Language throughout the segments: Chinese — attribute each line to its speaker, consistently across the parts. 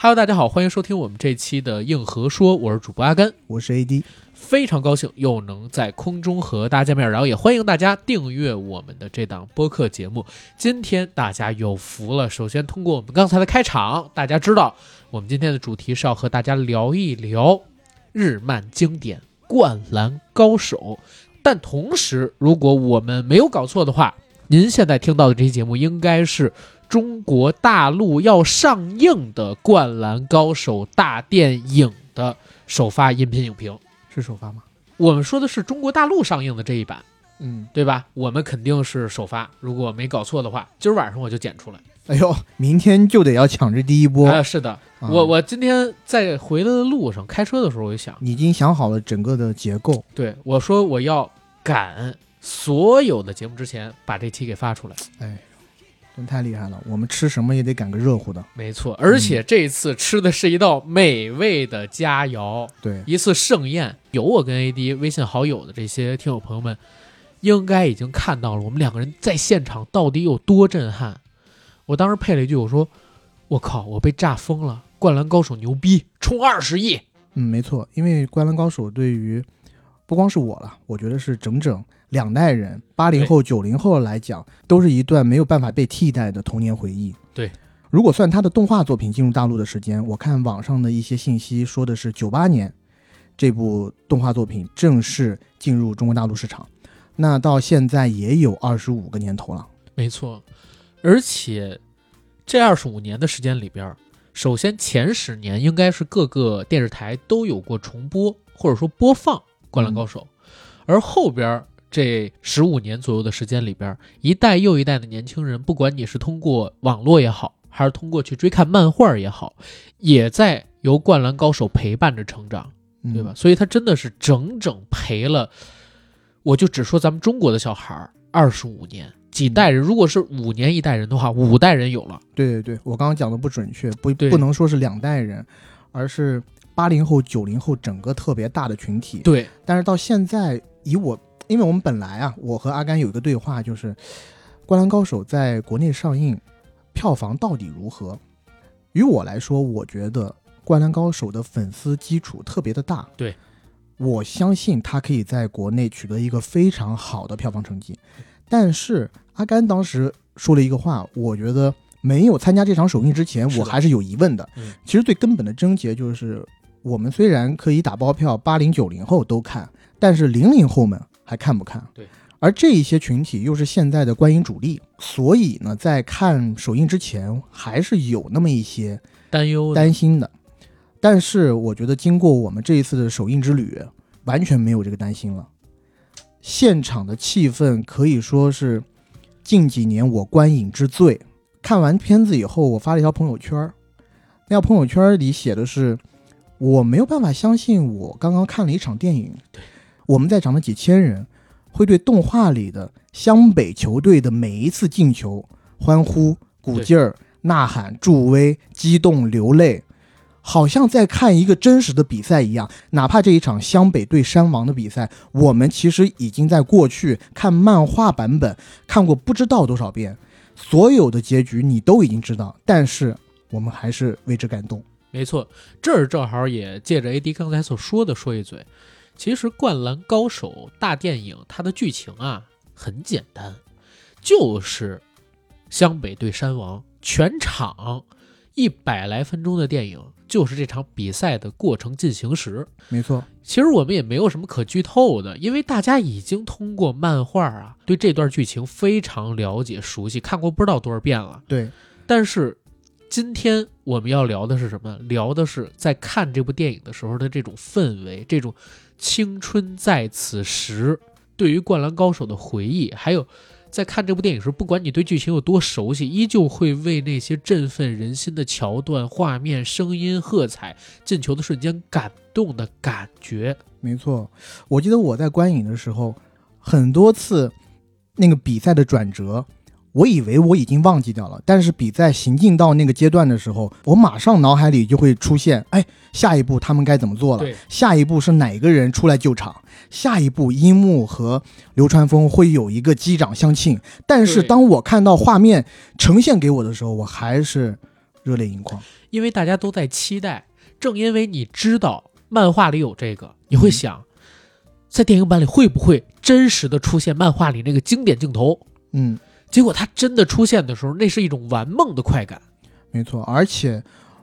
Speaker 1: Hello，大家好，欢迎收听我们这期的硬核说，我是主播阿甘，
Speaker 2: 我是 AD，
Speaker 1: 非常高兴又能在空中和大家见面，然后也欢迎大家订阅我们的这档播客节目。今天大家有福了，首先通过我们刚才的开场，大家知道我们今天的主题是要和大家聊一聊日漫经典《灌篮高手》，但同时，如果我们没有搞错的话，您现在听到的这期节目应该是。中国大陆要上映的《灌篮高手》大电影的首发音频影评，
Speaker 2: 是首发吗？
Speaker 1: 我们说的是中国大陆上映的这一版，
Speaker 2: 嗯，
Speaker 1: 对吧？我们肯定是首发，如果没搞错的话，今儿晚上我就剪出来。
Speaker 2: 哎呦，明天就得要抢这第一波。
Speaker 1: 啊，是的，
Speaker 2: 啊
Speaker 1: 我我今天在回来的路上开车的时候，我就想，
Speaker 2: 你已经想好了整个的结构，
Speaker 1: 对我说我要赶所有的节目之前把这期给发出来。
Speaker 2: 真太厉害了。我们吃什么也得赶个热乎的。
Speaker 1: 没错，而且这次吃的是一道美味的佳肴。
Speaker 2: 对，
Speaker 1: 一次盛宴，有我跟 AD 微信好友的这些听友朋友们，应该已经看到了我们两个人在现场到底有多震撼。我当时配了一句，我说：“我靠，我被炸疯了！灌篮高手牛逼，冲二十亿
Speaker 2: 嗯，没错，因为《灌篮高手》对于不光是我了，我觉得是整整两代人，八零
Speaker 1: 对
Speaker 2: 后、九零后来讲，都是一段没有办法被替代的童年回忆。
Speaker 1: 对，
Speaker 2: 如果算他的动画作品进入大陆的时间，我看网上的一些信息说的是九八年，这部动画作品正式进入中国大陆市场，那到现在也有二十五个年头了。！”
Speaker 1: 没错，而且这二十五年的时间里边儿，首先前十年应该是各个电视台都有过重播或者说播放《灌篮高手》而后边儿这十五年左右的时间里边儿，一代又一代的年轻人，不管你是通过网络也好，还是通过去追看漫画也好，也在由《灌篮高手》陪伴着成长，
Speaker 2: 嗯
Speaker 1: 对吧？？所以他真的是整整陪了，我就只说咱们中国的小孩儿二十五年。几代人，如果是五年一代人的话，五代人有了。
Speaker 2: 对对对，我刚刚讲的不准确，不
Speaker 1: 对
Speaker 2: 不能说是两代人，而是八零后、九零后整个特别大的群体。
Speaker 1: 对，
Speaker 2: 但是到现在，以我，因为我们本来啊，我和阿甘有一个对话，就是《灌篮高手》在国内上映，票房到底如何？于我来说，我觉得《灌篮高手》的粉丝基础特别的大，
Speaker 1: 对，
Speaker 2: 我相信它可以在国内取得一个非常好的票房成绩。但是阿甘当时说了一个话，我觉得没有参加这场首映之前，
Speaker 1: 是的
Speaker 2: 我还是有疑问的。
Speaker 1: 嗯
Speaker 2: 其实最根本的症结就是，我们虽然可以打包票，八零九零后都看，但是零零后们还看不看？
Speaker 1: 对。
Speaker 2: 而这一些群体又是现在的观影主力，所以呢，在看首映之前，还是有那么一些
Speaker 1: 担忧的
Speaker 2: 担心的。但是我觉得经过我们这一次的首映之旅，完全没有这个担心了。现场的气氛可以说是近几年我观影之最。看完片子以后，我发了一条朋友圈儿，那条朋友圈儿里写的是：我没有办法相信我刚刚看了一场电影。我们在场的几千人会对动画里的湘北球队的每一次进球欢呼、鼓劲儿、呐喊、助威、激动、流泪，好像在看一个真实的比赛一样。哪怕这一场湘北对山王的比赛，我们其实已经在过去看漫画版本看过不知道多少遍，所有的结局你都已经知道，但是我们还是为之感动。
Speaker 1: 没错，这儿正好也借着 AD 刚才所说的说一嘴，其实《灌篮高手》大电影它的剧情啊很简单，就是湘北对山王，全场一百来分钟的电影，就是这场比赛的过程进行时。
Speaker 2: 没错，
Speaker 1: 其实我们也没有什么可剧透的，因为大家已经通过漫画啊对这段剧情非常了解、熟悉，看过不知道多少遍了。
Speaker 2: 对，
Speaker 1: 但是今天我们要聊的是什么？聊的是在看这部电影的时候的这种氛围，这种青春在此时对于《灌篮高手》的回忆，还有在看这部电影时，不管你对剧情有多熟悉，依旧会为那些振奋人心的桥段、画面、声音、喝彩、进球的瞬间感动的感觉。
Speaker 2: 没错，我记得我在观影的时候，很多次那个比赛的转折，我以为我已经忘记掉了，但是比赛行进到那个阶段的时候，我马上脑海里就会出现，哎，下一步他们该怎么做了
Speaker 1: 对？
Speaker 2: 下一步是哪个人出来救场？下一步樱木和流川枫会有一个击掌相庆，但是
Speaker 1: 对
Speaker 2: 当我看到画面呈现给我的时候，我还是热泪盈眶。
Speaker 1: 因为大家都在期待。正因为你知道漫画里有这个，你会想，在电影版里会不会真实的出现漫画里那个经典镜头？
Speaker 2: 嗯，
Speaker 1: 结果它真的出现的时候，那是一种玩梦的快感。
Speaker 2: 没错。而且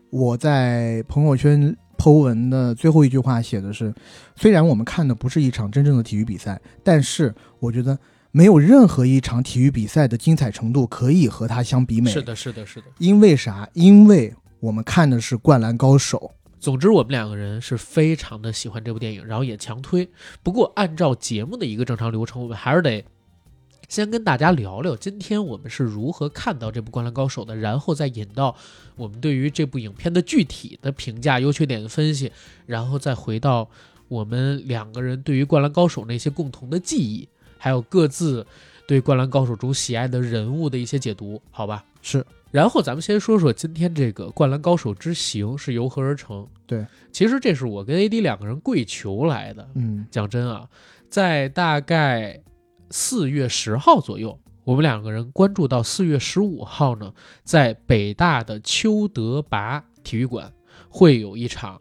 Speaker 2: 我在朋友圈 Po 文的最后一句话写的是：虽然我们看的不是一场真正的体育比赛，但是我觉得没有任何一场体育比赛的精彩程度可以和它相比美。
Speaker 1: 是的，是的，是的。
Speaker 2: 因为啥？因为我们看的是《灌篮高手》。
Speaker 1: 总之，我们两个人是非常的喜欢这部电影，然后也强推。不过，按照节目的一个正常流程，我们还是得先跟大家聊聊今天我们是如何看到这部《灌篮高手》的，然后再引到我们对于这部影片的具体的评价、优缺点的分析，然后再回到我们两个人对于《灌篮高手》那些共同的记忆，还有各自对《灌篮高手》中喜爱的人物的一些解读，好吧？
Speaker 2: 是。
Speaker 1: 然后咱们先说说今天这个《灌篮高手之行》是由何而成？
Speaker 2: 对，
Speaker 1: 其实这是我跟 AD 两个人跪求来的。
Speaker 2: 嗯
Speaker 1: 讲真啊，在大概四月十号左右，我们两个人关注到四月十五号呢，在北大的邱德拔体育馆会有一场《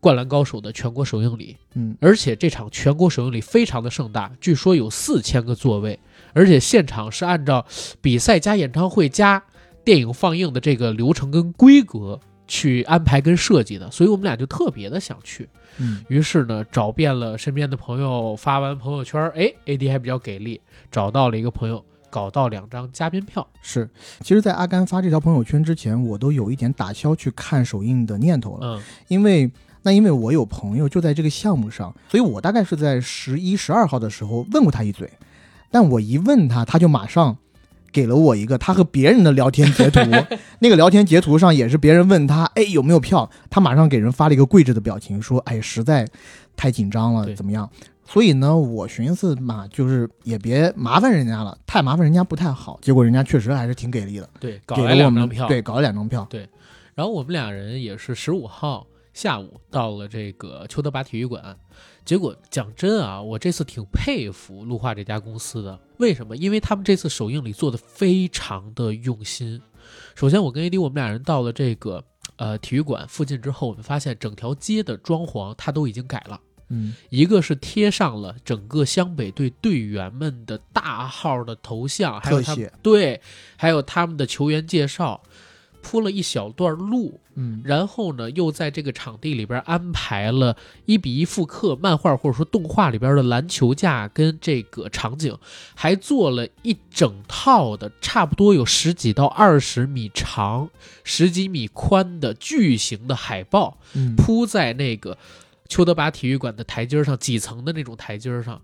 Speaker 1: 灌篮高手》的全国首映礼。
Speaker 2: 嗯，
Speaker 1: 而且这场全国首映礼非常的盛大，据说有四千个座位，而且现场是按照比赛加演唱会加电影放映的这个流程跟规格去安排跟设计的，所以我们俩就特别的想去。
Speaker 2: 嗯
Speaker 1: 于是呢，找遍了身边的朋友，发完朋友圈，哎，AD 还比较给力，找到了一个朋友，搞到两张嘉宾票。
Speaker 2: 是。其实，在阿甘发这条朋友圈之前，我都有一点打消去看首映的念头了，
Speaker 1: 嗯，
Speaker 2: 因为。那因为我有朋友就在这个项目上，所以我大概是在十一、十二号的时候问过他一嘴，但我一问他，他就马上给了我一个他和别人的聊天 截图，那个聊天截图上也是别人问他，哎有没有票，他马上给人发了一个跪着的表情，说哎实在太紧张了，
Speaker 1: 对
Speaker 2: 怎么样？所以呢，我寻思嘛，就是也别麻烦人家了，太麻烦人家不太好。结果人家确实还是挺给力的，
Speaker 1: 对，搞
Speaker 2: 给
Speaker 1: 了
Speaker 2: 了我
Speaker 1: 两
Speaker 2: 们
Speaker 1: 张票。
Speaker 2: 对，搞了两张票。
Speaker 1: 然后我们俩人也是十五号下午到了这个邱德拔体育馆，结果讲真啊，我这次挺佩服陆化这家公司的，为什么？因为他们这次首映礼做的非常的用心。首先，我跟 AD 我们俩人到了这个呃体育馆附近之后，我们发现整条街的装潢它都已经改了。
Speaker 2: 嗯
Speaker 1: 一个是贴上了整个湘北队队员们的大号的头像，还有他
Speaker 2: 特
Speaker 1: 们
Speaker 2: 写
Speaker 1: 对，还有他们的球员介绍，铺了一小段路，
Speaker 2: 嗯
Speaker 1: 然后呢，又在这个场地里边安排了一比一复刻漫画或者说动画里边的篮球架跟这个场景，还做了一整套的差不多有十几到二十米长、十几米宽的巨型的海报，
Speaker 2: 嗯，
Speaker 1: 铺在那个邱德拔体育馆的台阶上，几层的那种台阶上。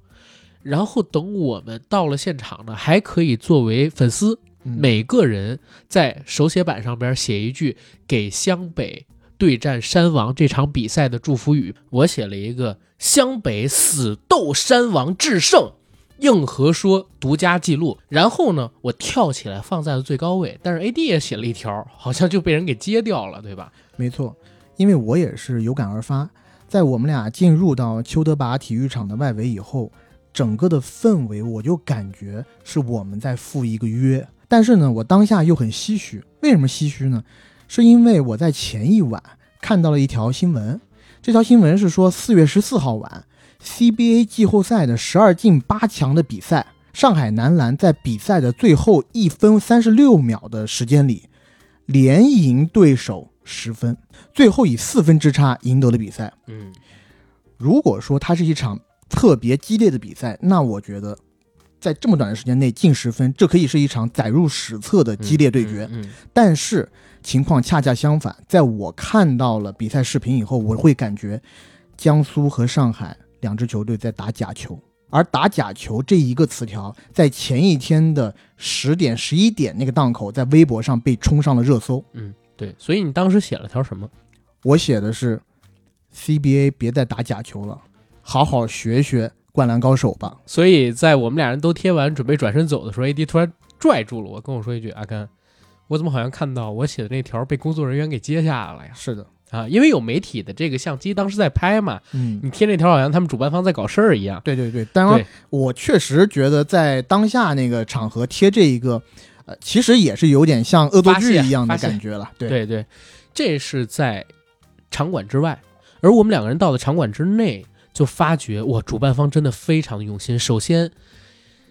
Speaker 1: 然后等我们到了现场呢，还可以作为粉丝，
Speaker 2: 嗯
Speaker 1: 每个人在手写板上边写一句给湘北对战山王这场比赛的祝福语。我写了一个“湘北死斗山王制胜”，硬核说独家记录。然后呢，我跳起来放在了最高位，但是 AD 也写了一条，好像就被人给截掉了，对吧？
Speaker 2: 没错，因为我也是有感而发，在我们俩进入到邱德拔体育场的外围以后，整个的氛围我就感觉是我们在赴一个约。但是呢，我当下又很唏嘘。为什么唏嘘呢？是因为我在前一晚看到了一条新闻，这条新闻是说四月十四号晚 CBA 季后赛的十二进八强的比赛，上海男篮在比赛的最后一分三十六秒的时间里，连赢对手十分，最后以四分之差赢得了比赛。
Speaker 1: 嗯，
Speaker 2: 如果说它是一场特别激烈的比赛，那我觉得在这么短的时间内进十分，这可以是一场载入史册的激烈对决。
Speaker 1: 嗯嗯
Speaker 2: 但是情况恰恰相反，在我看到了比赛视频以后，我会感觉江苏和上海两支球队在打假球。而打假球这一个词条，在前一天的十点、十一点那个档口，在微博上被冲上了热搜。
Speaker 1: 嗯，对，所以你当时写了条什么？
Speaker 2: 我写的是 CBA 别再打假球了，好好学学《灌篮高手》吧。
Speaker 1: 所以在我们俩人都贴完准备转身走的时候，AD 突然拽住了我，跟我说一句：“阿甘，我怎么好像看到我写的那条被工作人员给截下了呀
Speaker 2: 是的，？”
Speaker 1: 啊，因为有媒体的这个相机当时在拍嘛，
Speaker 2: 嗯，
Speaker 1: 你贴那条好像他们主办方在搞事儿一样。
Speaker 2: 对对对，当然
Speaker 1: 对
Speaker 2: 我确实觉得在当下那个场合贴这一个呃，其实也是有点像恶作剧一样的
Speaker 1: 发泄
Speaker 2: 感觉了。对，
Speaker 1: 对对，这是在场馆之外，而我们两个人到了场馆之内，就发觉哇，主办方真的非常用心。首先，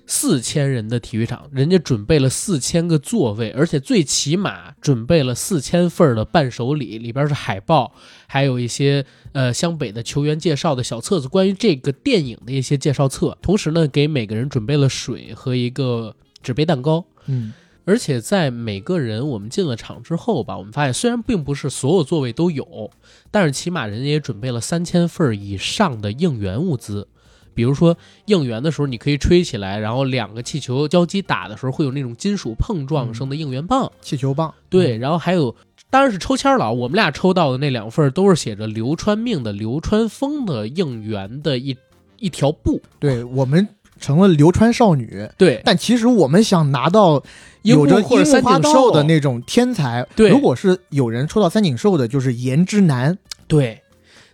Speaker 1: 四千人的体育场，人家准备了四千个座位，而且最起码准备了四千份儿的伴手礼，里边是海报，还有一些呃湘北的球员介绍的小册子，关于这个电影的一些介绍册。同时呢，给每个人准备了水和一个纸杯蛋糕。
Speaker 2: 嗯，
Speaker 1: 而且在每个人我们进了场之后吧，我们发现虽然并不是所有座位都有，但是起码人家也准备了三千份儿以上的应援物资。比如说应援的时候，你可以吹起来，然后两个气球交击打的时候会有那种金属碰撞声的应援棒。
Speaker 2: 气球棒，嗯
Speaker 1: 对，然后还有，当然是抽签儿了啊。我们俩抽到的那两份儿都是写着“流川命”的“流川枫”的应援的一一条布。
Speaker 2: 嗯对我们成了流川少女，
Speaker 1: 对，
Speaker 2: 但其实我们想拿到
Speaker 1: 樱
Speaker 2: 有
Speaker 1: 木或
Speaker 2: 着樱
Speaker 1: 者
Speaker 2: 木
Speaker 1: 三
Speaker 2: 花
Speaker 1: 井
Speaker 2: 道
Speaker 1: 寿
Speaker 2: 的那种天才，
Speaker 1: 对
Speaker 2: 如果是有人抽到三井寿的，就是颜之男，
Speaker 1: 对，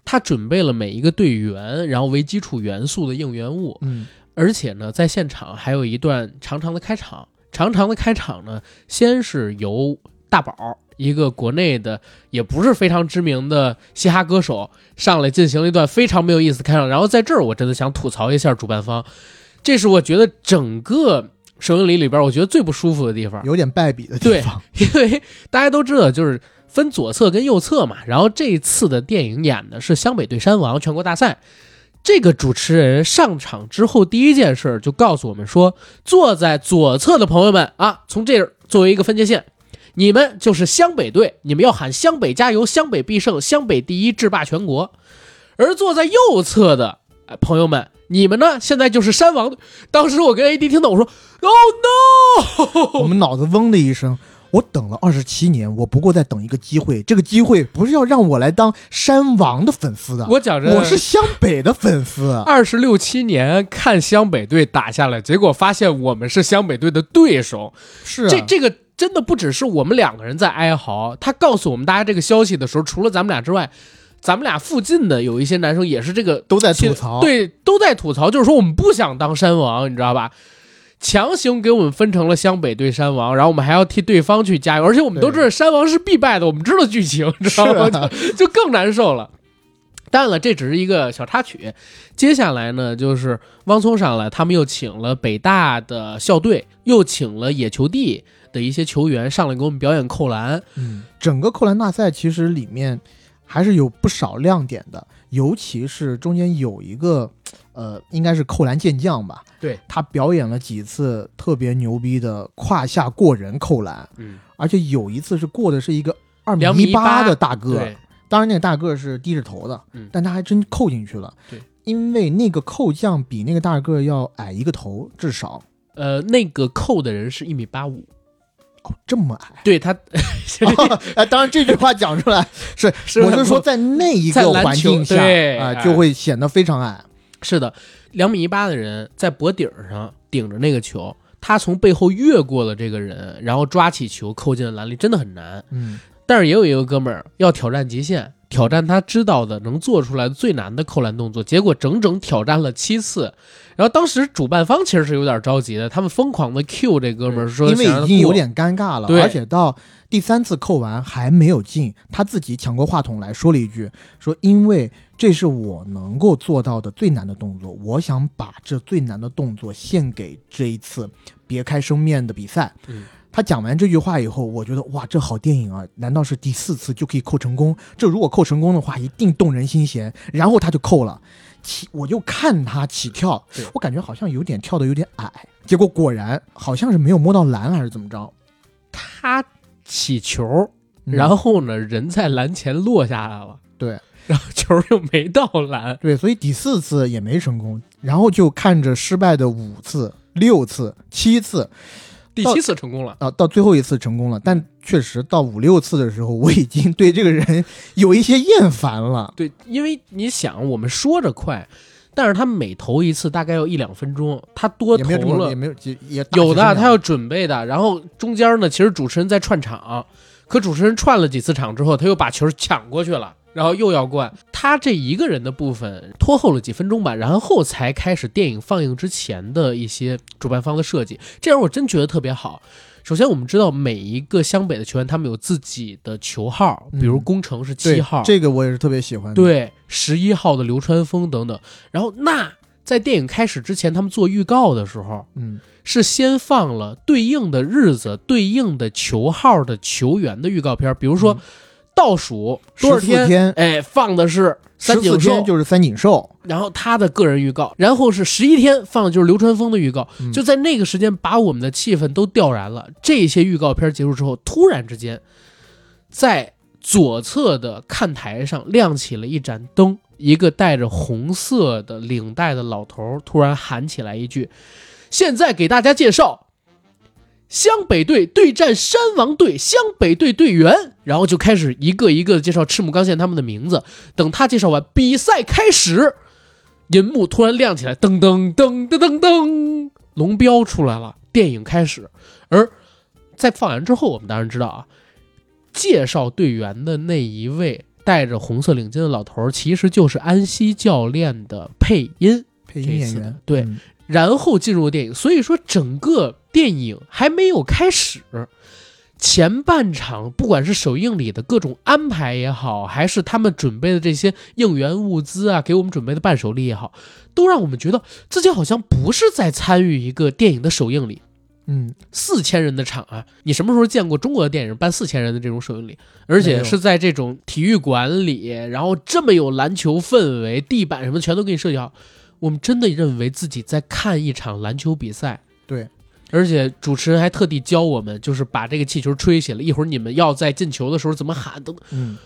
Speaker 1: 他准备了每一个队员，然后为基础元素的应援物，
Speaker 2: 嗯，
Speaker 1: 而且呢，在现场还有一段长长的开场。长长的开场呢，先是由大宝儿一个国内的也不是非常知名的嘻哈歌手上来进行了一段非常没有意思的开场。然后在这儿，我真的想吐槽一下主办方，这是我觉得整个首映礼里边儿我觉得最不舒服的地方。
Speaker 2: 有点败笔的地
Speaker 1: 对
Speaker 2: 方，
Speaker 1: 因为大家都知道，就是分左侧跟右侧嘛。然后这一次的电影演的是湘北对山王全国大赛。这个主持人上场之后，第一件事儿就告诉我们说，坐在左侧的朋友们啊，从这儿作为一个分界线，你们就是湘北队，你们要喊湘北加油，湘北必胜，湘北第一，制霸全国。而坐在右侧的呃朋友们，你们呢，现在就是山王队。当时我跟 AD 听到我说，Oh no！
Speaker 2: 我们脑子嗡的一声。我等了二十七年，我不过在等一个机会。这个机会不是要让我来当山王的粉丝的，
Speaker 1: 我讲真，
Speaker 2: 我是湘北的粉丝。 啊
Speaker 1: 二十六七年看湘北队打下来，结果发现我们是湘北队的对手。
Speaker 2: 是啊
Speaker 1: 这这个真的不只是我们两个人在哀嚎。他告诉我们大家这个消息的时候，除了咱们俩之外，咱们俩附近的有一些男生也是这个
Speaker 2: 都在
Speaker 1: 其
Speaker 2: 吐槽。，
Speaker 1: 对，都在吐槽，就是说我们不想当山王，你知道吧？强行给我们分成了湘北对山王，然后我们还要替对方去加油，而且我们都知道山王是必败的，我们知道剧情，你知道吗？
Speaker 2: 是啊
Speaker 1: 就就更难受了。当然了，这只是一个小插曲。接下来呢，就是汪聪上来，他们又请了北大的校队，又请了野球帝的一些球员上来给我们表演扣篮。
Speaker 2: 嗯，整个扣篮大赛其实里面还是有不少亮点的，尤其是中间有一个，呃，应该是扣篮健将吧，
Speaker 1: 对
Speaker 2: 他表演了几次特别牛逼的胯下过人扣篮，
Speaker 1: 嗯，
Speaker 2: 而且有一次是过的是一个二
Speaker 1: 两米
Speaker 2: 米
Speaker 1: 一八
Speaker 2: 八的大个，
Speaker 1: 对，
Speaker 2: 当然那个大个是低着头的，
Speaker 1: 嗯
Speaker 2: 但他还真扣进去了。
Speaker 1: 对。
Speaker 2: 因为那个扣将比那个大个要矮一个头，至少
Speaker 1: 呃，那个扣的人是一米八五，
Speaker 2: 哦这么 矮，
Speaker 1: 对他，
Speaker 2: 啊，当然这句话讲出来是，
Speaker 1: 是啊
Speaker 2: 我是说在那一
Speaker 1: 在
Speaker 2: 个
Speaker 1: 篮
Speaker 2: 环
Speaker 1: 球
Speaker 2: 境下
Speaker 1: 对
Speaker 2: 啊、
Speaker 1: 哎
Speaker 2: 就会显得非常矮。
Speaker 1: 是的，两米一八的人在脖顶上顶着那个球，他从背后越过了这个人，然后抓起球扣进了篮里，真的很难。
Speaker 2: 嗯，
Speaker 1: 但是也有一个哥们儿要挑战极限，挑战他知道的能做出来最难的扣篮动作，结果整整挑战了七次。然后当时主办方其实是有点着急的，他们疯狂的 Q 这哥们儿说，
Speaker 2: 因为已经有。点尴尬了，
Speaker 1: 对
Speaker 2: 而且到第三次扣完还没有进，他自己抢过话筒来说了一句：“说因为这是我能够做到的最难的动作，我想把这最难的动作献给这一次别开生面的比赛。
Speaker 1: 嗯
Speaker 2: 他讲完这句话以后，我觉得哇，这好电影啊！难道是第四次就可以扣成功？这如果扣成功的话，一定动人心弦。然后他就扣了，起我就看他起跳
Speaker 1: 对，
Speaker 2: 我感觉好像有点跳的有点矮，结果果然好像是没有摸到篮还是怎么着。
Speaker 1: 他起球，
Speaker 2: 嗯
Speaker 1: 然后呢，人在篮前落下来了，
Speaker 2: 对
Speaker 1: 然后球又没到篮。
Speaker 2: 对，所以第四次也没成功，然后就看着失败的五次、六次、七次，
Speaker 1: 第七次成功了，
Speaker 2: 啊，到最后一次成功了，但确实到五六次的时候，我已经对这个人有一些厌烦了。
Speaker 1: 对，因为你想，我们说着快，但是他每投一次大概要一两分钟，他多
Speaker 2: 也没有这
Speaker 1: 投
Speaker 2: 么，也
Speaker 1: 了
Speaker 2: 没有，也也打
Speaker 1: 有
Speaker 2: 起来
Speaker 1: 的，
Speaker 2: 了
Speaker 1: 他要准备的。然后中间呢，其实主持人在串场，可主持人串了几次场之后，他又把球抢过去了。然后又要灌，他这一个人的部分拖后了几分钟吧，然后才开始电影放映之前的一些主办方的设计，这样我真觉得特别好。首先我们知道每一个湘北的球员，他们有自己的球号，比如
Speaker 2: 嗯
Speaker 1: 宫城是七
Speaker 2: 对
Speaker 1: 号，
Speaker 2: 这个我也是特别喜欢的。
Speaker 1: 对，十一号的流川枫等等。然后那在电影开始之前，他们做预告的时候，
Speaker 2: 嗯，
Speaker 1: 是先放了对应的日子、对应的球号的球员的预告片儿，比如说、
Speaker 2: 嗯
Speaker 1: 倒数多少
Speaker 2: 14
Speaker 1: 天，
Speaker 2: 天，
Speaker 1: 哎，放的是三
Speaker 2: 十
Speaker 1: 井
Speaker 2: 四
Speaker 1: 寿
Speaker 2: 天，就是三井寿，
Speaker 1: 然后他的个人预告，然后是十一天放的就是流川枫的预告，
Speaker 2: 嗯
Speaker 1: 就在那个时间把我们的气氛都调燃了。这些预告片结束之后，突然之间，在左侧的看台上亮起了一盏灯，一个戴着红色的领带的老头儿突然喊起来一句：“现在给大家介绍。”湘北队对战山王队，湘北队队员，然后就开始一个一个地介绍赤木刚宪他们的名字。等他介绍完，比赛开始，银幕突然亮起来，噔噔噔噔噔噔，龙标出来了，电影开始。而在放完之后，我们当然知道啊，介绍队员的那一位戴着红色领巾的老头儿，其实就是安西教练的配音。
Speaker 2: 配音演
Speaker 1: 这次
Speaker 2: 员
Speaker 1: 的。对
Speaker 2: 嗯
Speaker 1: 然后进入电影。所以说，整个电影还没有开始，前半场不管是首映礼的各种安排也好，还是他们准备的这些应援物资啊，给我们准备的伴手礼也好，都让我们觉得自己好像不是在参与一个电影的首映礼。
Speaker 2: 嗯，
Speaker 1: 四千人的场啊，你什么时候见过中国的电影办四千人的这种首映礼？而
Speaker 2: 没
Speaker 1: 且
Speaker 2: 有
Speaker 1: 是在这种体育馆里，然后这么有篮球氛围，地板什么全都给你设计好。我们真的认为自己在看一场篮球比赛。
Speaker 2: 对，
Speaker 1: 而且主持人还特地教我们，就是把这个气球吹起来，一会儿你们要在进球的时候怎么喊等等。
Speaker 2: 嗯，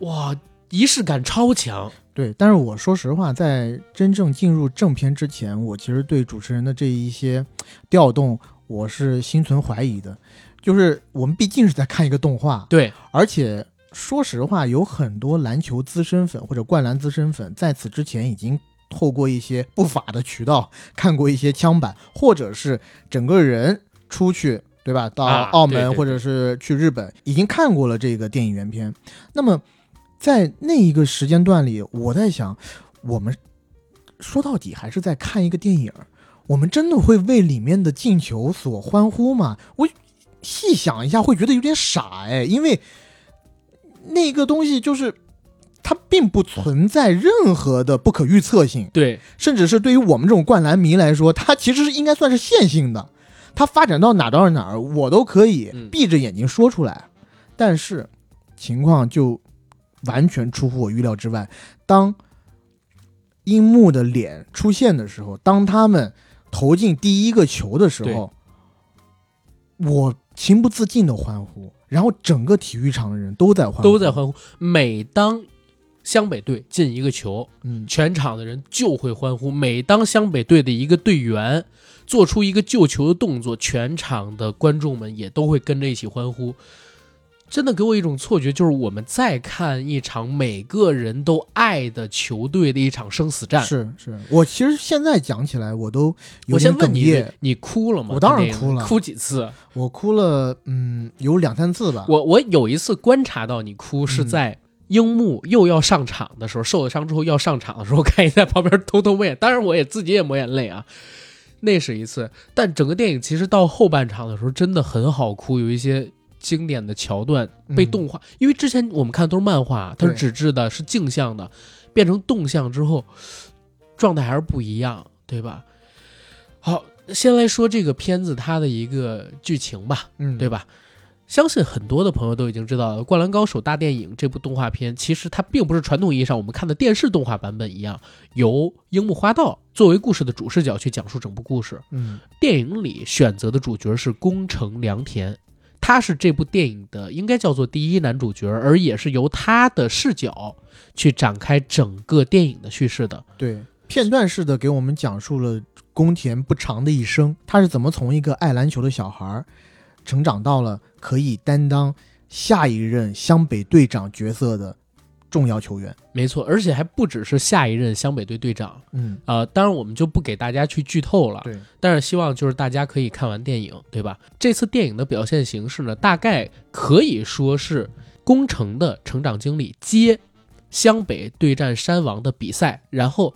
Speaker 1: 哇，仪式感超强。
Speaker 2: 对。但是我说实话，在真正进入正片之前，我其实对主持人的这一些调动，我是心存怀疑的。就是我们毕竟是在看一个动画，
Speaker 1: 对，
Speaker 2: 而且说实话，有很多篮球资深粉或者灌篮资深粉，在此之前已经透过一些不法的渠道看过一些枪版，或者是整个人出去。对吧？到
Speaker 1: 啊
Speaker 2: 澳
Speaker 1: 对
Speaker 2: 门
Speaker 1: 对
Speaker 2: 或者是去日本，已经看过了这个电影原片。那么，在那一个时间段里，我在想，我们说到底还是在看一个电影，我们真的会为里面的进球所欢呼吗？我细想一下，会觉得有点傻哎，因为那个东西就是它并不存在任何的不可预测性，
Speaker 1: 对，
Speaker 2: 甚至是对于我们这种灌篮迷来说，它其实是应该算是线性的，它发展到哪儿到哪儿，我都可以
Speaker 1: 嗯
Speaker 2: 闭着眼睛说出来。但是情况就完全出乎我预料之外。当樱木的脸出现的时候，当他们投进第一个球的时候，我情不自禁的欢呼，然后整个体育场的人都在欢呼，
Speaker 1: 都在欢呼。每当湘北队进一个球，
Speaker 2: 嗯，
Speaker 1: 全场的人就会欢呼。每当湘北队的一个队员做出一个救球的动作，全场的观众们也都会跟着一起欢呼。真的给我一种错觉，就是我们在看一场每个人都爱的球队的一场生死战。
Speaker 2: 是是，我其实现在讲起来我都有
Speaker 1: 我
Speaker 2: 点
Speaker 1: 先问
Speaker 2: 哽
Speaker 1: 你
Speaker 2: 咽，，
Speaker 1: 你哭了吗？
Speaker 2: 我当然
Speaker 1: 看电影
Speaker 2: 哭了
Speaker 1: 哭几次？啊
Speaker 2: 我哭了，嗯，有两三次吧。
Speaker 1: 我我有一次观察到你哭
Speaker 2: 嗯
Speaker 1: 是在樱木又要上场的时候，受了伤之后要上场的时候，我看你在旁边偷偷抹眼，当然我也自己也抹眼泪啊。那是一次，但整个电影其实到后半场的时候真的很好哭，有一些经典的桥段被
Speaker 2: 嗯
Speaker 1: 动画，因为之前我们看的都是漫画，它是
Speaker 2: 对
Speaker 1: 纸质的，是镜像的，变成动像之后，状态还是不一样，对吧？好，先来说这个片子它的一个剧情吧。
Speaker 2: 嗯，
Speaker 1: 对吧？相信很多的朋友都已经知道了，《灌篮高手》大电影这部动画片，其实它并不是传统意义上我们看的电视动画版本一样，由樱木花道作为故事的主视角去讲述整部故事。
Speaker 2: 嗯
Speaker 1: 电影里选择的主角是宫城良田，他是这部电影的应该叫做第一男主角，而也是由他的视角去展开整个电影的叙事的。
Speaker 2: 对，片段式的给我们讲述了宫田不长的一生，他是怎么从一个爱篮球的小孩儿，成长到了可以担当下一任湘北队长角色的重要球员。
Speaker 1: 没错，而且还不只是下一任湘北队队长，
Speaker 2: 嗯，
Speaker 1: 呃，当然我们就不给大家去剧透了。
Speaker 2: 对，
Speaker 1: 但是希望就是大家可以看完电影，对吧？这次电影的表现形式呢，大概可以说是宫城的成长经历接湘北对战山王的比赛，然后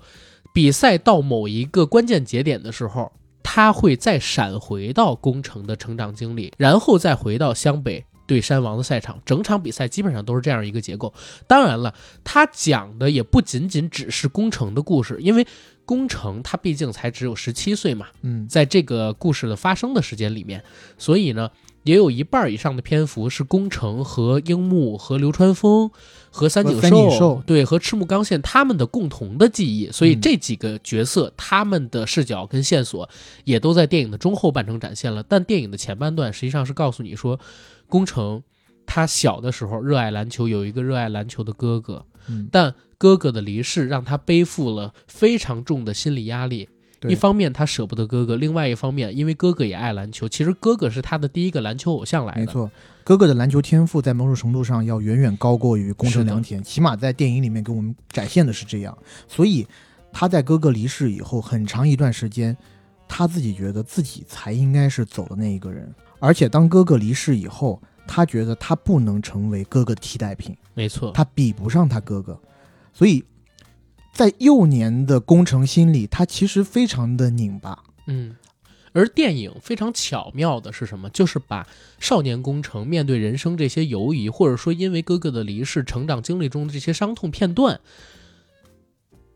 Speaker 1: 比赛到某一个关键节点的时候，它会再闪回到宫城的成长经历，然后再回到湘北对山王的赛场。整场比赛基本上都是这样一个结构。当然了，它讲的也不仅仅只是宫城的故事，因为宫城他毕竟才只有十七岁嘛，
Speaker 2: 嗯，
Speaker 1: 在这个故事的发生的时间里面，所以呢，也有一半以上的篇幅是宫城和樱木和流川枫和三井
Speaker 2: 和三井寿嗯
Speaker 1: 对和赤木刚宪他们的共同的记忆，所以这几个角色他们的视角跟线索也都在电影的中后半程展现了，但电影的前半段实际上是告诉你说，宫城他小的时候热爱篮球，有一个热爱篮球的哥哥，
Speaker 2: 嗯
Speaker 1: 但哥哥的离世让他背负了非常重的心理压力。
Speaker 2: 对
Speaker 1: 一方面他舍不得哥哥，另外一方面因为哥哥也爱篮球，其实哥哥是他的第一个篮球偶像来的。
Speaker 2: 没，错，哥哥的篮球天赋在某种程度上要远远高过于宫
Speaker 1: 是的
Speaker 2: 城良田，起码在电影里面给我们展现的是这样。所以他在哥哥离世以后很长一段时间，他自己觉得自己才应该是走的那一个人。而且当哥哥离世以后，他觉得他不能成为哥哥的替代品，
Speaker 1: 没错，
Speaker 2: 他比不上他哥哥，所以在幼年的宫城心里，他其实非常的拧巴。
Speaker 1: 嗯。而电影非常巧妙的是什么？就是把少年宫城面对人生这些犹疑，或者说因为哥哥的离世、成长经历中的这些伤痛片段，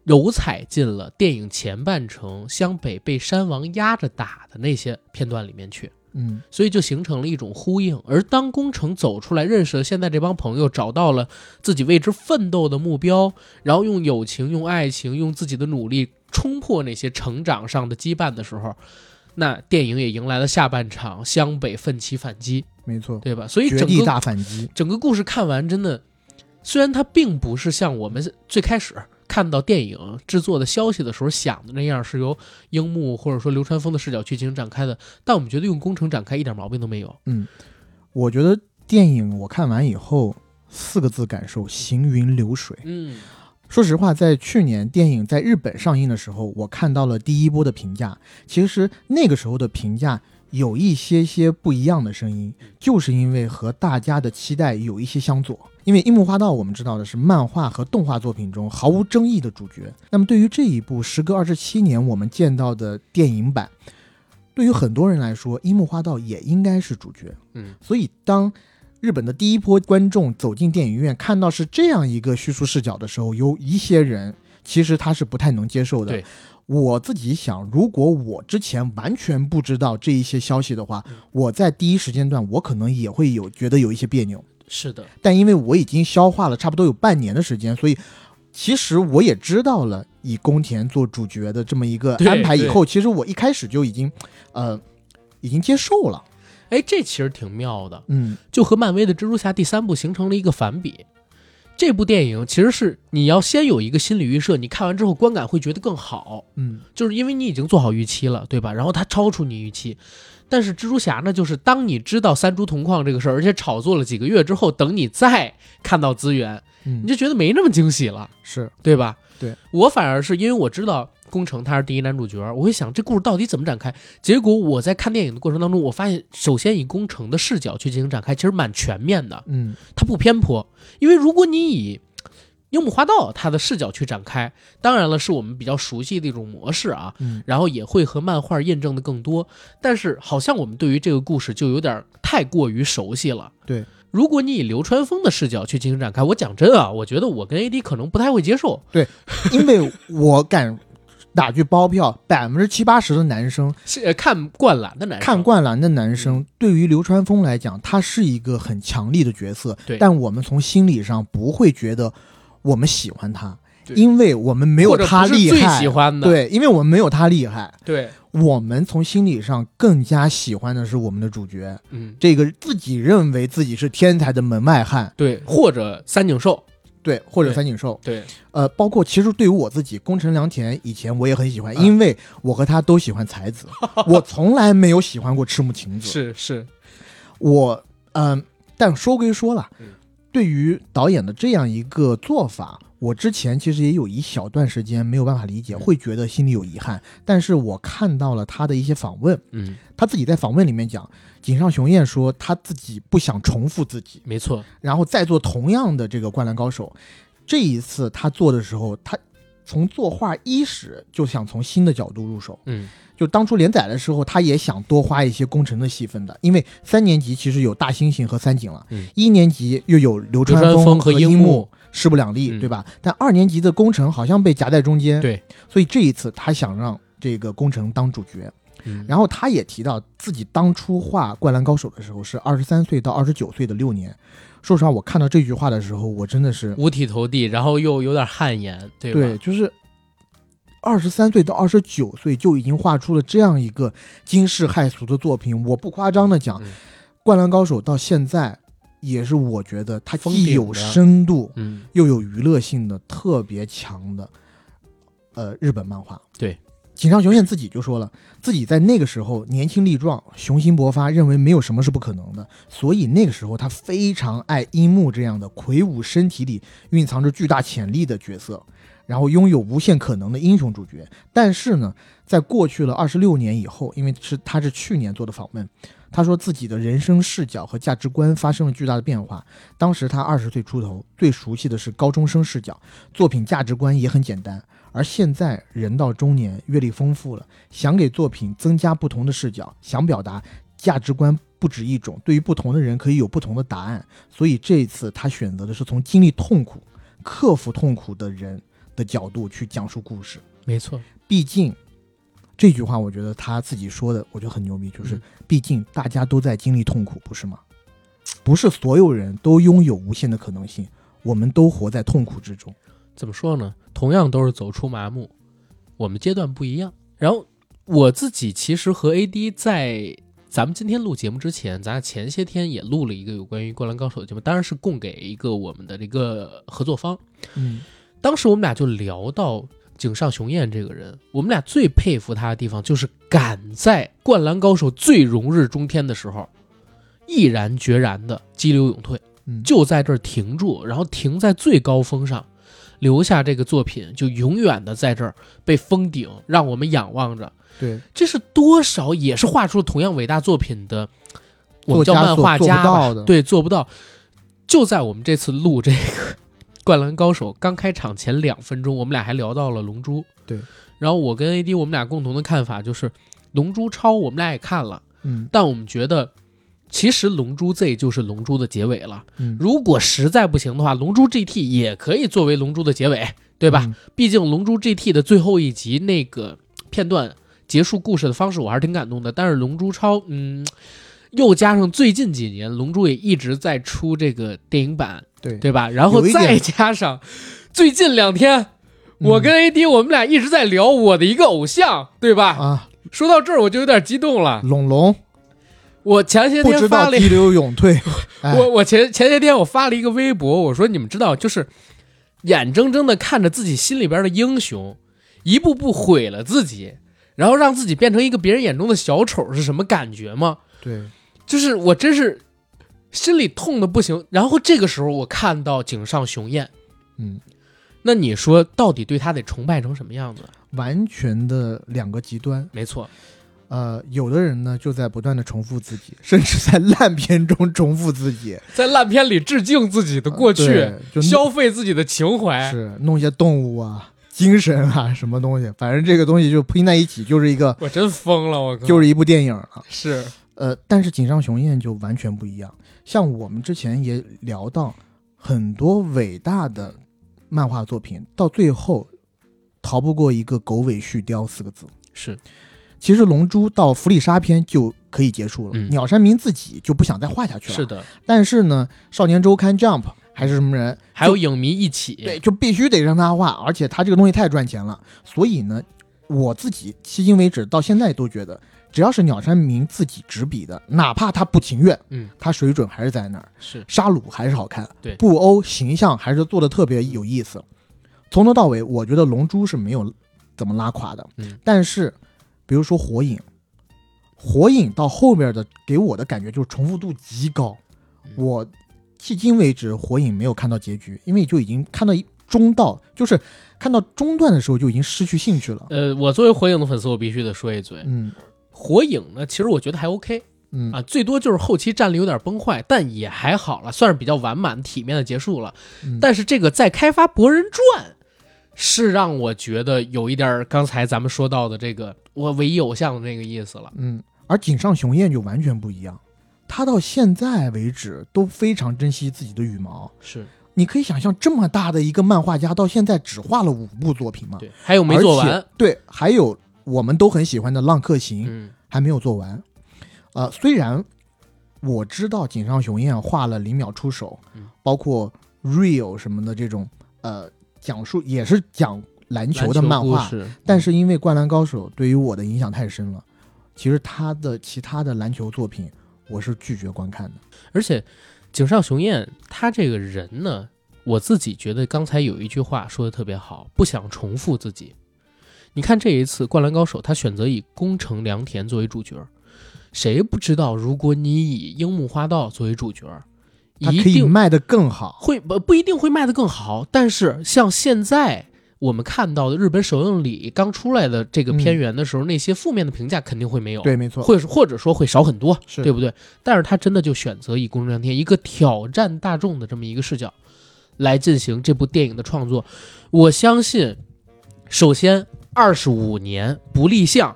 Speaker 1: 揉踩进了电影前半程湘北被山王压着打的那些片段里面去。
Speaker 2: 嗯，
Speaker 1: 所以就形成了一种呼应。而当宫城走出来，认识了现在这帮朋友，找到了自己为之奋斗的目标，然后用友情、用爱情、用自己的努力冲破那些成长上的羁绊的时候，那电影也迎来了下半场湘北奋起反击，
Speaker 2: 没错，
Speaker 1: 对吧？所以
Speaker 2: 绝
Speaker 1: 整
Speaker 2: 地
Speaker 1: 个
Speaker 2: 大反击。
Speaker 1: 整个故事看完，真的，虽然它并不是像我们最开始。看到电影制作的消息的时候想的那样，是由樱木或者说流川枫的视角去进行展开的，但我们觉得用工程展开一点毛病都没有。
Speaker 2: 我觉得电影我看完以后，四个字感受：行云流水。
Speaker 1: 嗯
Speaker 2: 说实话，在去年电影在日本上映的时候，我看到了第一波的评价。其实那个时候的评价有一些些不一样的声音，就是因为和大家的期待有一些相左。因为樱木花道，我们知道的是漫画和动画作品中毫无争议的主角。那么对于这一部时隔二十七年我们见到的电影版，对于很多人来说，樱木花道也应该是主角。
Speaker 1: 嗯，
Speaker 2: 所以当日本的第一波观众走进电影院，看到是这样一个叙述视角的时候，有一些人其实他是不太能接受的
Speaker 1: 对。
Speaker 2: 我自己想，如果我之前完全不知道这一些消息的话，
Speaker 1: 嗯
Speaker 2: 我在第一时间段我可能也会有觉得有一些别扭。
Speaker 1: 是的，
Speaker 2: 但因为我已经消化了差不多有半年的时间，所以其实我也知道了以宫田做主角的这么一个
Speaker 1: 对
Speaker 2: 安排以后，其实我一开始就已经，呃，已经接受了。
Speaker 1: 哎，这其实挺妙的，
Speaker 2: 嗯，
Speaker 1: 就和漫威的蜘蛛侠第三部形成了一个反比。这部电影其实是你要先有一个心理预设，你看完之后观感会觉得更好，
Speaker 2: 嗯，
Speaker 1: 就是因为你已经做好预期了，对吧？然后它超出你预期。但是蜘蛛侠呢，就是当你知道三株同框这个事儿，而且炒作了几个月之后，等你再看到资源，
Speaker 2: 嗯
Speaker 1: 你就觉得没那么惊喜了，
Speaker 2: 是
Speaker 1: 对吧？
Speaker 2: 对
Speaker 1: 我反而是因为我知道宫城他是第一男主角，我会想这故事到底怎么展开。结果我在看电影的过程当中，我发现首先以宫城的视角去进行展开，其实蛮全面的，
Speaker 2: 嗯，
Speaker 1: 它不偏颇。因为如果你以樱木花道他的视角去展开，当然了，是我们比较熟悉的一种模式啊，
Speaker 2: 嗯
Speaker 1: 然后也会和漫画印证的更多。但是好像我们对于这个故事就有点太过于熟悉了。
Speaker 2: 对，
Speaker 1: 如果你以流川枫的视角去进行展开，我讲真啊，我觉得我跟 AD 可能不太会接受。
Speaker 2: 因为我敢打句包票，百分之七八十的男生
Speaker 1: 是呃看灌篮的男生，嗯
Speaker 2: 看灌篮的男生，对于流川枫来讲，他是一个很强力的角色
Speaker 1: 对，
Speaker 2: 但我们从心理上不会觉得我们喜欢他，
Speaker 1: 对
Speaker 2: 因为我们没有
Speaker 1: 或者
Speaker 2: 他
Speaker 1: 不是
Speaker 2: 厉
Speaker 1: 最
Speaker 2: 害
Speaker 1: 喜。欢的，
Speaker 2: 对，因为我们没有他厉害，
Speaker 1: 对，
Speaker 2: 我们从心理上更加喜欢的是我们的主角，
Speaker 1: 嗯，
Speaker 2: 这个自己认为自己是天才的门外汉，
Speaker 1: 对，或者三井寿，
Speaker 2: 嗯对，或者
Speaker 1: 对
Speaker 2: 三井寿，
Speaker 1: 对，
Speaker 2: 呃，包括其实对于我自己，宫城良田以前我也很喜欢，
Speaker 1: 嗯
Speaker 2: 因为我和他都喜欢才 子，我从来没有喜欢过赤木晴子。
Speaker 1: 是是，
Speaker 2: 我嗯、但说归说了
Speaker 1: 嗯，
Speaker 2: 对于导演的这样一个做法，我之前其实也有一小段时间没有办法理解，
Speaker 1: 嗯
Speaker 2: 会觉得心里有遗憾。但是我看到了他的一些访问，
Speaker 1: 嗯，
Speaker 2: 他自己在访问里面讲，井上雄彦说他自己不想重复自己，
Speaker 1: 没错，
Speaker 2: 然后再做同样的这个灌篮高手。这一次他做的时候，他从作画伊始就想从新的角度入手。
Speaker 1: 嗯
Speaker 2: 就当初连载的时候，他也想多花一些工程的戏份的，因为三年级其实有大猩猩和三井了，
Speaker 1: 嗯
Speaker 2: 一年级又有流川
Speaker 1: 流川枫和
Speaker 2: 和
Speaker 1: 樱
Speaker 2: 樱
Speaker 1: 木
Speaker 2: 木，势不两立，
Speaker 1: 嗯
Speaker 2: 对吧？但二年级的工程好像被夹在中间，
Speaker 1: 对，
Speaker 2: 所以这一次他想让这个工程当主角。
Speaker 1: 嗯
Speaker 2: 然后他也提到自己当初画《灌篮高手》的时候是二十三岁到二十九岁的六年。说实话，我看到这句话的时候，我真的是
Speaker 1: 五体投地，然后又有点汗颜，对吧？
Speaker 2: 对，就是二十三岁到二十九岁就已经画出了这样一个惊世骇俗的作品。我不夸张的讲，
Speaker 1: 嗯
Speaker 2: 灌篮高手》到现在也是我觉得它
Speaker 1: 封顶的
Speaker 2: 既有深度
Speaker 1: 嗯，
Speaker 2: 又有娱乐性的特别强的，呃，日本漫画。
Speaker 1: 对。
Speaker 2: 井上雄彦自己就说了，自己在那个时候年轻力壮、雄心勃发，认为没有什么是不可能的，所以那个时候他非常爱樱木这样的魁梧身体里蕴藏着巨大潜力的角色，然后拥有无限可能的英雄主角。但是呢，在过去了二十六年以后，因为是他是去年做的访问，他说自己的人生视角和价值观发生了巨大的变化。当时他二十岁出头，最熟悉的是高中生视角，作品价值观也很简单。而现在人到中年，阅历丰富了，想给作品增加不同的视角，想表达价值观不止一种，对于不同的人可以有不同的答案。所以这一次他选择的是从经历痛苦、克服痛苦的人的角度去讲述故事。
Speaker 1: 没错，
Speaker 2: 毕竟这句话，我觉得他自己说的，我觉得很牛逼，就是、
Speaker 1: 嗯
Speaker 2: 毕竟大家都在经历痛苦，不是吗？不是所有人都拥有无限的可能性，我们都活在痛苦之中。
Speaker 1: 怎么说呢？同样都是走出麻木，我们阶段不一样。然后我自己其实和 AD 在咱们今天录节目之前，咱俩前些天也录了一个有关于《灌篮高手》的节目，当然是供给一个我们的这个合作方。
Speaker 2: 嗯，
Speaker 1: 当时我们俩就聊到井上雄彦这个人，我们俩最佩服他的地方就是敢在《灌篮高手》最荣日中天的时候，毅然决然的激流勇退。
Speaker 2: 嗯
Speaker 1: 就在这儿停住，然后停在最高峰上，留下这个作品就永远的在这儿被封顶，让我们仰望着。
Speaker 2: 对，
Speaker 1: 这是多少也是画出同样伟大作品的，我们
Speaker 2: 作
Speaker 1: 叫
Speaker 2: 家
Speaker 1: 漫
Speaker 2: 所
Speaker 1: 画
Speaker 2: 做不
Speaker 1: 家吧
Speaker 2: 到的
Speaker 1: 对，做不到。就在我们这次录这个《灌篮高手》刚开场前两分钟，我们俩还聊到了《龙珠》。
Speaker 2: 对，
Speaker 1: 然后我跟 AD 我们俩共同的看法就是，《龙珠超》我们俩也看了，
Speaker 2: 嗯
Speaker 1: 但我们觉得其实《龙珠 Z》就是《龙珠》的结尾了。
Speaker 2: 嗯，
Speaker 1: 如果实在不行的话，《龙珠 GT》也可以作为《龙珠》的结尾，对吧？
Speaker 2: 嗯
Speaker 1: 毕竟《龙珠 GT》的最后一集那个片段结束故事的方式，我还是挺感动的。但是《龙珠超》，嗯，又加上最近几年《龙珠》也一直在出这个电影版，
Speaker 2: 对
Speaker 1: 对吧？然后
Speaker 2: 嗯有一点
Speaker 1: 再加上最近两天，
Speaker 2: 嗯
Speaker 1: 我跟 AD 我们俩一直在聊我的一个偶像，对吧？
Speaker 2: 啊，
Speaker 1: 说到这儿我就有点激动了。
Speaker 2: 龙龙
Speaker 1: 我前些
Speaker 2: 不
Speaker 1: 天
Speaker 2: 知
Speaker 1: 发
Speaker 2: 道
Speaker 1: 了
Speaker 2: 激流勇退，哎
Speaker 1: 我我前前些天我发了一个微博，我说你们知道，就是眼睁睁的看着自己心里边的英雄一步步毁了自己，然后让自己变成一个别人眼中的小丑是什么感觉吗？
Speaker 2: 对，
Speaker 1: 就是我真是心里痛的不行。然后这个时候我看到井上雄彦，
Speaker 2: 嗯，
Speaker 1: 那你说到底对他得崇拜成什么样子？
Speaker 2: 完全的两个极端。
Speaker 1: 没错，
Speaker 2: 呃，有的人呢就在不断的重复自己，甚至在烂片中重复自己
Speaker 1: 在烂片里致敬自己的过去，
Speaker 2: 呃对就
Speaker 1: 消费自己的情怀，
Speaker 2: 是弄一些动物啊、精神啊什么东西，反正这个东西就拼在一起就是一个
Speaker 1: 我真疯了，我靠！
Speaker 2: 就是一部电影了。
Speaker 1: 是
Speaker 2: 呃，但是井上雄彦就完全不一样。像我们之前也聊到，很多伟大的漫画作品到最后逃不过一个“狗尾续貂”四个字。
Speaker 1: 是，
Speaker 2: 其实《龙珠》到《弗利沙》篇就可以结束了，
Speaker 1: 嗯
Speaker 2: 鸟山明自己就不想再画下去了。
Speaker 1: 是的，
Speaker 2: 但是呢，《少年周刊》Jump 还是什么人，
Speaker 1: 还有影迷一起，
Speaker 2: 对，就必须得让他画，而且他这个东西太赚钱了，所以呢，我自己迄今为止到现在都觉得，只要是鸟山明自己执笔的，哪怕他不情愿，
Speaker 1: 嗯，
Speaker 2: 他水准还是在那儿，
Speaker 1: 是
Speaker 2: 沙鲁还是好看，
Speaker 1: 对
Speaker 2: 布欧形象还是做的特别有意思。从头到尾，我觉得《龙珠》是没有怎么拉垮的，
Speaker 1: 嗯
Speaker 2: 但是比如说《火影》，《火影》到后面的给我的感觉就是重复度极高，
Speaker 1: 嗯
Speaker 2: 我迄今为止《火影》没有看到结局，因为就已经看到一中道，就是看到中段的时候就已经失去兴趣了。
Speaker 1: 呃，我作为火影的粉丝，我必须得说一嘴，
Speaker 2: 嗯
Speaker 1: 火影呢，其实我觉得还 OK
Speaker 2: 嗯
Speaker 1: 啊，最多就是后期战力有点崩坏，但也还好了，算是比较完满体面的结束了。
Speaker 2: 嗯
Speaker 1: 但是这个在开发《博人传》是让我觉得有一点儿刚才咱们说到的这个我唯一偶像的那个意思了。
Speaker 2: 嗯，而井上雄彦就完全不一样，他到现在为止都非常珍惜自己的羽毛。
Speaker 1: 是
Speaker 2: 你可以想象，这么大的一个漫画家，到现在只画了五部作品嘛？
Speaker 1: 对，还有没做完。
Speaker 2: 对，还有我们都很喜欢的《浪客行》
Speaker 1: 嗯
Speaker 2: 还没有做完。呃，虽然我知道井上雄彦画了《零秒出手》
Speaker 1: 嗯
Speaker 2: 包括《Real》什么的这种，呃，讲述也是讲篮球的漫
Speaker 1: 篮
Speaker 2: 画
Speaker 1: 球，故事
Speaker 2: 但是因为《灌篮高手》对于我的影响太深了，其实他的其他的篮球作品我是拒绝观看的。
Speaker 1: 而且井上雄彦他这个人呢，我自己觉得刚才有一句话说的特别好，不想重复自己。你看这一次《灌篮高手》，他选择以宫城良田作为主角，谁不知道？如果你以樱木花道作为主角，
Speaker 2: 他
Speaker 1: 一
Speaker 2: 可以
Speaker 1: 定
Speaker 2: 卖得更好，
Speaker 1: 会不不一定会卖得更好，但是像现在我们看到的日本首映礼刚出来的这个片源的时候，那些负面的评价肯定会没有，
Speaker 2: 嗯对，没错，
Speaker 1: 或者或者说会少很多，
Speaker 2: 是
Speaker 1: 对不对？但是他真的就选择以公众良天一个挑战大众的这么一个视角来进行这部电影的创作，我相信，首先二十五年不立项，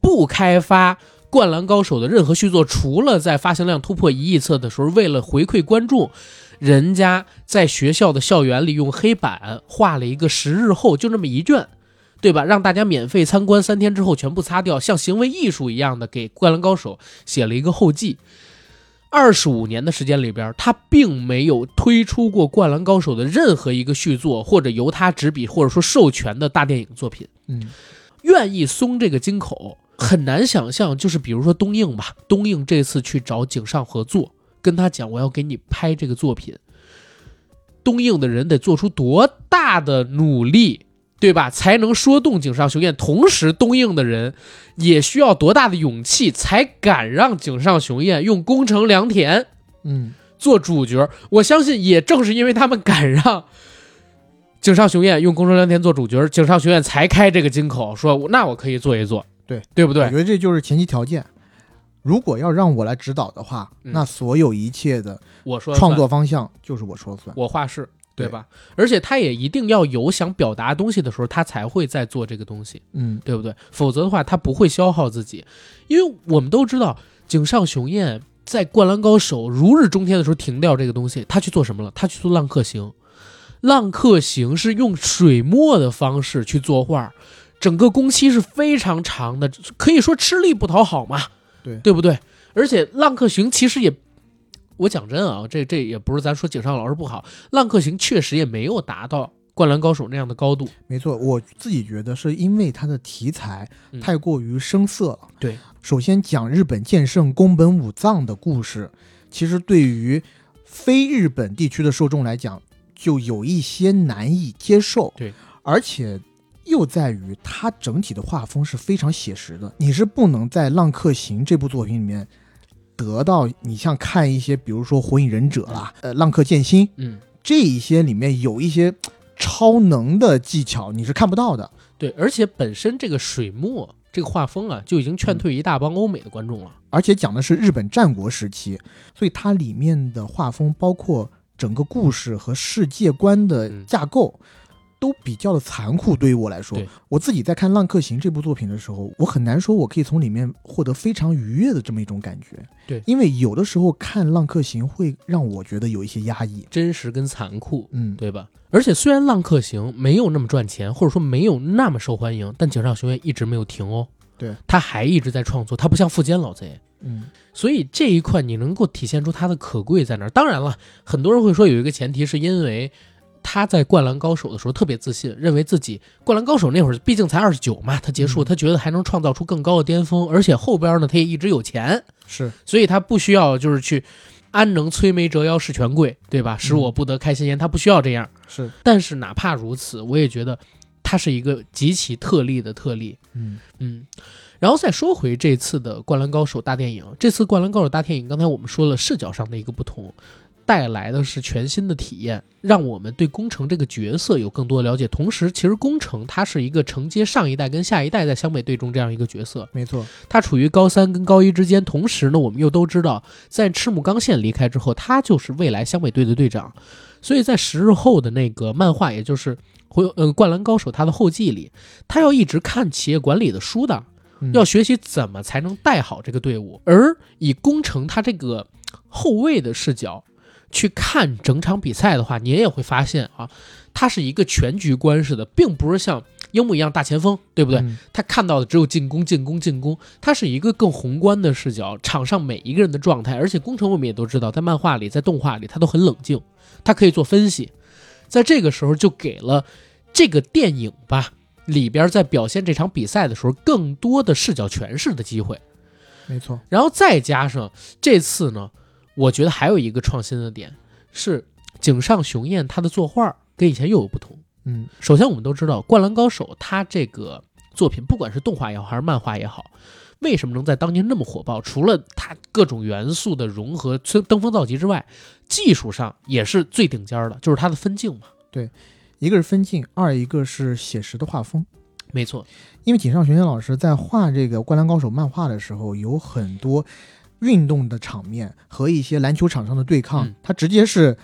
Speaker 1: 不开发。《灌篮高手》的任何续作，除了在发行量突破一亿册的时候，为了回馈观众，人家在学校的校园里用黑板画了一个十日后就那么一卷，对吧？让大家免费参观，三天之后全部擦掉，像行为艺术一样的给《灌篮高手》写了一个后记。二十五年的时间里边，他并没有推出过《灌篮高手》的任何一个续作，或者由他执笔或者说授权的大电影作品。
Speaker 2: 嗯，
Speaker 1: 愿意松这个金口，很难想象，就是比如说东映吧，东映这次去找井上合作，跟他讲我要给你拍这个作品，东映的人得做出多大的努力，对吧？才能说动井上雄彦。同时，东映的人也需要多大的勇气，才敢让井上雄彦用宫城良田
Speaker 2: 嗯，
Speaker 1: 做主角。我相信，也正是因为他们敢让井上雄彦用宫城良田做主角，井上雄彦才开这个金口，说那我可以做一做，
Speaker 2: 对
Speaker 1: 对不对
Speaker 2: 我觉？得这就是前提条件。如果要让我来指导的话，
Speaker 1: 嗯
Speaker 2: 那所有一切的
Speaker 1: 我说
Speaker 2: 创
Speaker 1: 算
Speaker 2: 作方向就是我说了算。
Speaker 1: 我画室，对
Speaker 2: 对
Speaker 1: 吧？而且他也一定要有想表达东西的时候，他才会再做这个东西，
Speaker 2: 嗯，
Speaker 1: 对不对？否则的话，他不会消耗自己，因为我们都知道井上雄彦。在《灌篮高手》如日中天的时候停掉这个东西，他去做什么了？他去做《浪客行》，《浪客行》是用水墨的方式去作画，整个工期是非常长的，可以说吃力不讨好嘛，
Speaker 2: 对
Speaker 1: 对不对？而且《浪客行》其实也，我讲真啊，这这也不是咱说井上老师不好，《浪客行》确实也没有达到《灌篮高手》那样的高度。
Speaker 2: 没错，我自己觉得是因为它的题材
Speaker 1: 嗯
Speaker 2: 太过于生涩了。
Speaker 1: 对，
Speaker 2: 首先讲日本剑圣宫本武藏的故事，其实对于非日本地区的受众来讲，就有一些难以接受。
Speaker 1: 对，
Speaker 2: 而且又在于它整体的画风是非常写实的，你是不能在《浪客行》这部作品里面得到你像看一些，比如说《火影忍者》啦，呃，《浪客剑心》
Speaker 1: 嗯，
Speaker 2: 这一些里面有一些超能的技巧，你是看不到的。
Speaker 1: 对，而且本身这个水墨这个画风啊，就已经
Speaker 2: 嗯
Speaker 1: 劝退一大帮欧美的观众了。
Speaker 2: 而且讲的是日本战国时期，所以它里面的画风，包括整个故事和世界观的
Speaker 1: 嗯
Speaker 2: 架构，都比较的残酷。对于我来说
Speaker 1: 对，
Speaker 2: 我自己在看《浪客行》这部作品的时候，我很难说我可以从里面获得非常愉悦的这么一种感觉。
Speaker 1: 对
Speaker 2: 因为有的时候看《浪客行》会让我觉得有一些压抑。
Speaker 1: 真实跟残酷，
Speaker 2: 嗯，
Speaker 1: 对吧？而且虽然《浪客行》没有那么赚钱，或者说没有那么受欢迎，但井上雄彦一直没有停哦。
Speaker 2: 对，
Speaker 1: 他还一直在创作，他不像富坚老贼，
Speaker 2: 嗯，
Speaker 1: 所以这一块你能够体现出它的可贵在哪儿。当然了，很多人会说有一个前提，是因为他在《灌篮高手》的时候特别自信，认为自己《灌篮高手》那会儿毕竟才二十九嘛，他结束，
Speaker 2: 嗯
Speaker 1: 他觉得还能创造出更高的巅峰，而且后边呢他也一直有钱，
Speaker 2: 是
Speaker 1: 所以他不需要就是去安能摧眉折腰事权贵，对吧？使我不得开心颜，他不需要这样。
Speaker 2: 是，
Speaker 1: 但是哪怕如此，我也觉得他是一个极其特例的特例。
Speaker 2: 嗯
Speaker 1: 嗯，然后再说回这次的《灌篮高手》大电影，这次《灌篮高手》大电影，刚才我们说了视角上的一个不同，带来的是全新的体验，让我们对宫城这个角色有更多的了解。同时，其实宫城他是一个承接上一代跟下一代在湘北队中这样一个角色，
Speaker 2: 没错，
Speaker 1: 他处于高三跟高一之间。同时呢，我们又都知道，在赤木刚宪离开之后，他就是未来湘北队的队长。所以在十日后的那个漫画，也就是《回呃灌篮高手》它的后记里，他要一直看企业管理的书的，
Speaker 2: 嗯
Speaker 1: 要学习怎么才能带好这个队伍。而以宫城他这个后卫的视角去看整场比赛的话，你也会发现啊，他是一个全局观式的，并不是像樱木一样大前锋，对不对？
Speaker 2: 嗯
Speaker 1: 他看到的只有进攻、进攻、进攻，他是一个更宏观的视角，场上每一个人的状态。而且工程我们也都知道，在漫画里、在动画里，他都很冷静，他可以做分析。在这个时候，就给了这个电影吧里边在表现这场比赛的时候更多的视角诠释的机会。
Speaker 2: 没错，
Speaker 1: 然后再加上这次呢，我觉得还有一个创新的点是井上雄彦他的作画跟以前又有不同。
Speaker 2: 嗯
Speaker 1: 首先，我们都知道《灌篮高手》它这个作品，不管是动画也好，还是漫画也好，为什么能在当年那么火爆？除了它各种元素的融合、登登峰造极之外，技术上也是最顶尖儿的，就是它的分镜嘛。
Speaker 2: 一个是分镜，二一个是写实的画风。
Speaker 1: 没错，
Speaker 2: 因为井上雄彦老师在画这个《灌篮高手》漫画的时候，有很多运动的场面和一些篮球场上的对抗，
Speaker 1: 嗯
Speaker 2: 他直接是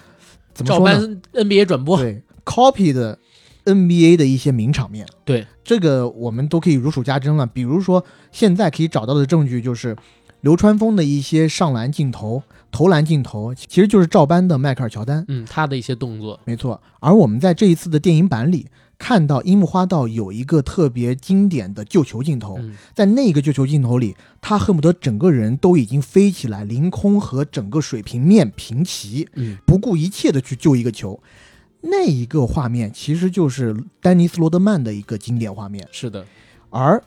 Speaker 2: 怎么
Speaker 1: 照
Speaker 2: 说呢？
Speaker 1: 搬 NBA 转播，
Speaker 2: 对，copy 的 NBA 的一些名场面。
Speaker 1: 对，
Speaker 2: 这个我们都可以如数家珍了。比如说，现在可以找到的证据就是流川枫的一些上篮镜头、投篮镜头，其实就是照搬的迈克尔·乔丹。
Speaker 1: 嗯，他的一些动作，
Speaker 2: 没错，而我们在这一次的电影版里看到樱木花道有一个特别经典的救球镜头，
Speaker 1: 嗯，
Speaker 2: 在那个救球镜头里，他恨不得整个人都已经飞起来，凌空和整个水平面平齐，
Speaker 1: 嗯，
Speaker 2: 不顾一切的去救一个球。那一个画面其实就是丹尼斯·罗德曼的一个经典画面。
Speaker 1: 是的，
Speaker 2: 而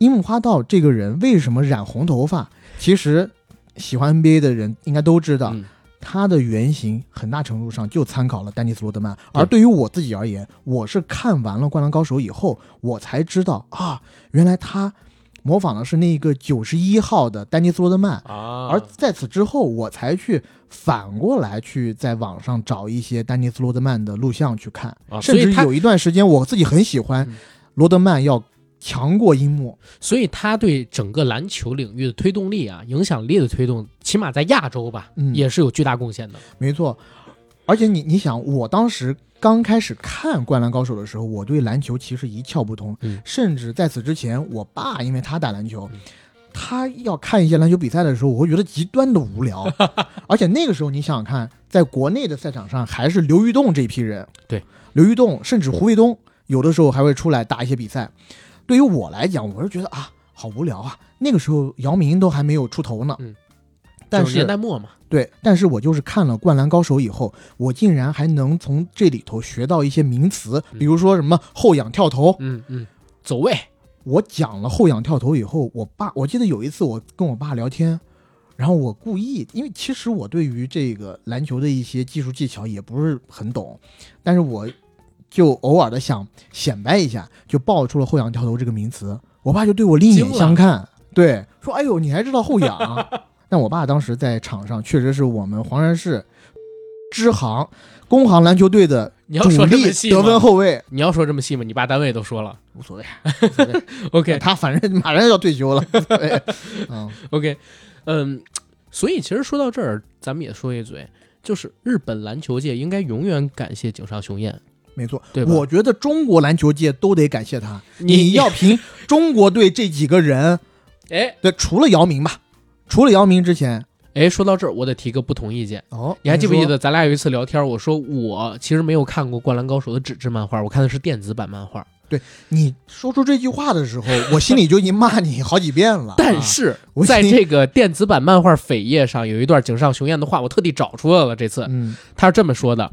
Speaker 2: 樱木花道这个人为什么染红头发？其实喜欢 NBA 的人应该都知道，
Speaker 1: 嗯
Speaker 2: 他的原型很大程度上就参考了丹尼斯·罗德曼。而对于我自己而言，我是看完了《灌篮高手》以后，我才知道啊，原来他模仿的是那个九十一号的丹尼斯·罗德曼。
Speaker 1: 啊
Speaker 2: 而在此之后，我才去反过来去在网上找一些丹尼斯·罗德曼的录像去看，
Speaker 1: 啊所
Speaker 2: 甚至
Speaker 1: 以他
Speaker 2: 有一段时间我自己很喜欢
Speaker 1: 嗯
Speaker 2: 罗德曼要强过樱木。
Speaker 1: 所以他对整个篮球领域的推动力啊、影响力的推动，起码在亚洲吧，
Speaker 2: 嗯
Speaker 1: 也是有巨大贡献的。
Speaker 2: 没错，而且你你想，我当时刚开始看《灌篮高手》的时候，我对篮球其实一窍不通，
Speaker 1: 嗯
Speaker 2: 甚至在此之前，我爸因为他打篮球
Speaker 1: 嗯。
Speaker 2: 他要看一些篮球比赛的时候，我会觉得极端的 无聊，而且那个时候你想想看，在国内的赛场上还是刘玉栋这批人，
Speaker 1: 对，
Speaker 2: 刘玉栋甚至胡卫东，有的时候还会出来打一些比赛。对于我来讲，我是觉得啊，好无聊啊，那个时候姚明都还没有出头呢，
Speaker 1: 嗯
Speaker 2: 但
Speaker 1: 90
Speaker 2: 是
Speaker 1: 年代末嘛，
Speaker 2: 对，但是我就是看了《灌篮高手》以后，我竟然还能从这里头学到一些名词，比如说什么后仰跳投。
Speaker 1: 嗯嗯，走位，
Speaker 2: 我讲了后仰跳投以后，我爸，我记得有一次我跟我爸聊天，然后我故意，因为其实我对于这个篮球的一些技术技巧也不是很懂，但是我就偶尔的想显摆一下，就爆出了后仰跳投这个名词。我爸就对我另眼相看，对，说：“哎呦，你还知道后仰？”但我爸当时在场上确实是我们黄山市支行工行篮球队的
Speaker 1: 你要
Speaker 2: 主
Speaker 1: 说这
Speaker 2: 力
Speaker 1: 么细
Speaker 2: 得分
Speaker 1: 吗？
Speaker 2: 后卫，
Speaker 1: 你要说这么细吗？你爸单位都说了。
Speaker 2: 无所谓，无所谓
Speaker 1: OK
Speaker 2: 他反正马上要退休了。对，嗯
Speaker 1: OK，嗯，所以其实说到这儿，咱们也说一嘴，就是日本篮球界应该永远感谢井上雄彦，
Speaker 2: 没错，
Speaker 1: 对吧？
Speaker 2: 我觉得中国篮球界都得感谢他。你
Speaker 1: 你
Speaker 2: 要 凭中国队这几个人，
Speaker 1: 哎
Speaker 2: 对，除了姚明吧，除了姚明之前，
Speaker 1: 哎，说到这儿，我得提个不同意见。
Speaker 2: 哦，
Speaker 1: 你还记不记
Speaker 2: 说？
Speaker 1: 得咱俩有一次聊天，我说我其实没有看过《灌篮高手》的纸质漫画，我看的是电子版漫
Speaker 2: 啊
Speaker 1: 画。
Speaker 2: 你说出这句话 的时候，我心里就已经骂你好几遍了。
Speaker 1: 但是
Speaker 2: 我
Speaker 1: 在
Speaker 2: 心里
Speaker 1: 这个电子版漫画扉页上有一段井上雄彦的话，我特地找出来了。这次
Speaker 2: 嗯，
Speaker 1: 他是这么说的：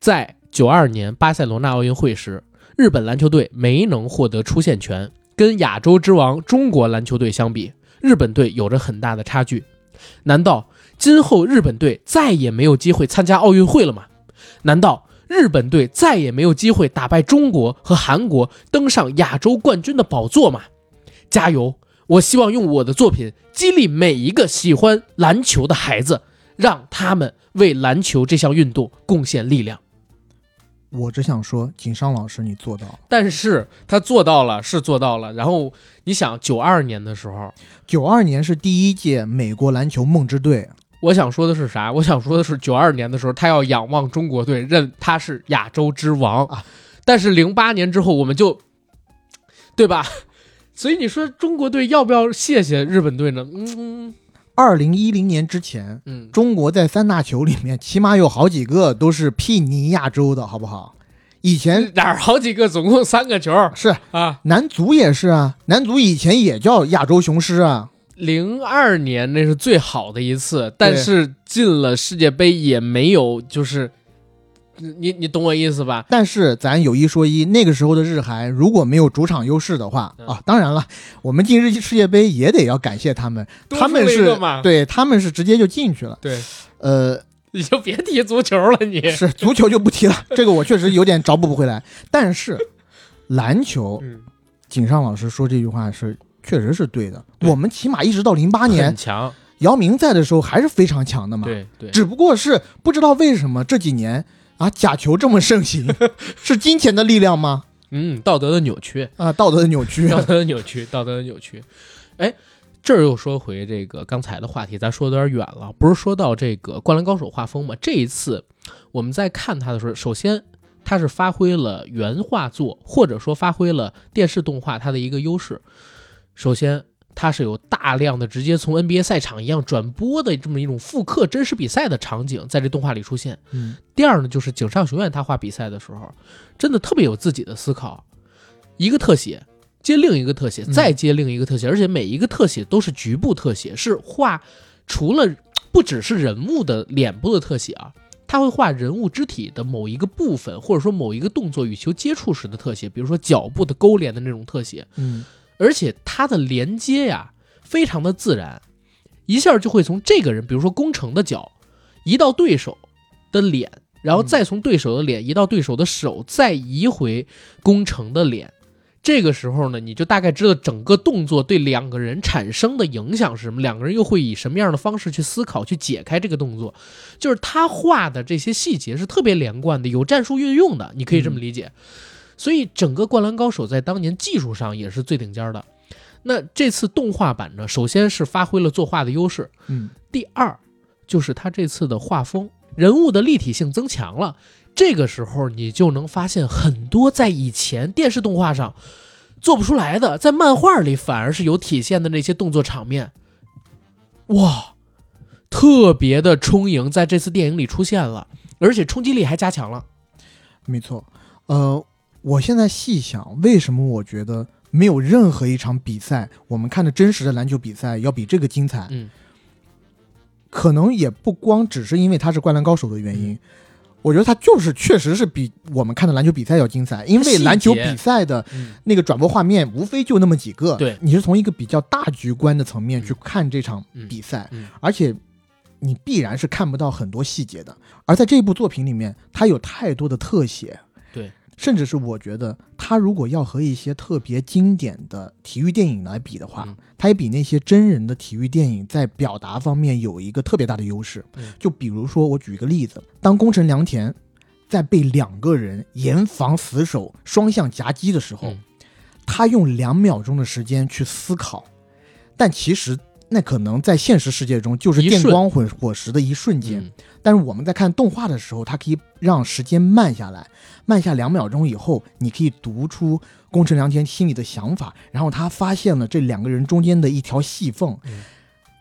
Speaker 1: 在九二年巴塞罗那奥运会时，日本篮球队没能获得出线权，跟亚洲之王中国篮球队相比，日本队有着很大的差距。难道今后日本队再也没有机会参加奥运会了吗？难道日本队再也没有机会打败中国和韩国，登上亚洲冠军的宝座吗？加油！我希望用我的作品激励每一个喜欢篮球的孩子，让他们为篮球这项运动贡献力量。
Speaker 2: 我只想说，井上老师，你做到了。
Speaker 1: 但是他做到了，是做到了。然后你想，九二年的时候，
Speaker 2: 九二年是第一届美国篮球梦之队，
Speaker 1: 我想说的是啥？我想说的是，九二年的时候，他要仰望中国队，认他是亚洲之王
Speaker 2: 啊。
Speaker 1: 但是零八年之后，我们就，对吧？ 所以你说中国队要不要谢谢日本队呢？嗯
Speaker 2: 二零一零年之前，
Speaker 1: 嗯，
Speaker 2: 中国在三大球里面起码有好几个都是屁尼亚洲的，好不好？以前
Speaker 1: 嗯哪儿好几个，总共三个球
Speaker 2: 是
Speaker 1: 啊。
Speaker 2: 男足也是啊，男足以前也叫亚洲雄狮啊，
Speaker 1: 零二年那是最好的一次，但是进了世界杯也没有，就是你你你懂我意思吧？
Speaker 2: 但是咱有一说一，那个时候的日韩如果没有主场优势的话
Speaker 1: 嗯
Speaker 2: 啊，当然了，我们进日世界杯也得要感谢他们，
Speaker 1: 多
Speaker 2: 他们
Speaker 1: 出了一
Speaker 2: 是
Speaker 1: 个嘛
Speaker 2: 对他们是直接就进去了。
Speaker 1: 对，
Speaker 2: 呃，
Speaker 1: 你就别提足球了，你
Speaker 2: 是足球就不提 了，这个我确实有点找补不回来。但是篮球，
Speaker 1: 嗯，
Speaker 2: 井上老师说这句话是确实是对的。
Speaker 1: 对
Speaker 2: 我们起码一直到零八年
Speaker 1: 很强，
Speaker 2: 姚明在的时候还是非常强的嘛，
Speaker 1: 对对，
Speaker 2: 只不过是不知道为什么这几年啊假球这么盛行，是金钱的力量吗？
Speaker 1: 嗯，道德的扭曲，
Speaker 2: 啊，道德的扭曲。
Speaker 1: 道德的扭曲，道德的扭曲。哎，这儿又说回这个刚才的话题，咱说的有点远了，不是说到这个《灌篮高手》画风吗？这一次我们在看它的时候，首先它是发挥了原画作，或者说发挥了电视动画它的一个优势。首先，它是有大量的直接从 NBA 赛场一样转播的这么一种复刻真实比赛的场景，在这动画里出现。
Speaker 2: 嗯
Speaker 1: 第二呢，就是井上雄彦他画比赛的时候，真的特别有自己的思考，一个特写接另一个特写，
Speaker 2: 嗯
Speaker 1: 再接另一个特写，而且每一个特写都是局部特写，是画除了不只是人物的脸部的特写啊。他会画人物肢体的某一个部分，或者说某一个动作与球接触时的特写，比如说脚步的勾连的那种特写，
Speaker 2: 嗯，
Speaker 1: 而且它的连接呀，非常的自然，一下就会从这个人，比如说攻城的脚，移到对手的脸，然后
Speaker 2: 嗯
Speaker 1: 再从对手的脸移到对手的手，再移回攻城的脸。这个时候呢，你就大概知道整个动作对两个人产生的影响是什么，两个人又会以什么样的方式去思考、去解开这个动作。就是他画的这些细节是特别连贯的，有战术运用的，你可以这么理解。所以整个《灌篮高手》在当年技术上也是最顶尖的。那这次动画版呢，首先是发挥了作画的优势，
Speaker 2: 嗯，
Speaker 1: 第二就是它这次的画风，人物的立体性增强了。这个时候你就能发现很多在以前电视动画上做不出来的，在漫画里反而是有体现的那些动作场面，哇，特别的充盈，在这次电影里出现了，而且冲击力还加强了。
Speaker 2: 没错。呃，我现在细想，为什么我觉得没有任何一场比赛，我们看的真实的篮球比赛要比这个精彩？
Speaker 1: 嗯，
Speaker 2: 可能也不光只是因为它是《灌篮高手》的原因。我觉得它就是确实是比我们看的篮球比赛要精彩，因为篮球
Speaker 1: 细节
Speaker 2: 比赛的
Speaker 1: 嗯
Speaker 2: 那个转播画面无非就那么几个。
Speaker 1: 对
Speaker 2: 你是从一个比较大局观的层面去
Speaker 1: 嗯
Speaker 2: 看这场比赛，
Speaker 1: 嗯嗯
Speaker 2: 而且你必然是看不到很多细节的。而在这部作品里面，它有太多的特写，
Speaker 1: 对，
Speaker 2: 甚至是我觉得它如果要和一些特别经典的体育电影来比的话，
Speaker 1: 嗯
Speaker 2: 它也比那些真人的体育电影在表达方面有一个特别大的优势。
Speaker 1: 嗯
Speaker 2: 就比如说，我举一个例子，当宫城良田在被两个人严防死守、双向夹击的时候，
Speaker 1: 嗯
Speaker 2: 他用两秒钟的时间去思考，但其实那可能在现实世界中就是
Speaker 1: 一
Speaker 2: 电
Speaker 1: 瞬
Speaker 2: 光火火石的一瞬间。
Speaker 1: 嗯
Speaker 2: 但是我们在看动画的时候，它可以让时间慢下来，慢下两秒钟以后，你可以读出宫城良田心里的想法，然后他发现了这两个人中间的一条细缝
Speaker 1: 嗯。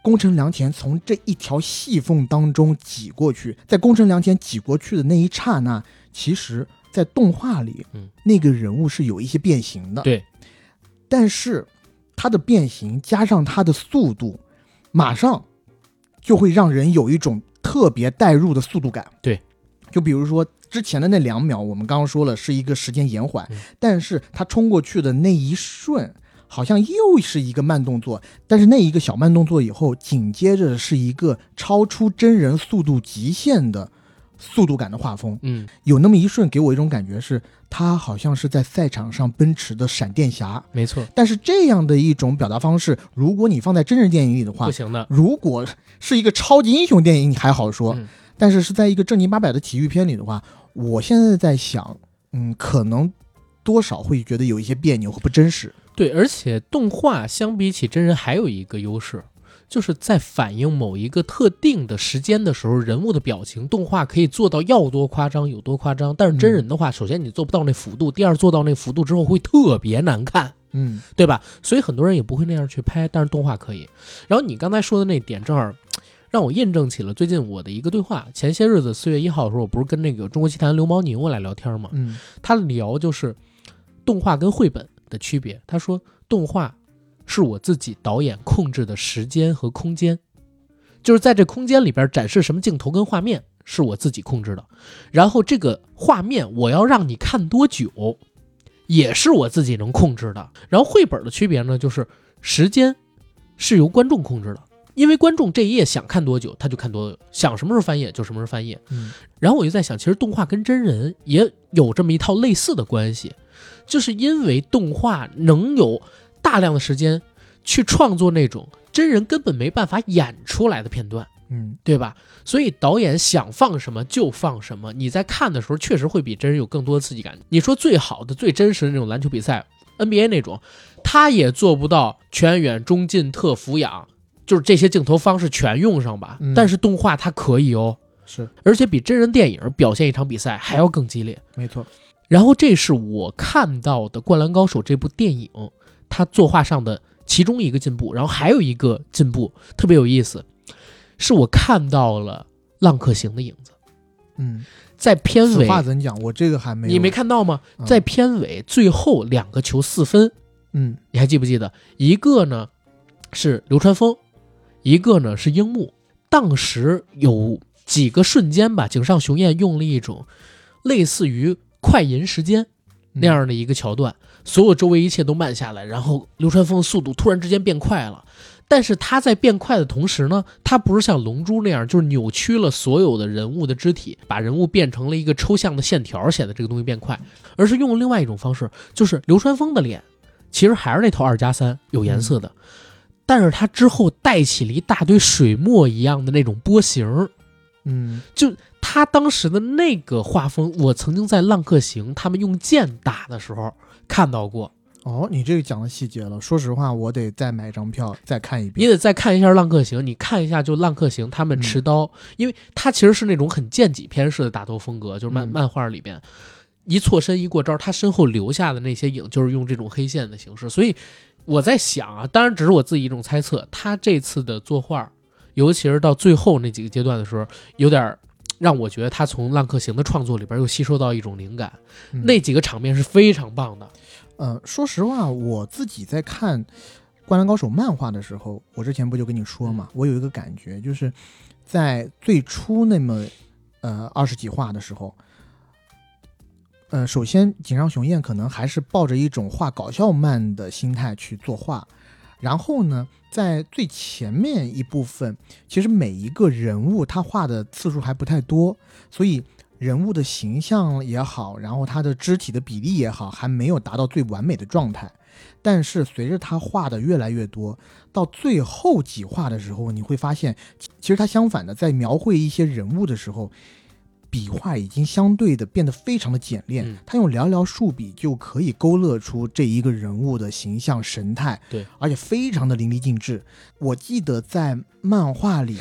Speaker 2: 宫城良田从这一条细缝当中挤过去，在宫城良田挤过去的那一刹那，其实，在动画里，
Speaker 1: 嗯
Speaker 2: 那个人物是有一些变形的。
Speaker 1: 对，
Speaker 2: 但是它的变形加上它的速度，马上就会让人有一种特别带入的速度感。
Speaker 1: 对，
Speaker 2: 就比如说之前的那两秒，我们刚刚说了是一个时间延缓，
Speaker 1: 嗯
Speaker 2: 但是他冲过去的那一瞬。好像又是一个慢动作，但是那一个小慢动作以后，紧接着是一个超出真人速度极限的速度感的画风，
Speaker 1: 嗯
Speaker 2: 有那么一瞬给我一种感觉是，他好像是在赛场上奔驰的闪电侠，
Speaker 1: 没错，
Speaker 2: 但是这样的一种表达方式，如果你放在真人电影里的话
Speaker 1: 不，行的。
Speaker 2: 如果是一个超级英雄电影，你还好说；
Speaker 1: 嗯
Speaker 2: 但是是在一个正经八百的体育片里的话，我现在在想，嗯，可能多少会觉得有一些别扭和不真实。
Speaker 1: 对，而且动画相比起真人还有一个优势，就是在反映某一个特定的时间的时候，人物的表情动画可以做到要多夸张有多夸张。但是真人的话，首先你做不到那幅度，第二做到那幅度之后会特别难看，
Speaker 2: 嗯
Speaker 1: 对吧？所以很多人也不会那样去拍，但是动画可以。然后你刚才说的那点，正好嘖让我印证起了最近我的一个对话。前些日子四月一号的时候，我不是跟那个中国奇谭刘毛宁我俩聊天吗？
Speaker 2: 嗯
Speaker 1: 他聊就是动画跟绘本的区别。他说，动画是我自己导演控制的时间和空间，就是在这空间里边展示什么镜头跟画面是我自己控制的，然后这个画面我要让你看多久，也是我自己能控制的。然后绘本的区别呢，就是时间是由观众控制的。因为观众这一页想看多久，他就看多久；想什么时候翻页就什么时候翻页。
Speaker 2: 嗯
Speaker 1: 然后我就在想，其实动画跟真人也有这么一套类似的关系，就是因为动画能有大量的时间去创作那种真人根本没办法演出来的片段，
Speaker 2: 嗯
Speaker 1: 对吧？所以导演想放什么就放什么，你在看的时候确实会比真人有更多的刺激感。你说最好的、最真实的那种篮球比赛，NBA 那种，他也做不到全远、中近、特俯仰，就是这些镜头方式全用上吧。
Speaker 2: 嗯
Speaker 1: 但是动画它可以哦。
Speaker 2: 是
Speaker 1: 而且比真人电影表现一场比赛还要更激烈。
Speaker 2: 没错，
Speaker 1: 然后这是我看到的《灌篮高手》这部电影，它作画上的其中一个进步。然后还有一个进步特别有意思，是我看到了浪客行的影子，
Speaker 2: 嗯。
Speaker 1: 在片
Speaker 2: 此
Speaker 1: 尾
Speaker 2: 话怎讲？我这个还没有
Speaker 1: 你没看到吗？
Speaker 2: 嗯
Speaker 1: 在片尾最后两个球四分，
Speaker 2: 嗯
Speaker 1: 你还记不记得？一个呢是流川枫，一个呢是樱木。当时有几个瞬间吧，井上雄彦用了一种类似于快银时间那样的一个桥段，所有周围一切都慢下来，然后流川枫速度突然之间变快了。但是他在变快的同时呢，他不是像龙珠那样，就是扭曲了所有的人物的肢体，把人物变成了一个抽象的线条，显得这个东西变快，而是用了另外一种方式，就是流川枫的脸，其实还是那套二加三有颜色的，但是他之后带起了一大堆水墨一样的那种波形，
Speaker 2: 嗯
Speaker 1: 他当时的那个画风，我曾经在《浪客行》他们用剑打的时候看到过。
Speaker 2: 哦，你这个讲的细节了。说实话，我得再买张票再看一
Speaker 1: 你
Speaker 2: 遍。
Speaker 1: 得再看一下《浪客行》，你看一下就《浪客行》他们持刀，因为他其实是那种很剑戟片式的打斗风格，就是漫、
Speaker 2: 嗯
Speaker 1: 漫画里边一错身一过招，他身后留下的那些影就是用这种黑线的形式。所以我在想啊，当然只是我自己一种猜测，他这次的作画，尤其是到最后那几个阶段的时候，有点儿让我觉得他从《浪客行》的创作里边又吸收到一种灵感。
Speaker 2: 嗯
Speaker 1: 那几个场面是非常棒的。
Speaker 2: 呃，说实话，我自己在看《灌篮高手》漫画的时候，我之前不就跟你说嘛，我有一个感觉，就是在最初那么呃二十几话的时候，呃，首先井上雄彦可能还是抱着一种画搞笑漫的心态去作画，然后呢，在最前面一部分，其实每一个人物他画的次数还不太多，所以人物的形象也好，然后他的肢体的比例也好，还没有达到最完美的状态。但是随着他画的越来越多，到最后几画的时候，你会发现，其其实他相反的，在描绘一些人物的时候，笔画已经相对的变得非常的简练。
Speaker 1: 嗯
Speaker 2: 他用寥寥数笔就可以勾勒出这一个人物的形象神态，
Speaker 1: 对，
Speaker 2: 而且非常的淋漓尽致。我记得在漫画里，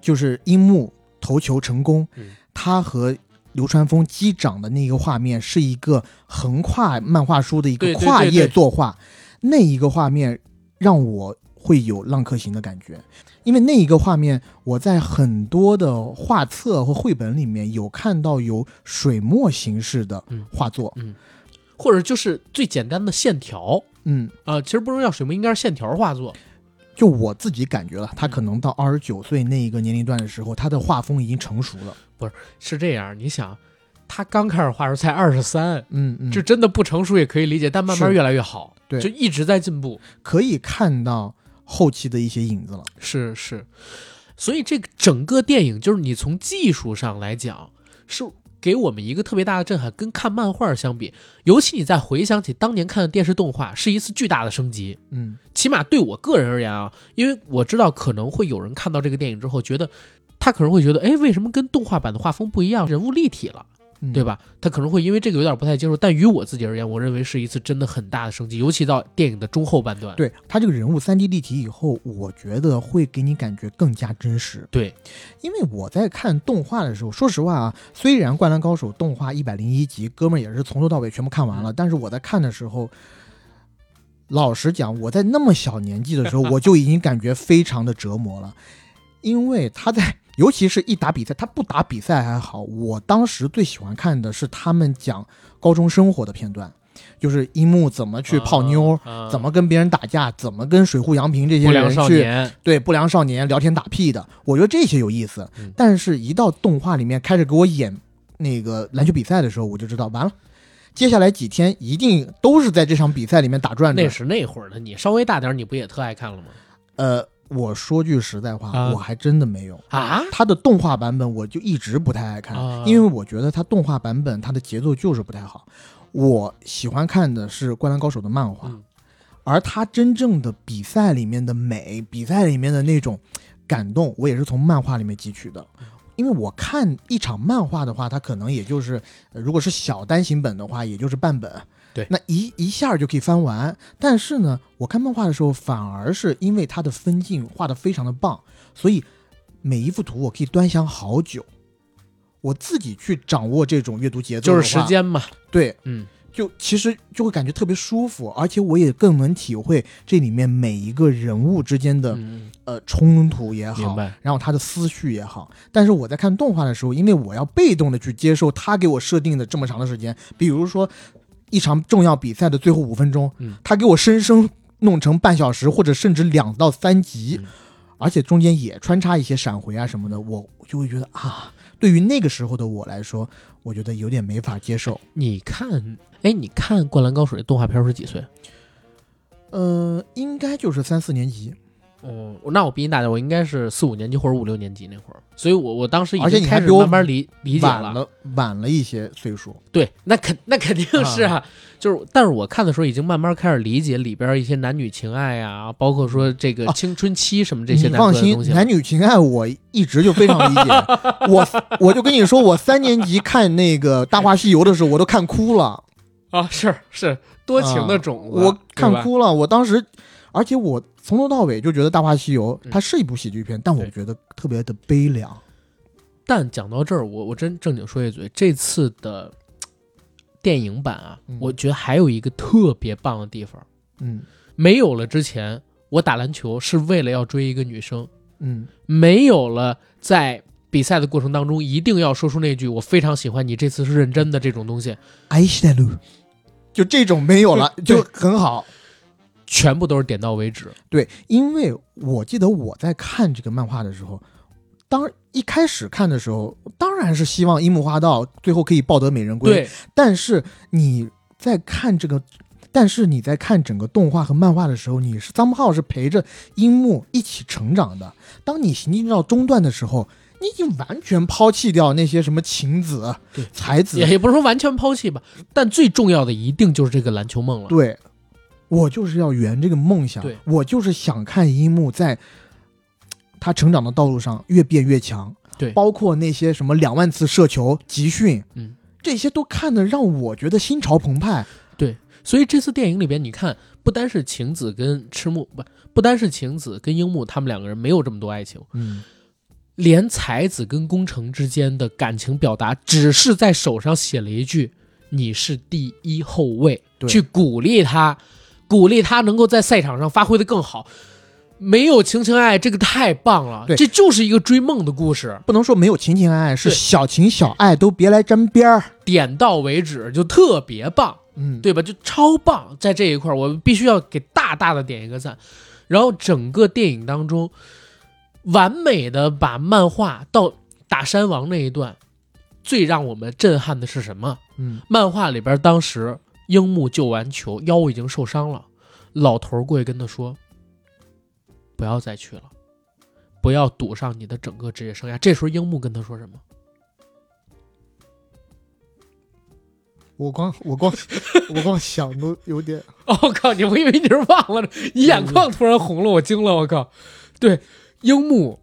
Speaker 2: 就是樱木投球成功，
Speaker 1: 嗯
Speaker 2: 他和流川枫击掌的那个画面是一个横跨漫画书的一个
Speaker 1: 对对
Speaker 2: 跨
Speaker 1: 对
Speaker 2: 页
Speaker 1: 对
Speaker 2: 作画，那一个画面让我会有浪客行的感觉，因为那一个画面我在很多的画册或绘本里面有看到有水墨形式的
Speaker 1: 嗯
Speaker 2: 画作，
Speaker 1: 或者就是最简单的线条
Speaker 2: 嗯，
Speaker 1: 啊、其实不能叫水墨，应该是线条画作。
Speaker 2: 就我自己感觉了，他可能到二十九岁那一个年龄段的时候，他的画风已经成熟了，
Speaker 1: 是这样，你想，他刚开始画时候才二十三，
Speaker 2: 嗯嗯，
Speaker 1: 这真的不成熟也可以理解，但慢慢
Speaker 2: 是
Speaker 1: 越来越好，
Speaker 2: 对
Speaker 1: 就一直在进步。
Speaker 2: 可以看到后期的一些影子了，
Speaker 1: 是是，所以这个整个电影就是你从技术上来讲是。给我们一个特别大的震撼，跟看漫画相比，尤其你再回想起当年看的电视动画，是一次巨大的升级。
Speaker 2: 嗯
Speaker 1: 起码对我个人而言啊，因为我知道可能会有人看到这个电影之后觉得，他可能会觉得，哎，为什么跟动画版的画风不一样，人物立体了，
Speaker 2: 嗯
Speaker 1: 对？吧？他可能会因为这个有点不太接受，但于我自己而言，我认为是一次真的很大的升级，尤其到电影的中后半段。
Speaker 2: 对他这个人物三 D 立体以后，我觉得会给你感觉更加真实。
Speaker 1: 对，
Speaker 2: 因为我在看动画的时候，说实话啊，虽然《灌篮高手》动画一百零一集，哥们儿也是从头到尾全部看完
Speaker 1: 嗯
Speaker 2: 了，但是我在看的时候，老实讲，我在那么小年纪的时候，我就已经感觉非常的折磨了，因为他在。尤其是一打比赛，他不打比赛还好。我当时最喜欢看的是他们讲高中生活的片段，就是樱木怎么去泡妞，
Speaker 1: 啊，
Speaker 2: 怎么跟别人打架，怎么跟水户洋平这些
Speaker 1: 不良
Speaker 2: 人
Speaker 1: 少
Speaker 2: 去
Speaker 1: 年？
Speaker 2: 对不良少年聊天打屁的，我觉得这些有意思
Speaker 1: 嗯。
Speaker 2: 但是，一到动画里面开始给我演那个篮球比赛的时候，我就知道完了，接下来几天一定都是在这场比赛里面打转
Speaker 1: 那
Speaker 2: 转。
Speaker 1: 是那会儿的你，稍微大点儿，你不也特爱看了吗？
Speaker 2: 呃，我说句实在话，
Speaker 1: 啊
Speaker 2: 我还真的没有。
Speaker 1: 啊，
Speaker 2: 它的动画版本我就一直不太爱看，
Speaker 1: 啊
Speaker 2: 因为我觉得它动画版本它的节奏就是不太好。我喜欢看的是《灌篮高手》的漫画，
Speaker 1: 嗯
Speaker 2: 而它真正的比赛里面的美，比赛里面的那种感动，我也是从漫画里面汲取的。因为我看一场漫画的话，它可能也就是，呃如果是小单行本的话，也就是半本。
Speaker 1: 对
Speaker 2: 那一一下就可以翻完。但是呢，我看漫画的时候，反而是因为它的分镜画的非常的棒，所以每一幅图我可以端详好久。我自己去掌握这种阅读节奏，
Speaker 1: 就是时，间嘛，
Speaker 2: 对，
Speaker 1: 嗯，
Speaker 2: 就其实就会感觉特别舒服，而且我也更能体会这里面每一个人物之间的、
Speaker 1: 嗯
Speaker 2: 呃冲突也
Speaker 1: 明
Speaker 2: 好，
Speaker 1: 白。
Speaker 2: 然后他的思绪也好。但是我在看动画的时候，因为我要被动的去接受他给我设定的这么长的时间，比如说一场重要比赛的最后五分钟，
Speaker 1: 嗯
Speaker 2: 他给我生生弄成半小时，或者甚至两到三集，
Speaker 1: 嗯
Speaker 2: 而且中间也穿插一些闪回啊什么的，我就会觉得啊，对于那个时候的我来说，我觉得有点没法接受。
Speaker 1: 你看，哎，你看《灌篮高手》这动画片是几岁？
Speaker 2: 呃，应该就是三四年级，
Speaker 1: 哦，那我比你大点，我应该是四五年级或者五六年级那会儿，所以我我当时已
Speaker 2: 而且
Speaker 1: 经
Speaker 2: 你
Speaker 1: 开
Speaker 2: 还
Speaker 1: 始
Speaker 2: 比我
Speaker 1: 慢慢理理解
Speaker 2: 晚
Speaker 1: 了。
Speaker 2: 了晚了一些岁数。
Speaker 1: 对，那肯那肯定是啊，就是，但是我看的时候已经慢慢开始理解里边一些男女情爱啊，包括说这个
Speaker 2: 啊
Speaker 1: 青春期什么这些
Speaker 2: 你
Speaker 1: 难
Speaker 2: 放
Speaker 1: 得的东西
Speaker 2: 心，
Speaker 1: 了。
Speaker 2: 男女情爱我一直就非常理 解。我我就跟你说，我三年级看那个《大话西游》的时候，我都看 哭了，
Speaker 1: 啊，是是多情的种子，
Speaker 2: 啊
Speaker 1: 对
Speaker 2: 我
Speaker 1: 吧
Speaker 2: 看哭了。我当时，而且我从头到尾就觉得《大话西游
Speaker 1: 嗯》
Speaker 2: 它是一部喜剧片，但我
Speaker 1: 对
Speaker 2: 觉得特别的悲凉。
Speaker 1: 但讲到这儿，我我真正经说一嘴，这次的电影版啊，
Speaker 2: 嗯
Speaker 1: 我觉得还有一个特别棒的地方，
Speaker 2: 嗯
Speaker 1: 没有了之前，我打篮球是为了要追一个女生，
Speaker 2: 嗯，
Speaker 1: 没有了在比赛的过程当中一定要说出那句“我非常喜欢你，这次是认真的”这种东西，
Speaker 2: 爱西带路，就这种没 有了，
Speaker 1: 对
Speaker 2: 就很好。
Speaker 1: 全部都是点到为止。
Speaker 2: 对，因为我记得我在看这个漫画的时候，当一开始看的时候，当然是希望樱木花道最后可以抱得美人归。
Speaker 1: 对，
Speaker 2: 但是你在看这个，但是你在看整个动画和漫画的时候，你是 somehow 是陪着樱木一起成长的。当你行进到中段的时候，你已经完全抛弃掉那些什么晴子
Speaker 1: 对、
Speaker 2: 才子
Speaker 1: 也，也不是说完全抛弃吧，但最重要的一定就是这个篮球梦了。
Speaker 2: 对我就是要圆这个梦想
Speaker 1: 对，
Speaker 2: 我就是想看樱木在他成长的道路上越变越强。
Speaker 1: 对
Speaker 2: 包括那些什么两万次射球、集训，
Speaker 1: 嗯，
Speaker 2: 这些都看得让我觉得心潮澎湃。
Speaker 1: 所以这次电影里边，你看，不单是晴子跟赤木，不不单是晴子跟樱木他们两个人没有这么多爱情，
Speaker 2: 嗯，
Speaker 1: 连才子跟宫城之间的感情表达，只是在手上写了一句“你是第一后卫”，
Speaker 2: 对
Speaker 1: 去鼓励他，鼓励他能够在赛场上发挥的更好。没有情情爱爱，这个太棒了，
Speaker 2: 对
Speaker 1: 这就是一个追梦的故事，
Speaker 2: 不能说没有情情爱爱，是
Speaker 1: 对
Speaker 2: 小情小爱都别来沾边儿。
Speaker 1: 点到为止就特别棒。
Speaker 2: 嗯，
Speaker 1: 对吧？就超棒，在这一块儿我必须要给大大的点一个赞。然后整个电影当中，完美的把漫画到打山王那一段，最让我们震撼的是什么？
Speaker 2: 嗯，
Speaker 1: 漫画里边当时樱木救完球，腰已经受伤了，老头儿过去跟他说：“不要再去了，不要赌上你的整个职业生涯。”这时候樱木跟他说什么？
Speaker 2: 我光我光 我光想都有点，
Speaker 1: 哦我靠！你我以为你是忘了呢，你眼眶突然红了，我惊了，我靠！对，樱木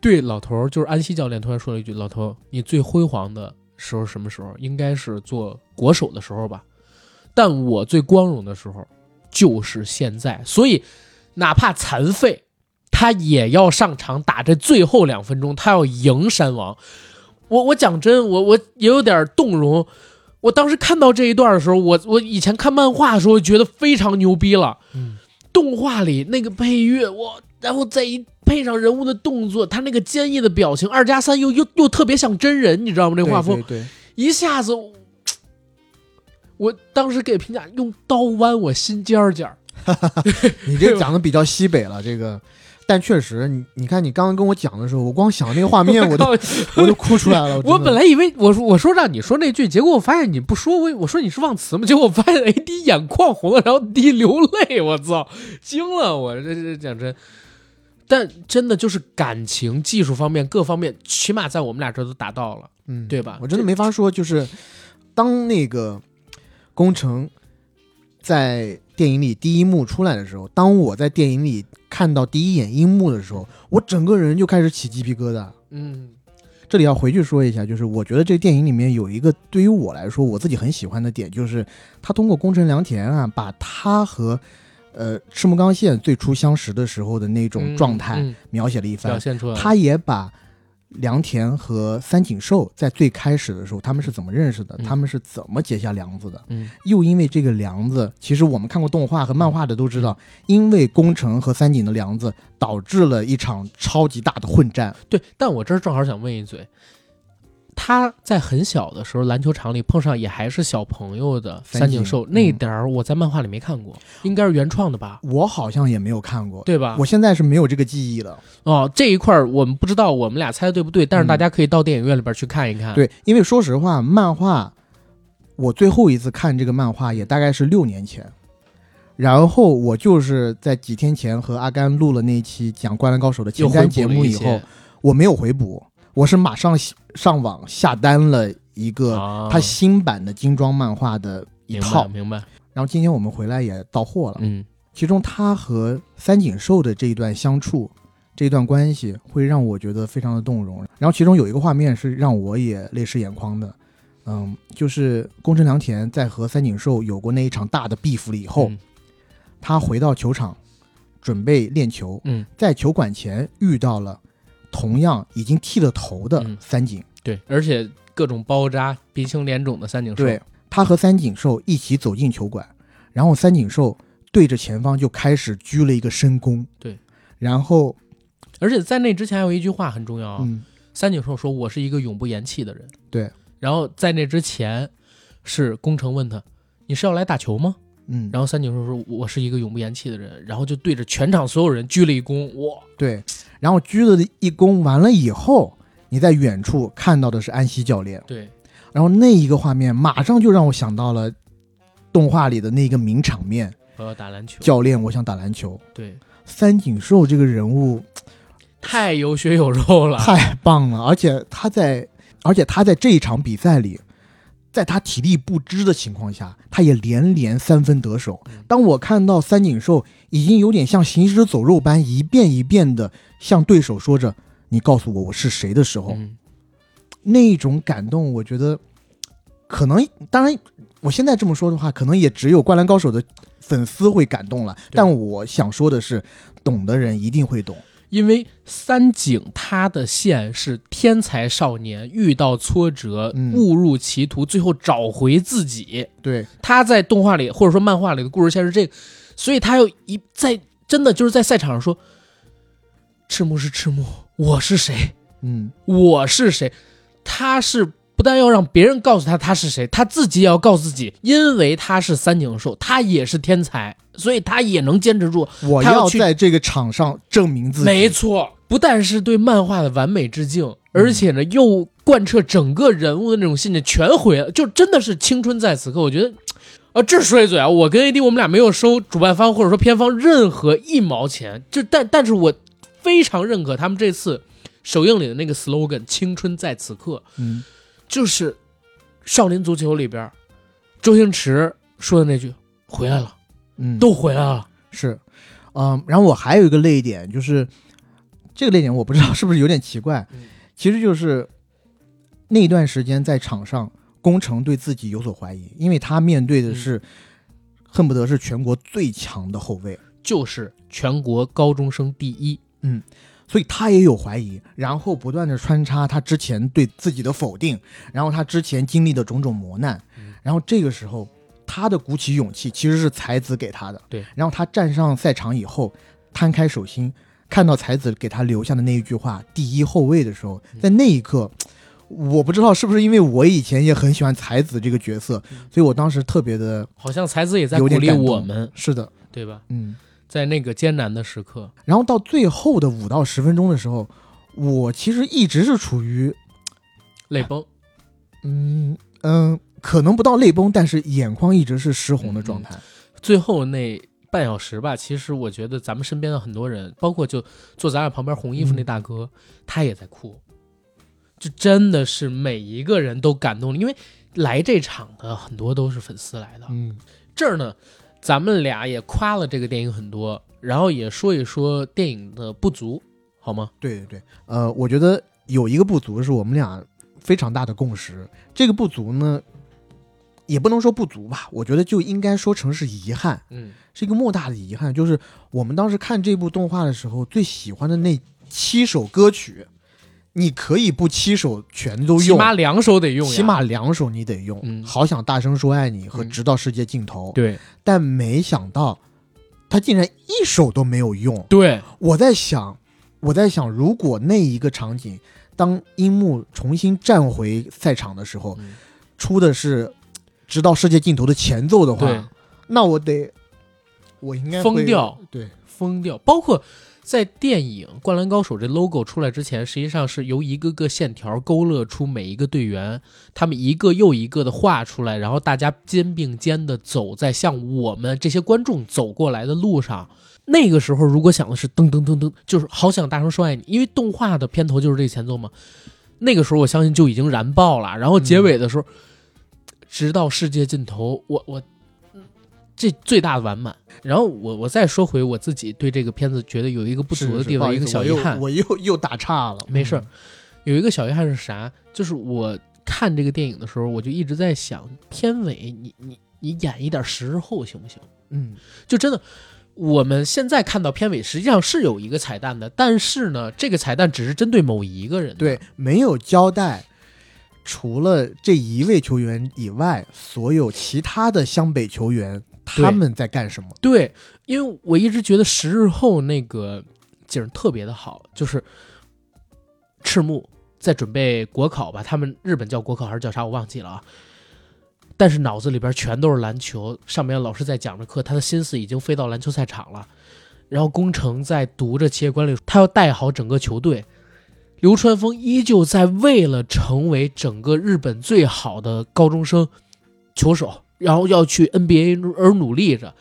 Speaker 1: 对老头儿就是安西教练突然说了一句：“老头儿，你最辉煌的时候什么时候？应该是做国手的时候吧。但我最光荣的时候就是现在，所以哪怕残废，他也要上场打这最后两分钟，他要赢山王。我我讲真，我我也有点动容。我当时看到这一段的时候，我我以前看漫画的时候觉得非常牛逼了，
Speaker 2: 嗯，
Speaker 1: 动画里那个配乐，我然后再一配上人物的动作，他那个坚毅的表情，二加三又又又特别像真人，你知道吗？这
Speaker 2: 对
Speaker 1: 画风
Speaker 2: 对对，
Speaker 1: 一下子，我我当时给评价用刀剜我心尖儿尖儿。
Speaker 2: 你这讲的比较西北了，这个。但确实，你你看，你刚刚跟我讲的时候，我光想那个画面， 我都
Speaker 1: 靠
Speaker 2: 我都哭出来了。
Speaker 1: 我
Speaker 2: 真的
Speaker 1: 本来以为我说我说让你说那句，结果我发现你不说，我我说你是忘词嘛，结果我发现 AD 眼眶红了，然后滴流泪，我操，惊了我，这这讲真，但真的就是感情、技术方面各方面，起码在我们俩这都达到了，
Speaker 2: 嗯，
Speaker 1: 对吧
Speaker 2: 我真的没法说，就是当那个工程在电影里第一幕出来的时候，当我在电影里看到第一眼樱幕的时候，我整个人就开始起鸡皮疙瘩。
Speaker 1: 嗯
Speaker 2: 这里要回去说一下，就是我觉得这电影里面有一个对于我来说我自己很喜欢的点，就是他通过宫城良田啊，把他和呃赤木刚宪最初相识的时候的那种状态
Speaker 1: 嗯嗯
Speaker 2: 描写了一番，
Speaker 1: 表现出来了，
Speaker 2: 他也把良田和三井寿在最开始的时候他们是怎么认识的，
Speaker 1: 嗯
Speaker 2: 他们是怎么结下梁子的，
Speaker 1: 嗯
Speaker 2: 又因为这个梁子，其实我们看过动画和漫画的都知道，
Speaker 1: 嗯
Speaker 2: 因为宫城和三井的梁子导致了一场超级大的混战。
Speaker 1: 对，但我这儿正好想问一嘴。他在很小的时候，篮球场里碰上也还是小朋友的
Speaker 2: 三
Speaker 1: 三井
Speaker 2: 井
Speaker 1: 寿，
Speaker 2: 嗯
Speaker 1: 那点儿我在漫画里没看过，应该是原创的吧？
Speaker 2: 我好像也没有看过，
Speaker 1: 对吧？
Speaker 2: 我现在是没有这个记忆了。
Speaker 1: 哦，这一块儿我们不知道我们俩猜的对不对，但是
Speaker 2: 嗯
Speaker 1: 大家可以到电影院里边去看一看。，
Speaker 2: 对，因为说实话，漫画我最后一次看这个漫画也大概是六年前，然后我就是在几天前和阿甘录了那一期讲《灌篮高手》的
Speaker 1: 又
Speaker 2: 前
Speaker 1: 回
Speaker 2: 瞻
Speaker 1: 补
Speaker 2: 节
Speaker 1: 了
Speaker 2: 目
Speaker 1: 一
Speaker 2: 以
Speaker 1: 些
Speaker 2: 后，我没有回补，我是马上上网下单了一个
Speaker 1: 啊，
Speaker 2: 他新版的精装漫画的一
Speaker 1: 明白
Speaker 2: 套，
Speaker 1: 明白，
Speaker 2: 然后今天我们回来也到货了。
Speaker 1: 嗯
Speaker 2: 其中他和三井寿的这一段相处，这一段关系会让我觉得非常的动容。然后其中有一个画面是让我也泪湿眼眶的，嗯，就是宫城良田在和三井寿有过那一场大的 beef 了以后，
Speaker 1: 嗯
Speaker 2: 他回到球场准备练球，
Speaker 1: 嗯
Speaker 2: 在球馆前遇到了同样已经剃了头的
Speaker 1: 嗯
Speaker 2: 三井，
Speaker 1: 对，而且各种包扎、鼻青脸肿的三井寿，
Speaker 2: 对他和三井寿一起走进球馆，然后三井寿对着前方就开始鞠了一个深躬，
Speaker 1: 对，
Speaker 2: 然后
Speaker 1: 而且在那之前还有一句话很重要啊，
Speaker 2: 嗯。
Speaker 1: 三井寿说：“我是一个永不言弃的人。”
Speaker 2: 对，
Speaker 1: 然后在那之前是宫城问他：“你是要来打球吗？”
Speaker 2: 嗯，
Speaker 1: 然后三井寿说：“我是一个永不言弃的人。”然后就对着全场所有人鞠了一躬，哇，
Speaker 2: 对，然后鞠了一躬，完了以后，你在远处看到的是安西教练，
Speaker 1: 对，
Speaker 2: 然后那一个画面马上就让我想到了动画里的那个名场面，
Speaker 1: 我要打篮球，
Speaker 2: 教练，我想打篮球。
Speaker 1: 对，
Speaker 2: 三井寿这个人物
Speaker 1: 太有血有肉了，
Speaker 2: 太棒了，而且他在，而且他在这一场比赛里，在他体力不支的情况下，他也连连三分得手
Speaker 1: 嗯。
Speaker 2: 当我看到三井寿已经有点像行尸走肉般一遍一遍的向对手说着“你告诉我我是谁”的时候，
Speaker 1: 嗯。
Speaker 2: 那种感动，我觉得可能，当然，我现在这么说的话，可能也只有《灌篮高手》的粉丝会感动了。
Speaker 1: 对
Speaker 2: 但我想说的是，懂的人一定会懂。
Speaker 1: 因为三井他的线是天才少年遇到挫折
Speaker 2: 嗯
Speaker 1: 误入歧途，最后找回自己。
Speaker 2: 对，
Speaker 1: 他在动画里或者说漫画里的故事线是这个，所以他要一在真的就是在赛场上说：“赤木是赤木，我是谁？
Speaker 2: 嗯，
Speaker 1: 我是谁？”他是不但要让别人告诉他他是谁，他自己也要告诉自己，因为他是三井寿，他也是天才，所以他也能坚持住。
Speaker 2: 我
Speaker 1: 他要
Speaker 2: 要
Speaker 1: 去
Speaker 2: 在这个场上证明自己。嗯
Speaker 1: 没错，不但是对漫画的完美致敬，而且呢，又贯彻整个人物的那种信念，全回了，就真的是青春在此刻。我觉得，啊，这说一嘴啊，我跟 AD 我们俩没有收主办方或者说片方任何一毛钱，就但但是我非常认可他们这次首映里的那个 slogan“ 青春在此刻
Speaker 2: 嗯，”，
Speaker 1: 就是少林足球里边周星驰说的那句“回来了，
Speaker 2: 嗯，
Speaker 1: 都回来了
Speaker 2: 是，嗯，然后我还有一个泪点，就是这个泪点我不知道是不是有点奇怪，
Speaker 1: 嗯
Speaker 2: 其实就是那段时间在场上，宫城对自己有所怀疑，因为他面对
Speaker 1: 嗯
Speaker 2: 的是、恨不得是全国最强的后卫，
Speaker 1: 就是全国高中生第一。
Speaker 2: 所以他也有怀疑，然后不断的穿插他之前对自己的否定，然后他之前经历的种种磨难
Speaker 1: 嗯，
Speaker 2: 然后这个时候他的鼓起勇气其实是才子给他的，
Speaker 1: 对，
Speaker 2: 然后他站上赛场以后，摊开手心，看到才子给他留下的那一句话“第一后卫”的时候，
Speaker 1: 嗯
Speaker 2: 在那一刻。我不知道是不是因为我以前也很喜欢才子这个角色，所以我当时特别的
Speaker 1: 好像才子也嗯在鼓
Speaker 2: 有点
Speaker 1: 励
Speaker 2: 感动
Speaker 1: 我们，
Speaker 2: 是的，
Speaker 1: 对吧？
Speaker 2: 嗯，
Speaker 1: 在那个艰难的时刻，
Speaker 2: 然后到最后的五到十分钟的时候，我其实一直是处于
Speaker 1: 泪崩
Speaker 2: 嗯嗯，可能不到泪崩，但是眼眶一直是湿红的状态。
Speaker 1: 最后那半小时吧，其实我觉得咱们身边的很多人，包括就坐咱俩旁边红衣服
Speaker 2: 嗯
Speaker 1: 那大哥，他也在哭，就真的是每一个人都感动了，因为来这场的很多都是粉丝来的。
Speaker 2: 嗯
Speaker 1: 这儿呢，咱们俩也夸了这个电影很多，然后也说一说电影的不足，好吗？
Speaker 2: 对对对，呃，我觉得有一个不足是我们俩非常大的共识。这个不足呢，也不能说不足吧，我觉得就应该说成是遗憾，
Speaker 1: 嗯，
Speaker 2: 是一个莫大的遗憾。就是我们当时看这部动画的时候，最喜欢的那七首歌曲，你可以不七首全都
Speaker 1: 起
Speaker 2: 用，
Speaker 1: 码两手得用呀，
Speaker 2: 起码两首你得用。
Speaker 1: 嗯
Speaker 2: 好想大声说爱你和
Speaker 1: 嗯
Speaker 2: 直到世界尽头。
Speaker 1: 对
Speaker 2: 但没想到他竟然一首都没有用。
Speaker 1: 对，
Speaker 2: 我在想，我在想，如果那一个场景，当樱木重新站回赛场的时候，
Speaker 1: 嗯
Speaker 2: 出的是直到世界尽头的前奏的
Speaker 1: 对
Speaker 2: 话，那我得，我应该会
Speaker 1: 疯掉。
Speaker 2: 对，
Speaker 1: 疯掉。包括在电影《灌篮高手》这 logo 出来之前，实际上是由一个个线条勾勒出每一个队员，他们一个又一个的画出来，然后大家肩并肩的走在向我们这些观众走过来的路上。那个时候，如果想的是噔噔噔噔，就是好想大声说爱哎你，因为动画的片头就是这个前奏嘛。那个时候，我相信就已经燃爆了。然后结尾的时候，直到世界尽头，我我这最大的完满。然后我我再说回我自己对这个片子觉得有一个不
Speaker 2: 是
Speaker 1: 足的
Speaker 2: 是
Speaker 1: 地
Speaker 2: 不好
Speaker 1: 方，
Speaker 2: 意
Speaker 1: 一个
Speaker 2: 思
Speaker 1: 小
Speaker 2: 我
Speaker 1: 遗
Speaker 2: 又
Speaker 1: 憾。
Speaker 2: 我又又打岔了。
Speaker 1: 没事儿
Speaker 2: 嗯，
Speaker 1: 有一个小遗憾是啥？就是我看这个电影的时候，我就一直在想，片尾你你你演一点时候行不行？
Speaker 2: 嗯，
Speaker 1: 就真的，我们现在看到片尾实际上是有一个彩蛋的，但是呢，这个彩蛋只是针对某一个人的。
Speaker 2: 对，没有交代。除了这一位球员以外，所有其他的湘北球员他
Speaker 1: 对
Speaker 2: 们在干什么？
Speaker 1: 对，因为我一直觉得十日后那个景儿特别的好，就是赤木在准备国考吧，他们日本叫国考还是叫啥我忘记了啊。但是脑子里边全都是篮球，上面老师在讲着课，他的心思已经飞到篮球赛场了。然后宫城在读着企业管理，他要带好整个球队。流川枫依旧在为了成为整个日本最好的高中生球手，然后要去 NBA 而努力着。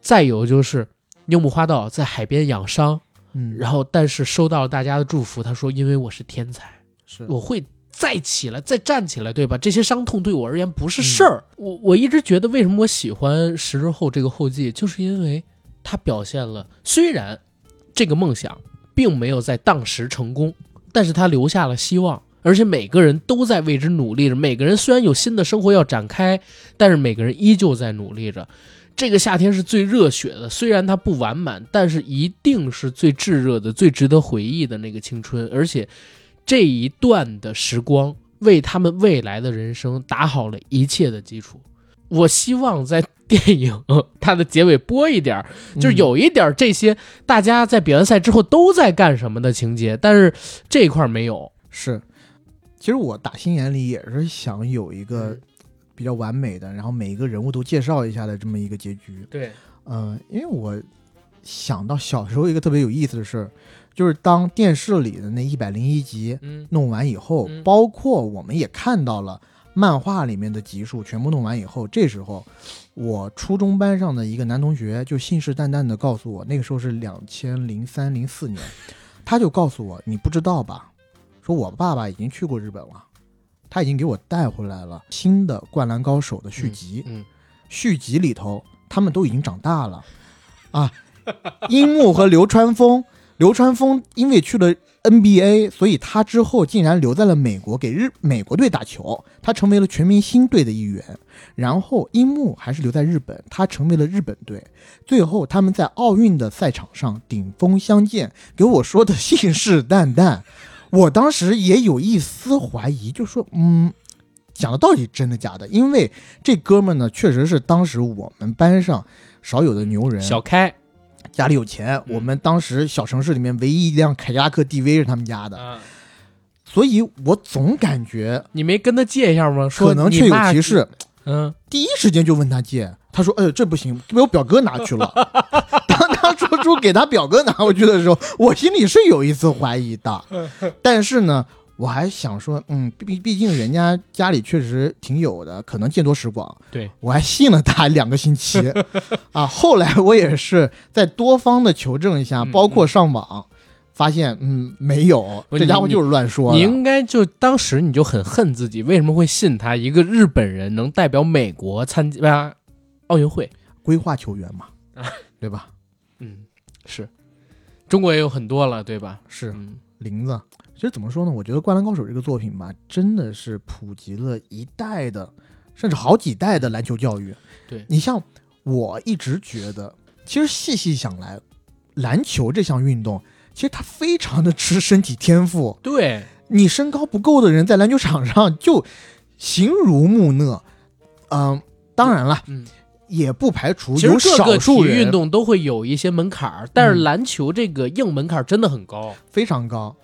Speaker 1: 再有就是樱木花道在海边养伤，
Speaker 2: 嗯
Speaker 1: 然后但是收到了大家的祝福，他说：“因为我是天才，
Speaker 2: 是
Speaker 1: 我会再起来，再站起来，对吧？这些伤痛对我而言不是事儿。我我一直觉得，为什么我喜欢《十日后》这个后记，就是因为它表现了，虽然这个梦想并没有在当时成功，但是它留下了希望。而且每个人都在为之努力着，每个人虽然有新的生活要展开，但是每个人依旧在努力着。这个夏天是最热血的，虽然它不完满，但是一定是最炙热的、最值得回忆的那个青春。而且这一段的时光为他们未来的人生打好了一切的基础。我希望在电影 它的结尾播一点儿，就是
Speaker 2: 嗯
Speaker 1: 有一点儿这些大家在比完赛之后都在干什么的情节，但是这一块儿没有。
Speaker 2: 是，其实我打心眼里也是想有一个
Speaker 1: 嗯
Speaker 2: 比较完美的，然后每一个人物都介绍一下的这么一个结局。
Speaker 1: 对，
Speaker 2: 嗯、因为我想到小时候一个特别有意思的事儿，就是当电视里的那一百零一集
Speaker 1: 嗯
Speaker 2: 弄完以后，
Speaker 1: 嗯
Speaker 2: 包括我们也看到了漫画里面的集数全部弄完以后，这时候我初中班上的一个男同学就信誓旦旦的告诉我，那个时候是两千零三零四年，他就告诉我，你不知道吧？说我爸爸已经去过日本了，他已经给我带回来了新的《灌篮高手》的续集，
Speaker 1: 嗯，
Speaker 2: 续集里头他们都已经长大 了啊，樱木和流川枫。流川枫因为去了 NBA，所以他之后竟然留在了美国，给日美国队打球，他成为了全明星队的一员。然后樱木还是留在日本，他成为了日本队。最后他们在奥运的赛场上顶峰相见，给我说的信誓旦旦。我当时也有一丝怀疑，就说嗯，讲的到底真的假的？因为这哥们儿呢，确实是当时我们班上少有的牛人，
Speaker 1: 小开
Speaker 2: 家里有钱，
Speaker 1: 嗯
Speaker 2: 我们当时小城市里面唯一一辆凯迪拉克 DV 是他们家的，
Speaker 1: 啊，
Speaker 2: 所以我总感觉
Speaker 1: 你没跟他借一下吗？说
Speaker 2: 可能
Speaker 1: 你
Speaker 2: 确有
Speaker 1: 爸
Speaker 2: 其事。
Speaker 1: 嗯，
Speaker 2: 第一时间就问他借，他说：“哎呦，这不行，被我表哥拿去了。”当他说出给他表哥拿回去的时候，我心里是有一丝怀疑的。但是呢，我还想说，嗯，毕毕竟人家家里确实挺有的，可能见多识广。
Speaker 1: 对，
Speaker 2: 我还信了他两个 星期啊。后来我也是在多方的求证一下，
Speaker 1: 嗯
Speaker 2: 包括上网，发现嗯没有，
Speaker 1: 不是
Speaker 2: 这家
Speaker 1: 你
Speaker 2: 伙就是乱说
Speaker 1: 你
Speaker 2: 的。
Speaker 1: 应该就当时你就很恨自己，为什么会信他？一个日本人能代表美国参加啊奥运会，
Speaker 2: 规划球员 嘛，对吧？
Speaker 1: 嗯，是，中国也有很多了，对吧？
Speaker 2: 是。
Speaker 1: 嗯，
Speaker 2: 林子。其实怎么说呢？我觉得《灌篮高手》这个作品吧，真的是普及了一代的，甚至好几代的篮球教育。
Speaker 1: 对
Speaker 2: 你像我一直觉得，其实细细想来，篮球这项运动其实它非常的吃身体天赋。
Speaker 1: 对，
Speaker 2: 你身高不够的人在篮球场上就形如木讷。嗯、当然了，
Speaker 1: 嗯，
Speaker 2: 也不排除
Speaker 1: 其
Speaker 2: 有
Speaker 1: 实各
Speaker 2: 少
Speaker 1: 个体
Speaker 2: 数
Speaker 1: 育
Speaker 2: 人
Speaker 1: 运动都会有一些门槛儿，但
Speaker 2: 嗯
Speaker 1: 是篮球这个硬门槛儿真的很高。
Speaker 2: 非常高。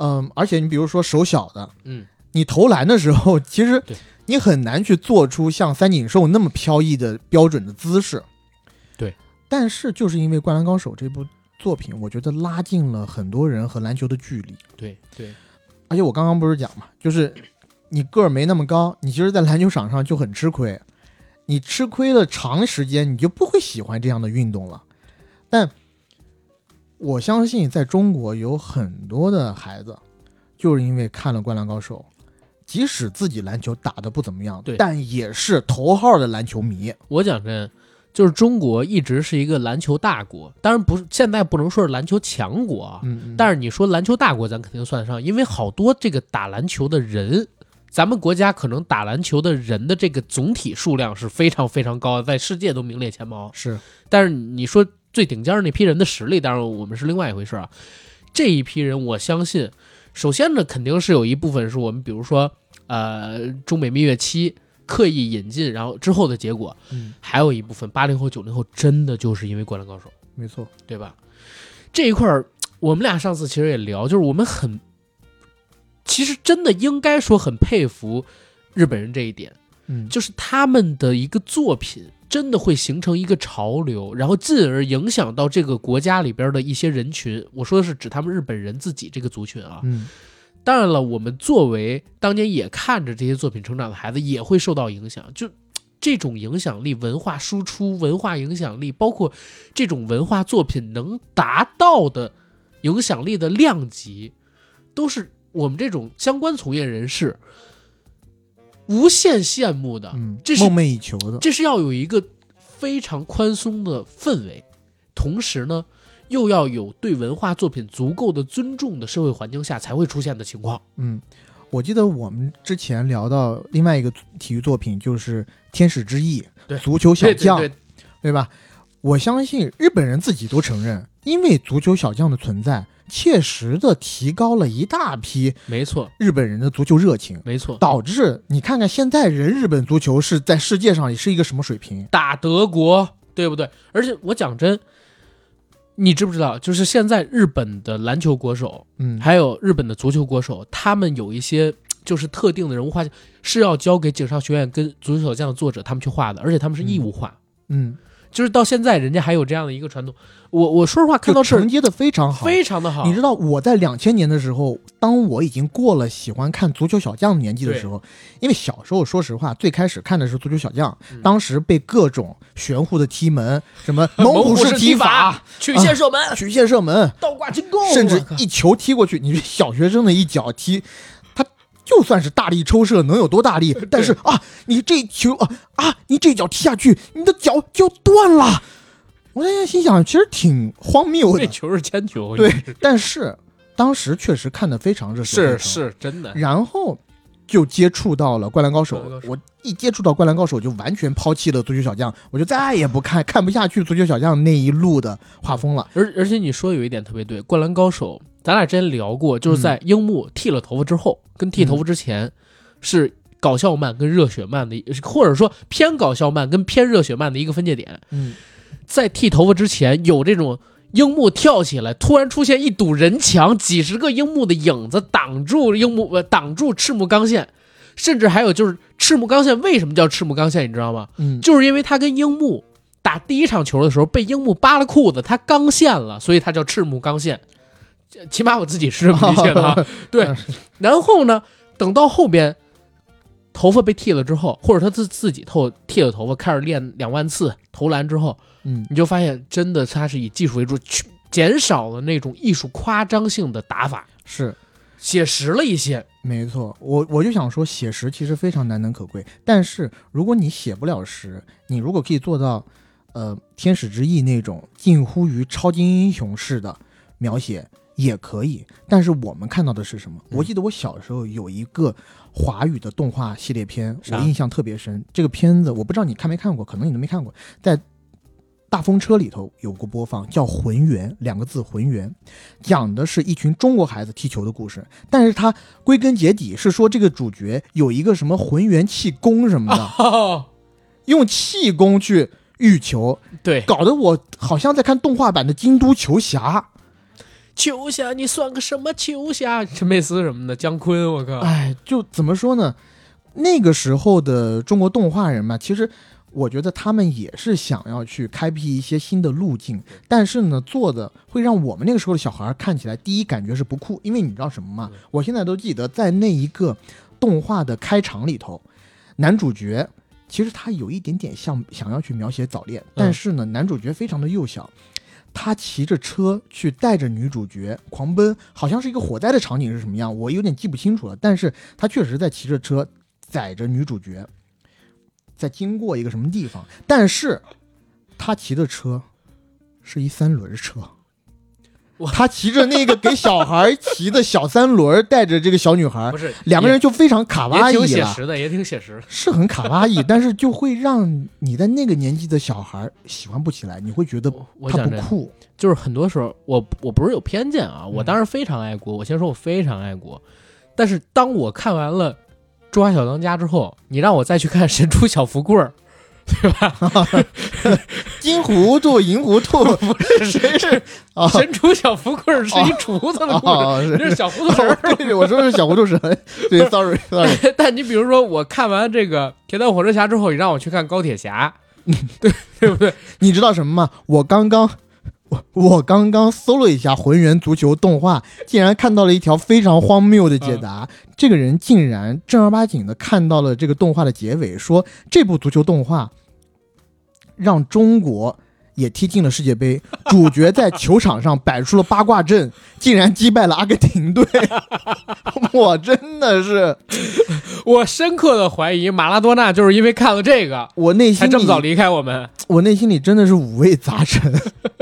Speaker 2: 嗯、而且你比如说手小的，
Speaker 1: 嗯，
Speaker 2: 你投篮的时候， 其实
Speaker 1: 对
Speaker 2: 你很难去做出像三井寿那么飘逸的标准的姿势。
Speaker 1: 对，
Speaker 2: 但是就是因为《灌篮高手》这部作品，我觉得拉近了很多人和篮球的距离。
Speaker 1: 对对，
Speaker 2: 而且我刚刚不是讲嘛，就是你个儿没那么高，你其实，在篮球场上就很吃亏。你吃亏了长时间，你就不会喜欢这样的运动了。但我相信，在中国有很多的孩子，就是因为看了《灌篮高手》，即使自己篮球打得不怎么样
Speaker 1: 对，
Speaker 2: 但也是头号的篮球迷。
Speaker 1: 我讲真，就是中国一直是一个篮球大国，当然不是现在不能说是篮球强国啊，
Speaker 2: 嗯，
Speaker 1: 但是你说篮球大国，咱肯定算得上，因为好多这个打篮球的人，咱们国家可能打篮球的人的这个总体数量是非常非常高的，在世界都名列前茅。
Speaker 2: 是
Speaker 1: 但是你说最顶尖儿那批人的实力，当然我们是另外一回事儿啊。这一批人，我相信，首先呢，肯定是有一部分是我们，比如说，呃，中美蜜月期刻意引进，然后之后的结果，
Speaker 2: 嗯
Speaker 1: 还有一部分八零后、九零后真的就是因为《灌篮高手》。
Speaker 2: 没错，
Speaker 1: 对吧？这一块儿，我们俩上次其实也聊，就是我们很，其实真的应该说很佩服日本人这一点，
Speaker 2: 嗯，
Speaker 1: 就是他们的一个作品真的会形成一个潮流，然后进而影响到这个国家里边的一些人群。我说的是指他们日本人自己这个族群啊。
Speaker 2: 嗯
Speaker 1: 当然了，我们作为当年也看着这些作品成长的孩子，也会受到影响。就这种影响力、文化输出、文化影响力，包括这种文化作品能达到的影响力的量级，都是我们这种相关从业人士无限羡慕的。
Speaker 2: 嗯，
Speaker 1: 这是
Speaker 2: 梦寐以求的。
Speaker 1: 这是要有一个非常宽松的氛围，同时呢，又要有对文化作品足够的尊重的社会环境下才会出现的情况。
Speaker 2: 嗯，我记得我们之前聊到另外一个体育作品，就是《天使之翼
Speaker 1: 对》
Speaker 2: 足球小将，
Speaker 1: 对对对
Speaker 2: 对吧？我相信日本人自己都承认，因为足球小将的存在，切实的提高了一大批
Speaker 1: 没错，
Speaker 2: 日本人的足球热情，
Speaker 1: 没错。
Speaker 2: 导致你看看现在人日本足球是在世界上也是一个什么水平？
Speaker 1: 打德国，对不对？而且我讲真，你知不知道，就是现在日本的篮球国手，
Speaker 2: 嗯，
Speaker 1: 还有日本的足球国手，他们有一些就是特定的人物画像，是要交给井上学院跟足球小将的作者他们去画的，而且他们是义务画。
Speaker 2: 嗯，
Speaker 1: 就是到现在，人家还有这样的一个传统。我我说实话，看到
Speaker 2: 就
Speaker 1: 这儿
Speaker 2: 承接的非常好。
Speaker 1: 非常的好
Speaker 2: 你。知道我在两千年的时候，当我已经过了喜欢看足球小将的年纪的时候，因为小时候说实话，最开始看的是足球小将，
Speaker 1: 嗯
Speaker 2: 当时被各种玄乎的踢门，什么
Speaker 1: 呃猛
Speaker 2: 虎
Speaker 1: 式
Speaker 2: 踢
Speaker 1: 法、曲线射门、
Speaker 2: 曲线射门，
Speaker 1: 倒挂金钩，
Speaker 2: 甚
Speaker 1: 我
Speaker 2: 至
Speaker 1: 靠
Speaker 2: 一球踢过去，你这小学生的一脚踢，他就算是大力抽射，能有多大 力？但是啊，你这球啊啊，你这脚踢下去，你的脚就断了。我在心想，其实挺荒谬的
Speaker 1: 那。球是铅球，
Speaker 2: 对，但是当时确实看得非常热血沸
Speaker 1: 是
Speaker 2: 腾，
Speaker 1: 是真的，
Speaker 2: 然后就接触到了《灌篮高手
Speaker 1: 灌篮》高，手
Speaker 2: 我一接触到《灌篮高手》，我就完全抛弃了《足球小将》，我就再也不看看不下去《足球小将》那一路的画风了。
Speaker 1: 而而且你说有一点特别对，《灌篮高手》，咱俩之前聊过，
Speaker 2: 嗯
Speaker 1: 就是在樱木剃了头发之后，跟剃头发之前是搞笑漫跟热血漫的一，或者说偏搞笑漫跟偏热血漫的一个分界点。
Speaker 2: 嗯，
Speaker 1: 在剃头发之前，有这种樱木跳起来，突然出现一堵人墙，几十个樱木的影子挡住樱木，呃，挡住赤木刚宪，甚至还有就是赤木刚宪为什么叫赤木刚宪，你知道吗？
Speaker 2: 嗯，
Speaker 1: 就是因为他跟樱木打第一场球的时候被樱木扒了裤子，他刚线了，所以他叫赤木刚宪。这起码我自己是这么理解的、啊。对，然后呢，等到后边头发被剃了之后，或者他自自己头剃了头发，开始练两万次投篮之后，
Speaker 2: 嗯，
Speaker 1: 你就发现真的他是以技术为主，去减少了那种艺术夸张性的打法，
Speaker 2: 是
Speaker 1: 写实了一些。
Speaker 2: 没错。我我就想说，写实其实非常难能可贵，但是如果你写不了实，你如果可以做到，呃，《天使之翼》那种近乎于超级英雄式的描写。也可以，但是我们看到的是什么？
Speaker 1: 嗯
Speaker 2: 我记得我小时候有一个华语的动画系列片，我
Speaker 1: 啥
Speaker 2: 印象特别深。这个片子我不知道你看没看过，可能你都没看过，在《大风车》里头有过播放，叫《浑圆》两个字，《浑圆》讲的是一群中国孩子踢球的故事，但是它归根结底是说这个主角有一个什么浑圆气功什么的，用气功去御球，
Speaker 1: 对，
Speaker 2: 搞得我好像在看动画版的《京都球侠
Speaker 1: 球侠，你算个什么球侠？陈佩斯什么的，姜昆，我》。靠，
Speaker 2: 哎，就怎么说呢？那个时候的中国动画人嘛，其实我觉得他们也是想要去开辟一些新的路径，但是呢，做的会让我们那个时候的小孩儿看起来，第一感觉是不酷，因为你知道什么吗
Speaker 1: 嗯？
Speaker 2: 我现在都记得，在那一个动画的开场里头，男主角其实他有一点点像想要去描写早恋，但是呢，男主角非常的幼小。他骑着车去带着女主角狂奔，好像是一个火灾的场景是什么样，我有点记不清楚了。但是他确实在骑着车载着女主角，在经过一个什么地方，但是他骑的车是一三轮车
Speaker 1: 哇。
Speaker 2: 他骑着那个给小孩骑的小三轮儿，带着这个小女孩儿
Speaker 1: 不，是
Speaker 2: 两个人就非常卡哇
Speaker 1: 也
Speaker 2: 伊
Speaker 1: 挺写
Speaker 2: 了，
Speaker 1: 实的，也挺写实。
Speaker 2: 是很卡哇伊，但是就会让你在那个年纪的小孩儿喜欢不起来，你会觉得
Speaker 1: 我我
Speaker 2: 他
Speaker 1: 讲
Speaker 2: 不
Speaker 1: 这，
Speaker 2: 酷。
Speaker 1: 就是很多时候，我我不是有偏见啊，
Speaker 2: 嗯
Speaker 1: 我当然非常爱国，我先说我非常爱国，但是当我看完了《中华小当家》之后，你让我再去看《神出小福贵儿》，对 吧？
Speaker 2: 金糊涂、银糊涂
Speaker 1: 不是，谁是
Speaker 2: 啊哦
Speaker 1: 《神出小福贵儿》是一厨子的故事，
Speaker 2: 啊，
Speaker 1: 这是
Speaker 2: 是。
Speaker 1: 小胡 同儿。
Speaker 2: 对，我说是小糊涂神，对，sorry sorry，
Speaker 1: 但你比如说，我看完这个《铁道火车侠》之后，你让我去看《钢铁侠》，对对不对？
Speaker 2: 你知道什么吗？我刚刚 我我刚刚搜了一下《浑圆足球》动画，竟然看到了一条非常荒谬的解答。
Speaker 1: 嗯
Speaker 2: 这个人竟然正儿八经的看到了这个动画的结尾，说这部足球动画让中国。也踢进了世界杯，主角在球场上摆出了八卦阵，竟然击败了阿根廷队。 我真的是，
Speaker 1: 我深刻的怀疑马拉多纳就是因为看了这个
Speaker 2: 我内
Speaker 1: 才
Speaker 2: 心
Speaker 1: 这么
Speaker 2: 里
Speaker 1: 早离开我们。
Speaker 2: 我内心里真的是五味杂陈，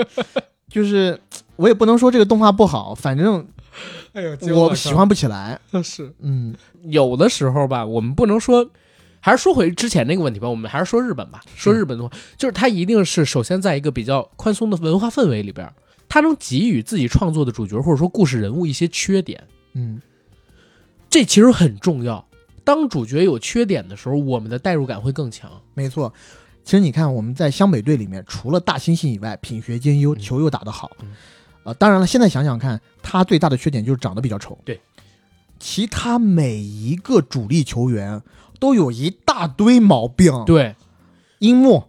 Speaker 2: 就是我也不能说这个动画不好，反正
Speaker 1: 哎呦
Speaker 2: 我喜欢不起来。
Speaker 1: 是
Speaker 2: 嗯，
Speaker 1: 有的时候吧，我们不能说，还是说回之前那个问题吧，我们还是说日本吧。说日本的话，就是它一定是首先在一个比较宽松的文化氛围里边，它能给予自己创作的主角或者说故事人物一些缺点，
Speaker 2: 嗯，
Speaker 1: 这其实很重要。当主角有缺点的时候，我们的代入感会更强。
Speaker 2: 没错。其实你看，我们在湘北队里面，除了大猩猩以外，品学兼优，
Speaker 1: 嗯
Speaker 2: 球又打得好。
Speaker 1: 嗯
Speaker 2: 呃，当然了，现在想想看，他最大的缺点就是长得比较丑。
Speaker 1: 对，
Speaker 2: 其他每一个主力球员都有一大堆毛病。
Speaker 1: 对，
Speaker 2: 樱木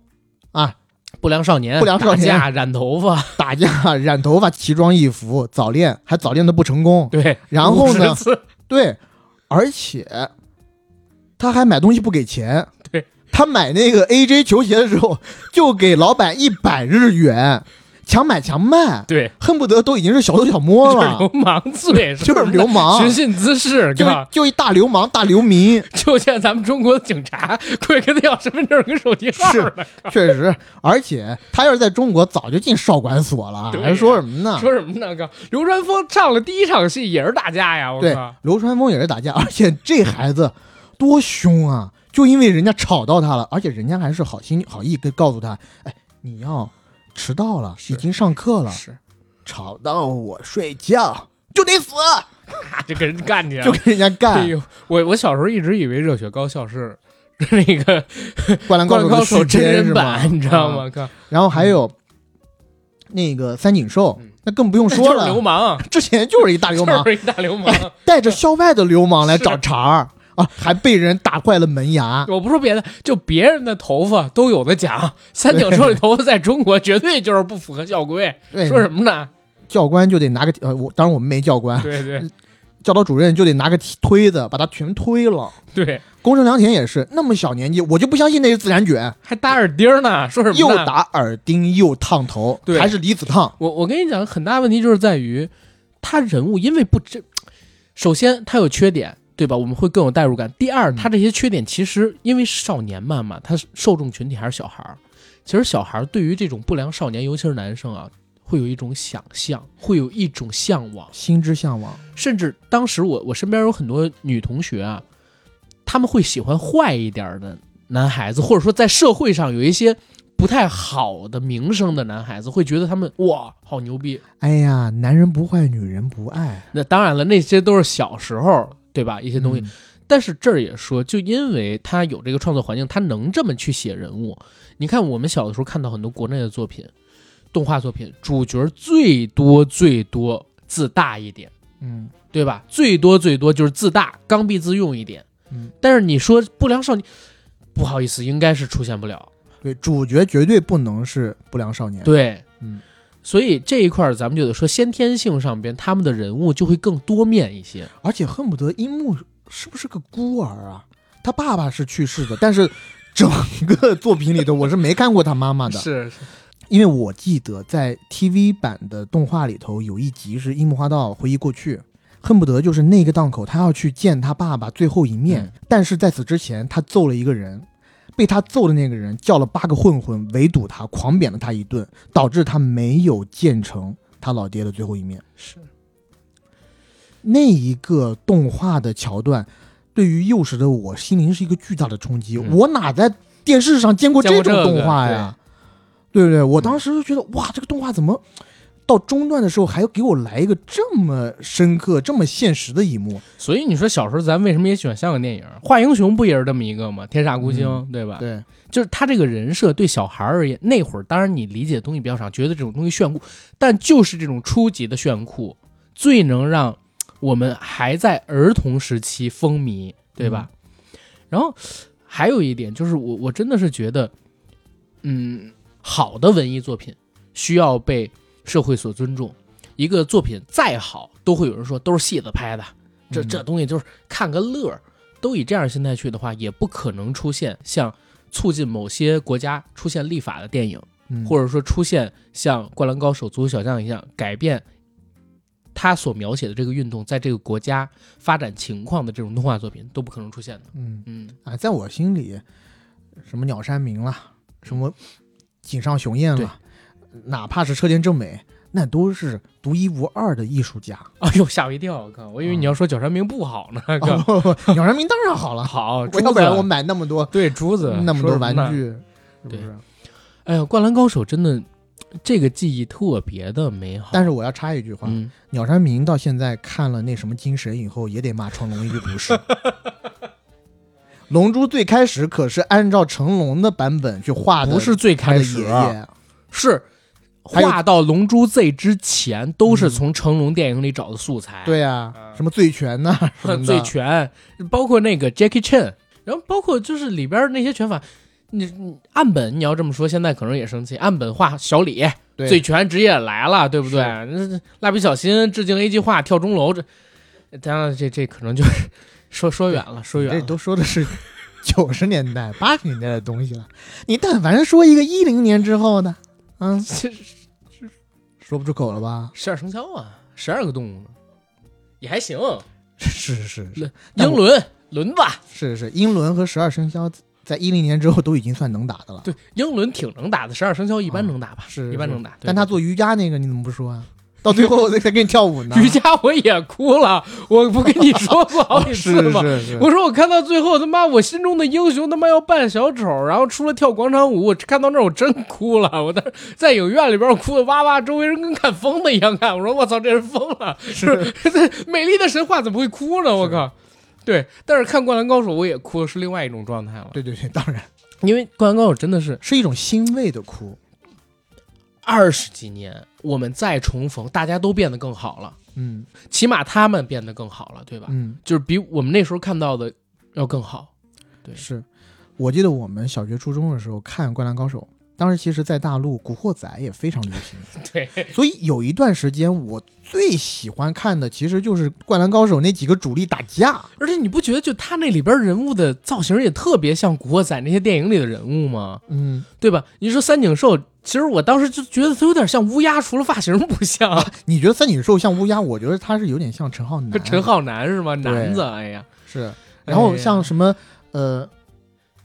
Speaker 2: 啊，
Speaker 1: 不良少年、
Speaker 2: 不良少年
Speaker 1: 打架、染头发，
Speaker 2: 打架、染头发、奇装异服、早恋，还早恋的不成功。
Speaker 1: 对，
Speaker 2: 然后呢
Speaker 1: 50次
Speaker 2: 对，而且他还买东西不给 钱。
Speaker 1: 对，
Speaker 2: 他买那个 AJ 球鞋的时候，就给老板一百日元，强买强卖，
Speaker 1: 对，
Speaker 2: 恨不得都已经是小偷小摸
Speaker 1: 就是
Speaker 2: 了，
Speaker 1: 流氓罪，是
Speaker 2: 就是流氓，
Speaker 1: 寻衅滋事，
Speaker 2: 就
Speaker 1: 对吧？
Speaker 2: 就一大流氓大流 民，
Speaker 1: 就像咱们中国的警察，过去跟他要身份证跟手机号呢，
Speaker 2: 确实，而且他要是在中国早就进少管所了，
Speaker 1: 对呀
Speaker 2: 还说什么呢？
Speaker 1: 说什么呢？哥，流川枫上了第一场戏也是打架呀，我
Speaker 2: 对
Speaker 1: 靠，，
Speaker 2: 流川枫也是打架，而且这孩子多凶啊！就因为人家吵到他了，而且人家还是好心好意跟告诉他，哎，你要迟到了，
Speaker 1: 是
Speaker 2: 已经上课了，
Speaker 1: 是，
Speaker 2: 吵到我睡觉就得死，
Speaker 1: 啪就啊跟人干去了
Speaker 2: 就。跟人家
Speaker 1: 哎
Speaker 2: 干。
Speaker 1: 呦，我我小时候一直以为热血高校是 那个《
Speaker 2: 灌篮
Speaker 1: 灌篮
Speaker 2: 高
Speaker 1: 高
Speaker 2: 手
Speaker 1: 手
Speaker 2: 的》续
Speaker 1: 真
Speaker 2: 篇
Speaker 1: 人
Speaker 2: 是吗啊
Speaker 1: 版，你知道？吗？哥，
Speaker 2: 然后还有那个三井寿
Speaker 1: 嗯，
Speaker 2: 那更不用说
Speaker 1: 就是流
Speaker 2: 了，
Speaker 1: 氓，
Speaker 2: 之前就是一大流氓
Speaker 1: 就，是一大流氓。哎
Speaker 2: 带着校外的流氓来找
Speaker 1: 是
Speaker 2: 茬儿啊，还被人打坏了门牙。
Speaker 1: 我不说别的，就别人的头发都有的 讲，三井寿的头发在中国绝对就是不符合校规。
Speaker 2: 对，
Speaker 1: 说什么呢？
Speaker 2: 哎教官就得拿个呃，我当然我们没教 官，
Speaker 1: 对对
Speaker 2: 教导主任就得拿个踢推子把他全推了。
Speaker 1: 对，
Speaker 2: 宫城良田也是那么小年纪，我就不相信那是自然卷，
Speaker 1: 还打耳钉呢，说什
Speaker 2: 又
Speaker 1: 么呢？
Speaker 2: 打耳钉又烫头，
Speaker 1: 对
Speaker 2: 还是离子烫。
Speaker 1: 我我跟你讲，很大问题就是在于他人物，因为不真，首先他有缺点，对吧？我们会更有代入感。第二，
Speaker 2: 嗯
Speaker 1: 他这些缺点其实因为少年漫嘛，他受众群体还是小孩儿。其实小孩儿对于这种不良少年，尤其是男生啊，会有一种想象，会有一种向往。
Speaker 2: 心之向往，
Speaker 1: 甚至当时我我身边有很多女同学啊，她们会喜欢坏一点儿的男孩子，或者说在社会上有一些不太好的名声的男孩子，会觉得他们哇好牛逼。
Speaker 2: 哎呀，男人不坏，女人不爱，
Speaker 1: 那当然了，那些都是小时候对吧？一些东西。
Speaker 2: 嗯
Speaker 1: 但是这儿也说，就因为他有这个创作环境，他能这么去写人物。你看我们小的时候看到很多国内的作品，动画作品，主角最多最多自大一点。
Speaker 2: 嗯，
Speaker 1: 对吧？最多最多就是自大、刚愎自用一点。
Speaker 2: 嗯，
Speaker 1: 但是你说不良少年，不好意思，应该是出现不了。
Speaker 2: 对，主角绝对不能是不良少年。
Speaker 1: 对，
Speaker 2: 嗯，
Speaker 1: 所以这一块儿咱们就得说先天性上边，他们的人物就会更多面一些。
Speaker 2: 而且恨不得樱木是不是个孤儿啊？他爸爸是去世的，但是整个作品里头我是没看过他妈妈的，
Speaker 1: 是是，
Speaker 2: 因为我记得在 TV 版的动画里头有一集是樱木花道回忆过去，恨不得就是那个档口他要去见他爸爸最后一面，
Speaker 1: 嗯
Speaker 2: 但是在此之前他揍了一个人。被他揍的那个人叫了八个混混围堵他，狂扁了他一顿，导致他没有见成他老爹的最后一面。
Speaker 1: 是
Speaker 2: 那一个动画的桥段，对于幼时的我心灵是一个巨大的冲击。
Speaker 1: 嗯
Speaker 2: 我哪在电视上见过这种动画呀？对不对？我当时就觉得，哇，这个动画怎么到中段的时候还要给我来一个这么深刻、这么现实的一幕？
Speaker 1: 所以你说小时候咱为什么也喜欢香港电影？画英雄不也是这么一个吗？天煞孤星，
Speaker 2: 嗯
Speaker 1: 对吧？
Speaker 2: 对，
Speaker 1: 就是他这个人设对小孩儿而言，那会儿当然你理解的东西比较少，觉得这种东西炫酷，但就是这种初级的炫酷，最能让我们还在儿童时期风靡，对吧？然后还有一点就是我，我真的是觉得，嗯，好的文艺作品需要被社会所尊重。一个作品再好，都会有人说都是戏子拍的，这
Speaker 2: 嗯
Speaker 1: 这东西就是看个乐儿。都以这样的心态去的话，也不可能出现像促进某些国家出现立法的电影，
Speaker 2: 嗯
Speaker 1: 或者说出现像《灌篮高手》《足球小将》一样改变他所描写的这个运动在这个国家发展情况的这种动画作品都不可能出现的。
Speaker 2: 嗯
Speaker 1: 嗯，
Speaker 2: 啊，在我心里，什么鸟山明啦，什么井上雄彦啦，哪怕是车田正美，那都是独一无二的艺术家。
Speaker 1: 哎呦，吓我一跳！我靠，我以为你要说角川明不好呢。哥、
Speaker 2: 哦、 鸟山明当然好 了，
Speaker 1: 好，
Speaker 2: 我
Speaker 1: 竹
Speaker 2: 要不然我
Speaker 1: 子
Speaker 2: 买那么多
Speaker 1: 啊对竹子
Speaker 2: 那么
Speaker 1: 说
Speaker 2: 多
Speaker 1: 什
Speaker 2: 玩
Speaker 1: 呢
Speaker 2: 具，是不
Speaker 1: 对
Speaker 2: 是？
Speaker 1: 哎呀，《灌篮高手》真的这个记忆特别的美好。
Speaker 2: 但
Speaker 1: 是，
Speaker 2: 是我要插一句话，
Speaker 1: 嗯，
Speaker 2: 鸟山明到现在看了那什么《精神》以后，也得骂成龙一句不是。龙珠最开始可是按照成龙的版本去画的，
Speaker 1: 不是最
Speaker 2: 他的
Speaker 1: 开始啊
Speaker 2: 爷爷，
Speaker 1: 是
Speaker 2: 还有
Speaker 1: 画到《龙珠 Z》之前，都
Speaker 2: 嗯
Speaker 1: 是从成龙电影里找的素材。
Speaker 2: 对啊，什么醉拳呐、什么的
Speaker 1: 哎嗯醉，拳，包括那个 Jackie Chan，然后包括就是里边那些拳法，你你岸本你要这么说，现在可能也生气。岸本画小李，
Speaker 2: 对
Speaker 1: 醉拳职业来了，对不对？那蜡笔小新致敬 A 计划跳钟楼，这当然这这可能就 说说远了，说远
Speaker 2: 这
Speaker 1: 了。
Speaker 2: 都说的是九十年代、八十年代的东西了。你但凡说一个一零年之后的，嗯，
Speaker 1: 这这
Speaker 2: 说不出口了吧？
Speaker 1: 十二生肖啊，十二个动物呢，也还行。
Speaker 2: 是是是是但
Speaker 1: 英
Speaker 2: 我
Speaker 1: 伦轮子，
Speaker 2: 是是，英伦和十二生肖在一零年之后都已经算能打的了。
Speaker 1: 对，英伦挺能打的，十二生肖一般
Speaker 2: 啊
Speaker 1: 能打吧，
Speaker 2: 是
Speaker 1: 一般
Speaker 2: 是
Speaker 1: 能打。对
Speaker 2: 但他做瑜伽那个你怎么不说啊？到最后再再给你跳舞呢？
Speaker 1: 瑜伽我也哭了，我不跟你说过好几次
Speaker 2: 是
Speaker 1: 吗？
Speaker 2: 是是，
Speaker 1: 我说我看到最后，他妈我心中的英雄他妈要扮小丑，然后出来跳广场舞，我看到那儿我真哭了， 我当时在影院里边我哭的哇哇，周围人跟看疯的一样 看，我说我操，这人疯 了，是这 美丽的神话怎么会哭呢？我靠！对，但是看《灌篮高手》我也哭是另外一种状态了，
Speaker 2: 对对对，当然
Speaker 1: 因为《灌篮高手》真的是
Speaker 2: 是一种欣慰的哭。
Speaker 1: 二十几年，我们再重逢，大家都变得更好了，
Speaker 2: 嗯
Speaker 1: 起码他们变得更好了，对吧？
Speaker 2: 嗯，
Speaker 1: 就是比我们那时候看到的要更好。对
Speaker 2: 是我记得我们小学初中的时候看《灌篮高手》，当时其实在大陆《古惑仔》也非常流行，
Speaker 1: 对，
Speaker 2: 所以有一段时间我最喜欢看的其实就是《灌篮高手》那几个主力打架。
Speaker 1: 而且你不觉得就他那里边人物的造型也特别像《古惑仔》那些电影里的人物吗？
Speaker 2: 嗯，
Speaker 1: 对吧？你说三井寿，其实我当时就觉得他有点像乌鸦，除了发型不 像，
Speaker 2: 你觉得三井寿像乌鸦？我觉得他是有点像陈浩南。
Speaker 1: 陈浩南是吗？
Speaker 2: 对
Speaker 1: 男子，哎呀，
Speaker 2: 是，然后
Speaker 1: 哎呀
Speaker 2: 像什么、呃，